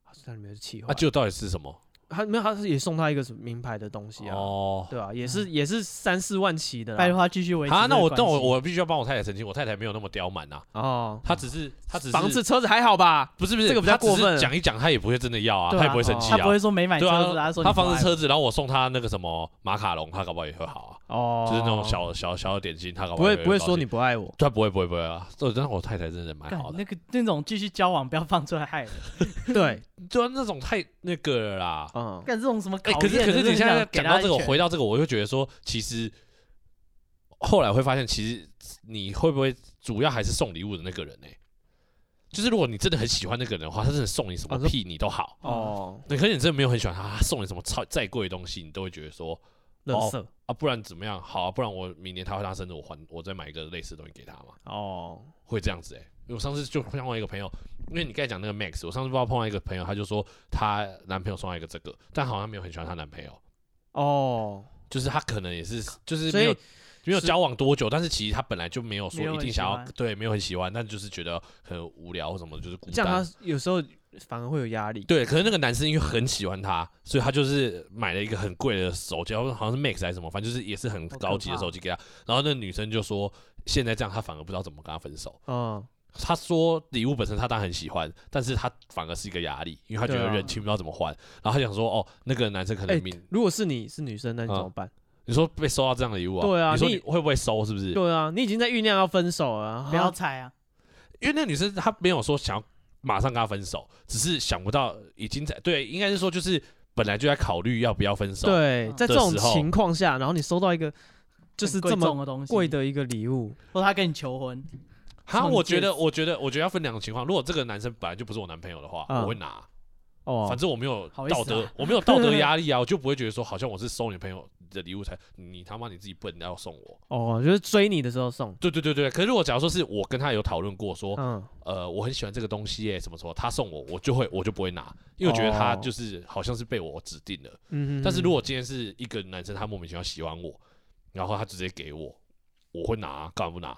Speaker 1: 他说他女朋友就气坏
Speaker 3: 那
Speaker 1: 了，
Speaker 3: 就到底是什么？
Speaker 1: 他没有，他是也送他一个什么名牌的东西啊，
Speaker 3: 哦，
Speaker 1: 对啊，也是也是三四万起的
Speaker 2: 嗯拜
Speaker 1: 啦，
Speaker 2: 托他继续维持这个
Speaker 3: 啊，
Speaker 2: 关系。
Speaker 3: 那我但我我必须要帮我太太澄清，我太太没有那么刁蛮啊，
Speaker 1: 哦，
Speaker 3: 她只是她只是
Speaker 1: 房子车子还好吧？
Speaker 3: 不是不是，
Speaker 1: 这个比较
Speaker 3: 她只是
Speaker 1: 过分了
Speaker 3: 讲一讲她也不会真的要啊，
Speaker 2: 对啊
Speaker 3: 她也不会生气
Speaker 2: 他不
Speaker 3: 啊
Speaker 2: 会，说没买车
Speaker 3: 对
Speaker 2: 子，
Speaker 3: 啊
Speaker 2: 他，说
Speaker 3: 她
Speaker 2: 你不
Speaker 3: 房
Speaker 2: 爱
Speaker 3: 子车子，然后我送她那个什么马卡龙，她搞不好也会好
Speaker 1: 哦
Speaker 3: 啊，就是那种小小小的点心，她搞
Speaker 1: 不
Speaker 3: 好
Speaker 1: 会
Speaker 3: 也
Speaker 1: 不会说你
Speaker 3: 高兴，
Speaker 1: 不爱我，
Speaker 3: 她不会不会不会啊，这但我太太真的蛮
Speaker 2: 干
Speaker 3: 好的
Speaker 2: 那，个那种继续交往，不要放出来害人。
Speaker 1: 对，
Speaker 3: 对啊，那种太那个了啦，
Speaker 1: 嗯，
Speaker 2: 干这种什么哦考
Speaker 3: 哎、
Speaker 2: 验的？
Speaker 3: 可是可是
Speaker 2: 真的
Speaker 3: 你现在
Speaker 2: 想给
Speaker 3: 讲
Speaker 2: 他
Speaker 3: 到
Speaker 2: 一
Speaker 3: 这个，
Speaker 2: 拳
Speaker 3: 回到这个，我就觉得说，其实后来会发现，其实你会不会主要还是送礼物的那个人呢、就是如果你真的很喜欢那个人的话，他真的送你什么
Speaker 1: 啊这
Speaker 3: 屁你都好。
Speaker 1: 哦，
Speaker 3: 对，可是你真的没有很喜欢他，他送你什么超再贵的东西，你都会觉得说
Speaker 1: 乐色
Speaker 3: 啊，不然怎么样？好、啊，不然我明年他会他生日，我还我再买一个类似的东西给他嘛，
Speaker 1: 哦，
Speaker 3: 会这样子哎、因为我上次就碰到一个朋友，因为你刚才讲那个 Max，我上次不知道碰到一个朋友，他就说她男朋友送她一个这个，但好像没有很喜欢她男朋友。
Speaker 1: 哦，
Speaker 3: 就是他可能也是，就是
Speaker 1: 所
Speaker 3: 没有
Speaker 1: 以
Speaker 3: 没有
Speaker 1: 是
Speaker 3: 交往多久，但是其实他本来就没有说
Speaker 2: 没有
Speaker 3: 一
Speaker 2: 很
Speaker 3: 定
Speaker 2: 喜
Speaker 3: 想要
Speaker 2: 欢
Speaker 3: 对，没有很喜欢，但就是觉得很无聊或什么，就是孤
Speaker 1: 这样
Speaker 3: 单。
Speaker 1: 他有时候反而会有压力，
Speaker 3: 对，可是那个男生因为很喜欢他，所以他就是买了一个很贵的手机，好像是 Max 还是什么，反正就是也是很
Speaker 2: 好可
Speaker 3: 高级的
Speaker 2: 怕
Speaker 3: 手机给他。然后那女生就说，现在这样他反而不知道怎么跟他分手。
Speaker 1: 嗯，
Speaker 3: 他说礼物本身他当然很喜欢，但是他反而是一个压力，因为他觉
Speaker 1: 对
Speaker 3: 得
Speaker 1: 啊
Speaker 3: 人情不知道怎么还。然后他想说，哦，那个男生可
Speaker 1: 哎
Speaker 3: 能明，
Speaker 1: 如果是你是女生，那你怎么办？
Speaker 3: 你说被收到这样的礼物啊？
Speaker 1: 对啊
Speaker 3: 你说
Speaker 1: 你
Speaker 3: 你会不会收？是不是？
Speaker 1: 对啊，你已经在酝酿要分手了，
Speaker 2: 不要
Speaker 1: 啊
Speaker 2: 踩啊！
Speaker 3: 因为那女生她没有说想要马上跟他分手，只是想不到已经在对，应该是说就是本来就在考虑要不要分手。，
Speaker 1: 对，
Speaker 2: 嗯
Speaker 1: 在这种
Speaker 3: 的时候
Speaker 1: 情况下，然后你收到一个就是
Speaker 2: 很贵
Speaker 1: 这么
Speaker 2: 重的东西，
Speaker 1: 贵，的一个礼物，
Speaker 2: 或他跟你求婚，
Speaker 3: 哈，
Speaker 2: 送
Speaker 3: 我
Speaker 2: 戒指
Speaker 3: 觉得，我觉得，我觉得要分两种情况。如果这个男生本来就不是我男朋友的话，
Speaker 1: 嗯
Speaker 3: 我会拿，
Speaker 1: 哦，
Speaker 3: 反正我没有
Speaker 2: 好意思
Speaker 3: 道
Speaker 2: 啊
Speaker 3: 德，我没有道德压力啊，我就不会觉得说好像我是收你朋友的礼物才，你他妈你自己笨，你要送我。
Speaker 1: 哦，就是追你的时候送，
Speaker 3: 对对对对，可是如果假如说是我跟他有讨论过说，
Speaker 1: 嗯，
Speaker 3: 呃，我很喜欢这个东西耶、什么什么，他送我，我就会我就不会拿，因为我觉得他
Speaker 1: 哦
Speaker 3: 就是好像是被我指定的。
Speaker 1: 嗯，
Speaker 3: 但是如果今天是一个男生，他莫名其妙喜欢我，然后他直接给我，我会拿，啊干嘛不拿？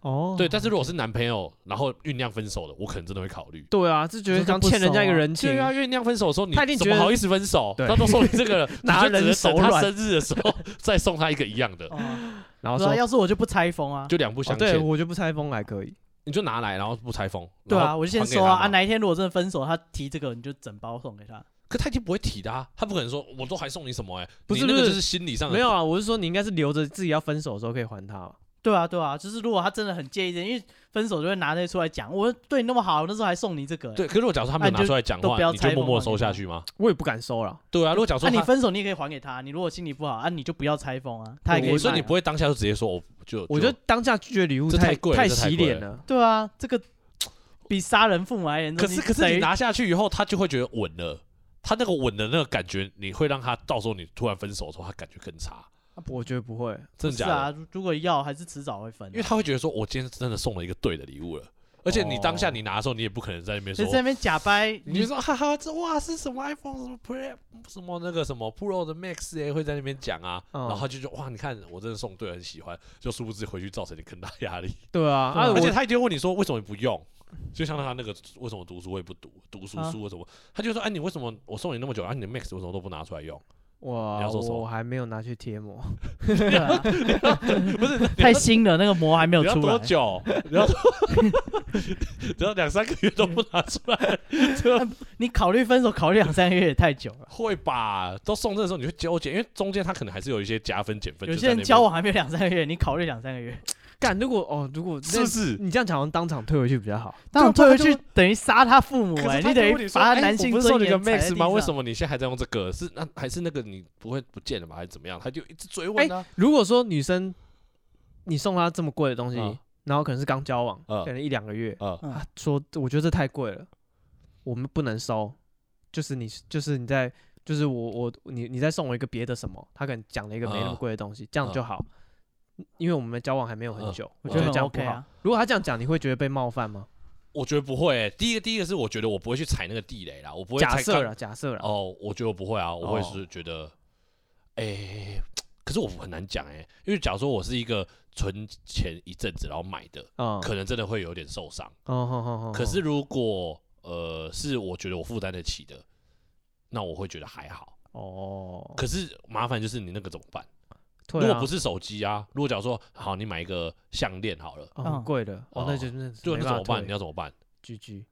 Speaker 1: 哦，
Speaker 3: 对，但是如果是男朋友，然后酝酿分手的，我可能真的会考虑。
Speaker 1: 对啊，是觉得
Speaker 2: 这就
Speaker 1: 刚
Speaker 2: 不
Speaker 1: 欠人
Speaker 2: 熟
Speaker 1: 家一个
Speaker 2: 啊
Speaker 1: 人情
Speaker 3: 对，啊，酝酿分手的时候，你
Speaker 1: 他一定
Speaker 3: 怎
Speaker 1: 觉
Speaker 3: 么
Speaker 1: 得
Speaker 3: 好意思分手？
Speaker 1: 对
Speaker 3: 他都送你这 个了，
Speaker 1: 拿
Speaker 3: 你就只能
Speaker 1: 人手
Speaker 3: 等他
Speaker 1: 软
Speaker 3: 生日的时候 再送他一个一样的，
Speaker 2: 哦，
Speaker 1: 然后
Speaker 2: 我
Speaker 1: 说
Speaker 2: 说要是我就不拆封啊，
Speaker 3: 啊就两不
Speaker 1: 哦
Speaker 3: 相
Speaker 1: 对
Speaker 3: 欠，
Speaker 1: 我就不拆封来可以，
Speaker 3: 你就拿来，然后不拆封。
Speaker 2: 对
Speaker 3: 然
Speaker 2: 啊，
Speaker 3: 后
Speaker 2: 我就先
Speaker 3: 还给
Speaker 2: 收啊
Speaker 3: 他
Speaker 2: 啊，
Speaker 3: 嘛
Speaker 2: 哪一天如果真的分手，他提这个你就整包送给他，
Speaker 3: 可他已经不会提的啊，他不可能说我都还送你什么哎，
Speaker 1: 不是
Speaker 3: 你那
Speaker 1: 不
Speaker 3: 个
Speaker 1: 是
Speaker 3: 就是心理上的
Speaker 1: 没有啊，我是说你应该是留着自己要分手的时候可以还他嘛，
Speaker 2: 对啊对啊，就是如果他真的很介意这，因为分手就会拿这个出来讲，我对你那么好，我那时候还送你这个欸，
Speaker 3: 对。可是如果假如说他没有
Speaker 2: 那
Speaker 3: 拿
Speaker 2: 你就
Speaker 3: 出来讲
Speaker 2: 都
Speaker 3: 话
Speaker 2: 不，要
Speaker 3: 你就
Speaker 2: 拆
Speaker 3: 默
Speaker 2: 封
Speaker 3: 默
Speaker 2: 嘛
Speaker 3: 收
Speaker 2: 你
Speaker 3: 下
Speaker 2: 就
Speaker 3: 去吗？
Speaker 1: 我也不敢收了，
Speaker 3: 啊对啊，如果假如
Speaker 2: 那欸
Speaker 3: 说
Speaker 2: 你
Speaker 3: 他
Speaker 2: 分手你也可以还给他，你如果心里不好啊，你就不要拆封啊，他也可以
Speaker 3: 我说
Speaker 2: 卖
Speaker 3: 你
Speaker 2: 啊
Speaker 3: 不会当下就直接说，我就
Speaker 1: 我觉得当下拒绝礼物
Speaker 3: 这太
Speaker 1: 太
Speaker 3: 贵了这太
Speaker 1: 洗
Speaker 3: 贵
Speaker 1: 脸了，
Speaker 2: 对啊，这个比杀人父母还严重。
Speaker 3: 哦可是可是你
Speaker 2: 等于
Speaker 3: 拿下去以后，他就会觉得稳了，他那个稳的那个感觉，你会让他到时候你突然分手的时候，他感觉更差，
Speaker 1: 我觉得啊不会，
Speaker 3: 真的
Speaker 2: 是
Speaker 3: 假的？
Speaker 2: 啊，如如果要还是迟早会分啊、
Speaker 3: 因为他会觉得说，我今天真的送了一个对的礼物了，而且你当下你拿的时候，你也不可能在那边
Speaker 2: 所
Speaker 3: 说
Speaker 2: 以。在那边假掰，
Speaker 3: 你就说哈哈，这哇是什么 iPhone 什么 Pro 什么那个什么 Pro 的 Max 哎、会在那边讲啊，
Speaker 1: 嗯
Speaker 3: 然后他就说哇，你看我真的送对，很喜欢，就殊不知回去造成你更大压力。
Speaker 1: 对啊，啊
Speaker 2: 对啊
Speaker 3: 而且
Speaker 1: 我
Speaker 3: 他一定会问你说为什么不用，就像他那个为什么读书会不读，读书
Speaker 2: 啊
Speaker 3: 书为什么？他就说哎、你为什么我送你那么久，啊你的 Max 为什么都不拿出来用？你要
Speaker 1: 我
Speaker 3: 说什么
Speaker 1: 我还没有拿去贴膜，
Speaker 2: 对啊
Speaker 3: 不是
Speaker 2: 太新了，那个膜还没有
Speaker 3: 你要
Speaker 2: 出
Speaker 3: 多
Speaker 2: 来。
Speaker 3: 久？你 要只要两三个月都不拿出来，
Speaker 2: 你考虑分手考虑两三个月也太久了，
Speaker 3: 会吧？都送这的时候你会纠结，因为中间他可能还是有一些加分减分。
Speaker 2: 有
Speaker 3: 就
Speaker 2: 些
Speaker 3: 在
Speaker 2: 人
Speaker 3: 那边
Speaker 2: 交往还没有两三个月，你考虑两三个 月，
Speaker 1: 干如果哦如果
Speaker 3: 是
Speaker 1: 那
Speaker 3: 不是？
Speaker 1: 你这样讲，好像当场退回去比较好，
Speaker 2: 那
Speaker 3: 对啊
Speaker 2: 你退回
Speaker 3: 不然
Speaker 2: 去等于杀他父母
Speaker 3: 可
Speaker 2: 哎、
Speaker 3: 是他
Speaker 2: 你等
Speaker 3: 就问
Speaker 2: 于罚
Speaker 3: 说哎
Speaker 2: 他男
Speaker 3: 我
Speaker 2: 性
Speaker 3: 不是送
Speaker 2: 尊
Speaker 3: 你个
Speaker 2: 严踩在
Speaker 3: Max
Speaker 2: 地
Speaker 3: 吗？
Speaker 2: 上
Speaker 3: 为什？么你现在还在用这个？是那还是那个你不会不见了吗？还是怎么样？他就一直追问啊。
Speaker 1: 如果说女生你送她这么贵的东西
Speaker 3: 嗯，
Speaker 1: 然后可能是刚交往，
Speaker 3: 嗯
Speaker 1: 可能一两个月，
Speaker 3: 呃，
Speaker 2: 嗯
Speaker 1: 说我觉得这太贵了，我们不能收，就是你就是你在就是我我你你再送我一个别的什么，他可能讲了一个没那么
Speaker 3: 嗯
Speaker 1: 贵的东西，这样就
Speaker 3: 嗯
Speaker 1: 好，因为我们交往还没有很
Speaker 3: 嗯
Speaker 1: 久，我
Speaker 2: 我觉
Speaker 1: 觉
Speaker 2: 得
Speaker 1: 得
Speaker 2: 很
Speaker 1: 这样不
Speaker 2: OK
Speaker 1: 好。
Speaker 2: 啊。
Speaker 1: 如果他这样讲，你会觉得被冒犯吗？
Speaker 3: 我觉得不会、欸。第一个，第一个是我觉得我不会去踩那个地雷啦，我不会
Speaker 1: 假
Speaker 3: 踩
Speaker 1: 设
Speaker 3: 刚
Speaker 1: 了，假设了，
Speaker 3: 哦，我觉得我不会啊，我会是觉得，哎、可是我很难讲哎、因为假如说我是一个存钱一阵子然后买的，
Speaker 2: 哦
Speaker 1: 嗯，
Speaker 3: 可能真的会有点受伤。
Speaker 1: 哦，好好好，
Speaker 3: 可是如果呃是我觉得我负担得起的，那我会觉得还好。
Speaker 1: 哦，
Speaker 3: 可是麻烦就是你那个怎么办？
Speaker 1: 对
Speaker 3: 如果
Speaker 1: 啊
Speaker 3: 不是手机啊，如果假如说好，你买一个项链好了，
Speaker 1: 哦很
Speaker 2: 嗯
Speaker 1: 贵的，哦，那
Speaker 3: 哦
Speaker 1: 就是那
Speaker 3: 对，
Speaker 1: 没办
Speaker 3: 那怎
Speaker 1: 法
Speaker 3: 么办？
Speaker 1: 退
Speaker 3: 你要怎么办？
Speaker 1: GG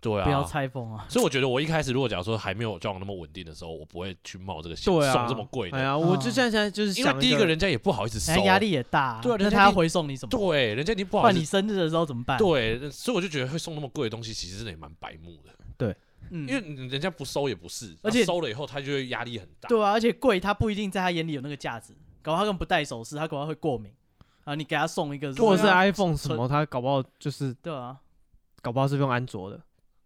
Speaker 3: 对啊，
Speaker 2: 不要拆封啊！
Speaker 3: 所以我觉得我一开始如果假如说还没有交往那么稳定的时候，我不会去冒这个险，
Speaker 1: 对啊，
Speaker 3: 送这么贵的，
Speaker 1: 哎呀，我就
Speaker 2: 嗯
Speaker 1: 现在现在就是
Speaker 3: 因为
Speaker 1: 想哎
Speaker 3: 第一个人家也不好意思收
Speaker 2: 人，家压力也大啊，
Speaker 3: 对啊人
Speaker 2: 那
Speaker 3: 家
Speaker 2: 他要
Speaker 3: 一定
Speaker 2: 回送你什么？
Speaker 3: 对，人家你不好
Speaker 2: 换
Speaker 3: 意
Speaker 2: 你
Speaker 3: 思，
Speaker 2: 生日的时候怎么办？
Speaker 3: 对，啊所以我就觉得会送那么贵的东西，其实真的也蛮白目的，
Speaker 2: 嗯，
Speaker 3: 因为人家不收也不是，
Speaker 2: 而且
Speaker 3: 他收了以后他就会压力很大，
Speaker 2: 对啊，而且贵，他不一定在他眼里有那个价值，搞不好他根本不戴首饰，他搞不好会过敏啊！你给他送一个，
Speaker 1: 如果是
Speaker 2: 对啊
Speaker 1: iPhone 什
Speaker 2: 存
Speaker 1: 么，他搞不好就是
Speaker 2: 对啊，
Speaker 1: 搞不好是用安卓的，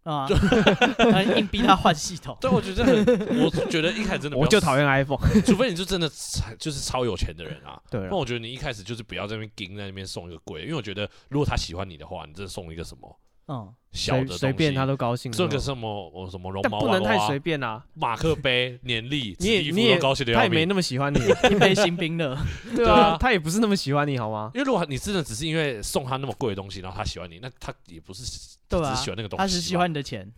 Speaker 2: 啊， 他硬逼他换系统，
Speaker 3: 对，我觉得很，我觉得一开始真的 不
Speaker 1: 我
Speaker 3: 要
Speaker 1: 就讨厌 iPhone。
Speaker 3: 送， 除非你就真的超就是超有钱的人啊。
Speaker 1: 对
Speaker 3: 那
Speaker 1: 了，
Speaker 3: 我觉得你一开始就是不要在那边盯在那边送一个贵的，因为我觉得如果他喜欢你的话，你真的送一个什么
Speaker 2: 嗯，
Speaker 3: 小的
Speaker 1: 随
Speaker 3: 东西，
Speaker 1: 随便他都高兴。
Speaker 3: 送一个
Speaker 1: 是吗
Speaker 3: 什么我什么绒
Speaker 1: 但
Speaker 3: 毛
Speaker 1: 不
Speaker 3: 娃
Speaker 1: 能太
Speaker 3: 娃、
Speaker 1: 随便啊，
Speaker 3: 马克杯、年历、
Speaker 1: 你也
Speaker 3: 纸衣服
Speaker 1: 你也
Speaker 3: 都高兴的
Speaker 1: 他
Speaker 3: 要
Speaker 1: 也没
Speaker 3: 命。
Speaker 1: 那么喜 欢你，
Speaker 2: 一杯新冰乐，
Speaker 1: 对
Speaker 3: 啊
Speaker 1: 啊，他也不是那么喜欢你好吗？
Speaker 3: 因为如果你真的只是因为送他那么贵的东西，然后他喜欢你，那他也不是
Speaker 2: 对
Speaker 3: 只
Speaker 2: 啊
Speaker 3: 是喜，欢那个东西吧，
Speaker 2: 他只喜欢你的钱，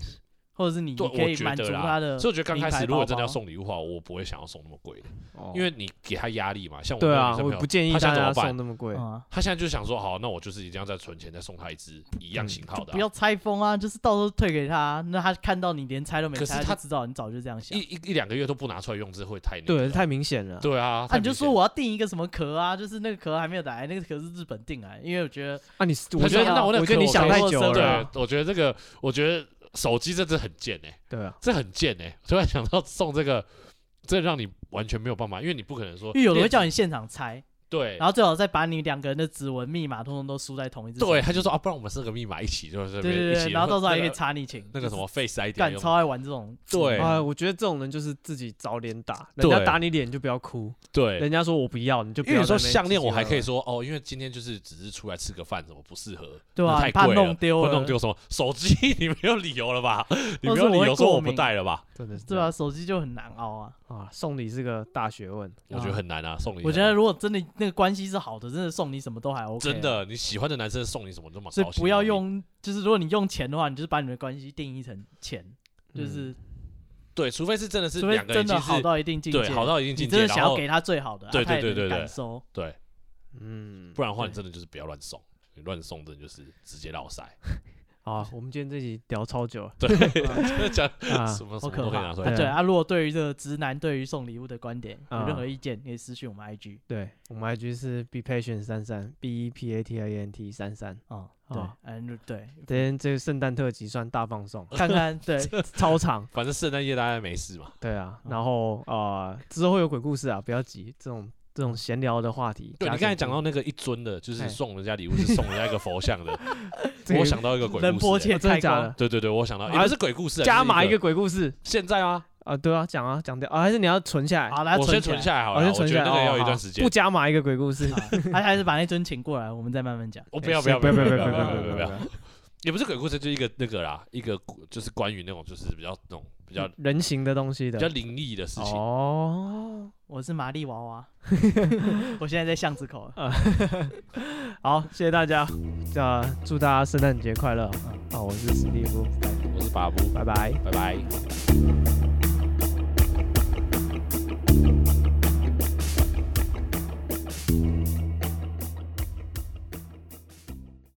Speaker 2: 或者是你你
Speaker 3: 对
Speaker 2: 可以
Speaker 3: 我觉
Speaker 2: 满
Speaker 3: 得
Speaker 2: 足
Speaker 3: 啦
Speaker 2: 他的，
Speaker 3: 所以我觉得刚开始如果真的
Speaker 2: 名牌包
Speaker 3: 要
Speaker 2: 包
Speaker 3: 送礼物的话，我不会想要送那么贵的，
Speaker 1: 哦
Speaker 3: 因为你给他压力嘛。像我
Speaker 1: 对
Speaker 3: 那
Speaker 1: 啊，
Speaker 3: 个
Speaker 1: 我也
Speaker 3: 女生朋
Speaker 1: 不
Speaker 3: 友，
Speaker 1: 建议
Speaker 3: 他现
Speaker 1: 大
Speaker 3: 在
Speaker 1: 家
Speaker 3: 怎么办
Speaker 1: 送那么贵。
Speaker 2: 嗯啊
Speaker 3: 她现在就想说，好，那我就是一定要再存钱，再送她一只一样型号
Speaker 2: 不
Speaker 3: 的啊、
Speaker 2: 要拆封啊，就是到时候退给他，那他看到你连拆都没
Speaker 3: 可是
Speaker 2: 拆，
Speaker 3: 他
Speaker 2: 就知道你早就这样想
Speaker 3: 一。一一两个月都不拿出来用，这会太那个
Speaker 1: 对，
Speaker 3: 了
Speaker 1: 太明显了。
Speaker 3: 对啊，
Speaker 2: 啊，
Speaker 3: 太
Speaker 2: 你就
Speaker 3: 明显
Speaker 2: 说我要订一个什么壳啊，就是那个壳还没有来，那个壳是日本订来，因为我觉得
Speaker 1: 啊，你
Speaker 3: 他
Speaker 1: 我觉
Speaker 3: 觉
Speaker 1: 得
Speaker 3: 得那我那
Speaker 1: 我觉得
Speaker 3: 可
Speaker 1: 你
Speaker 3: 我
Speaker 1: 想
Speaker 3: 可
Speaker 1: 太
Speaker 3: 以
Speaker 2: 做
Speaker 1: 久
Speaker 2: 生
Speaker 1: 了
Speaker 2: 日
Speaker 1: 啊。
Speaker 3: 对，我觉得这个，我觉得手机这真的很贱哎、
Speaker 1: 对啊，
Speaker 3: 这很贱哎、突然想到送这个，这让你完全没有办法，因为你不可能说，
Speaker 2: 因为有的会叫你现场拆，
Speaker 3: 对
Speaker 2: 然后最好再把你两个人的指纹密码通通都输在同一只手
Speaker 3: 对，
Speaker 2: 机。
Speaker 3: 他就说啊，不然我们设个密码一起，就
Speaker 2: 对
Speaker 3: 是
Speaker 2: 对
Speaker 3: 一
Speaker 2: 对，
Speaker 3: 起，
Speaker 2: 然后到时候还
Speaker 3: 那
Speaker 2: 可以
Speaker 3: 个
Speaker 2: 查你情，
Speaker 3: 那个什么 Face ID 啊
Speaker 2: 干
Speaker 3: 用
Speaker 2: 超爱玩这种。嗯
Speaker 3: 对
Speaker 1: 啊，我觉得这种人就是自己找脸打，人家
Speaker 3: 对
Speaker 1: 打你脸就不要哭，
Speaker 3: 对，
Speaker 1: 人家说我不要你就不
Speaker 3: 因为
Speaker 1: 要
Speaker 3: 有
Speaker 1: 在
Speaker 3: 时
Speaker 1: 那
Speaker 3: 候
Speaker 1: 边唧唧歪歪。
Speaker 3: 项链我还可以说哦，因为今天就是只是出来吃个饭，什么不适合，
Speaker 2: 对啊
Speaker 3: 那太
Speaker 2: 你怕
Speaker 3: 贵了
Speaker 2: 弄丢
Speaker 3: 会
Speaker 2: 了
Speaker 3: 弄丢什么手机？你没有理由 了吧？你
Speaker 2: 或者
Speaker 3: 没
Speaker 2: 是
Speaker 3: 有理
Speaker 2: 我会
Speaker 3: 由说
Speaker 2: 过
Speaker 3: 我不
Speaker 2: 敏
Speaker 3: 带了吧？
Speaker 1: 真的是这
Speaker 2: 对
Speaker 1: 样
Speaker 2: 啊，手机就很难熬啊。
Speaker 1: 啊，送礼是个大学问。
Speaker 3: 我觉得很难啊，送礼
Speaker 2: 我
Speaker 3: 很
Speaker 2: 觉得
Speaker 3: 难
Speaker 2: 如果真的那个关系是好的，真的送你什么都还 OK。啊
Speaker 3: 真，的，你喜欢的男生送你什么都蛮
Speaker 2: 所以
Speaker 3: 高兴
Speaker 2: 不要
Speaker 3: 的
Speaker 2: 用，就是如果你用钱的话，你就是把你们的关系定义成钱，就是
Speaker 3: 对，除非是真的是
Speaker 2: 除非
Speaker 3: 嗯两个人
Speaker 2: 真
Speaker 3: 已
Speaker 2: 的
Speaker 3: 经
Speaker 2: 好
Speaker 3: 是
Speaker 2: 到一定境界，
Speaker 3: 对好到一定
Speaker 2: 你
Speaker 3: 境
Speaker 2: 真
Speaker 3: 界，
Speaker 2: 的想
Speaker 3: 然
Speaker 2: 要
Speaker 3: 后
Speaker 2: 给他最好的，啊
Speaker 3: 对
Speaker 2: 他也
Speaker 3: 对
Speaker 2: 能
Speaker 3: 对对对
Speaker 2: 感受。
Speaker 3: 对，
Speaker 1: 嗯，
Speaker 3: 不然的话你真的就是不要乱送，你乱送真的就是直接落塞。
Speaker 1: 好啊，我们今天这集聊超久 了
Speaker 3: 对，真的讲
Speaker 1: 啊，
Speaker 3: 什么什
Speaker 2: 好
Speaker 3: 么
Speaker 2: 可
Speaker 3: 都可以
Speaker 2: 怕！
Speaker 3: 拿出
Speaker 1: 对
Speaker 3: 来嗯
Speaker 2: 啊
Speaker 1: 啊
Speaker 3: 讲。
Speaker 2: 对啊，如果对于这个直男对于送礼物的观点有任
Speaker 1: 啊
Speaker 2: 何意见，可以私讯我们 IG
Speaker 1: 对，我们 IG 是 be patient 三三 b e p a t i e n t 三三。
Speaker 2: 啊。对
Speaker 1: 啊，
Speaker 2: 嗯， 对，，
Speaker 1: 今天这个圣诞特辑算大放送
Speaker 3: 哦
Speaker 2: 看看对
Speaker 1: 超长。
Speaker 3: 反正圣诞夜大家没事嘛，
Speaker 1: 对啊，
Speaker 3: 哦
Speaker 1: 然后呃，之后会有鬼故事啊，不要急，这种这种闲聊的话题。
Speaker 3: 对
Speaker 1: 加
Speaker 3: 你刚才
Speaker 1: 减
Speaker 3: 讲
Speaker 1: 不
Speaker 3: 到那个一尊的，就是
Speaker 1: 哎
Speaker 3: 送人家礼物是送人家一个佛像的，
Speaker 1: 这个
Speaker 3: 我想到一个鬼
Speaker 2: 冷
Speaker 3: 故
Speaker 2: 波
Speaker 3: 事欸、
Speaker 2: 切
Speaker 1: 真
Speaker 2: 开
Speaker 1: 的假
Speaker 2: 光
Speaker 1: 的，？
Speaker 3: 对对对，我想到
Speaker 1: 啊
Speaker 3: 也不是鬼故事啊，
Speaker 1: 加
Speaker 3: 就是
Speaker 1: 码
Speaker 3: 一
Speaker 1: 一个鬼故事
Speaker 3: 现在吗？
Speaker 1: 啊，对啊，讲啊讲掉啊，还是你要存下来？
Speaker 2: 好，来
Speaker 3: 我先存
Speaker 2: 起来。
Speaker 3: 下来好
Speaker 1: 我
Speaker 3: 了，
Speaker 1: 先
Speaker 3: 我
Speaker 1: 存
Speaker 3: 觉
Speaker 1: 下
Speaker 3: 得
Speaker 1: 来，
Speaker 3: 那
Speaker 1: 哦
Speaker 3: 个要一
Speaker 1: 好
Speaker 3: 段时间
Speaker 1: 不。加码一个鬼故事。
Speaker 2: 还还是把那尊请过来，我们再慢慢讲。
Speaker 3: 我 不
Speaker 1: 哎
Speaker 3: 要
Speaker 1: 是
Speaker 3: 不要
Speaker 1: 不
Speaker 3: 不
Speaker 1: 要
Speaker 3: 要要
Speaker 1: 要要
Speaker 3: 不不
Speaker 1: 要
Speaker 3: 要
Speaker 1: 不
Speaker 3: 不要！
Speaker 1: 要！
Speaker 3: 也不是鬼故事，就一个那个啦，一个古就是关于那种就是比较那种比较
Speaker 1: 人形的东西
Speaker 3: 比
Speaker 1: 的
Speaker 3: 较灵异的事情。
Speaker 1: 哦。
Speaker 2: 我是玛丽娃娃， 我现在在巷子口了。
Speaker 1: 好，谢谢大家，呃，祝大家圣诞节快乐。啊，我是史蒂夫，
Speaker 3: 我是巴布，
Speaker 1: 拜拜。
Speaker 3: 拜拜。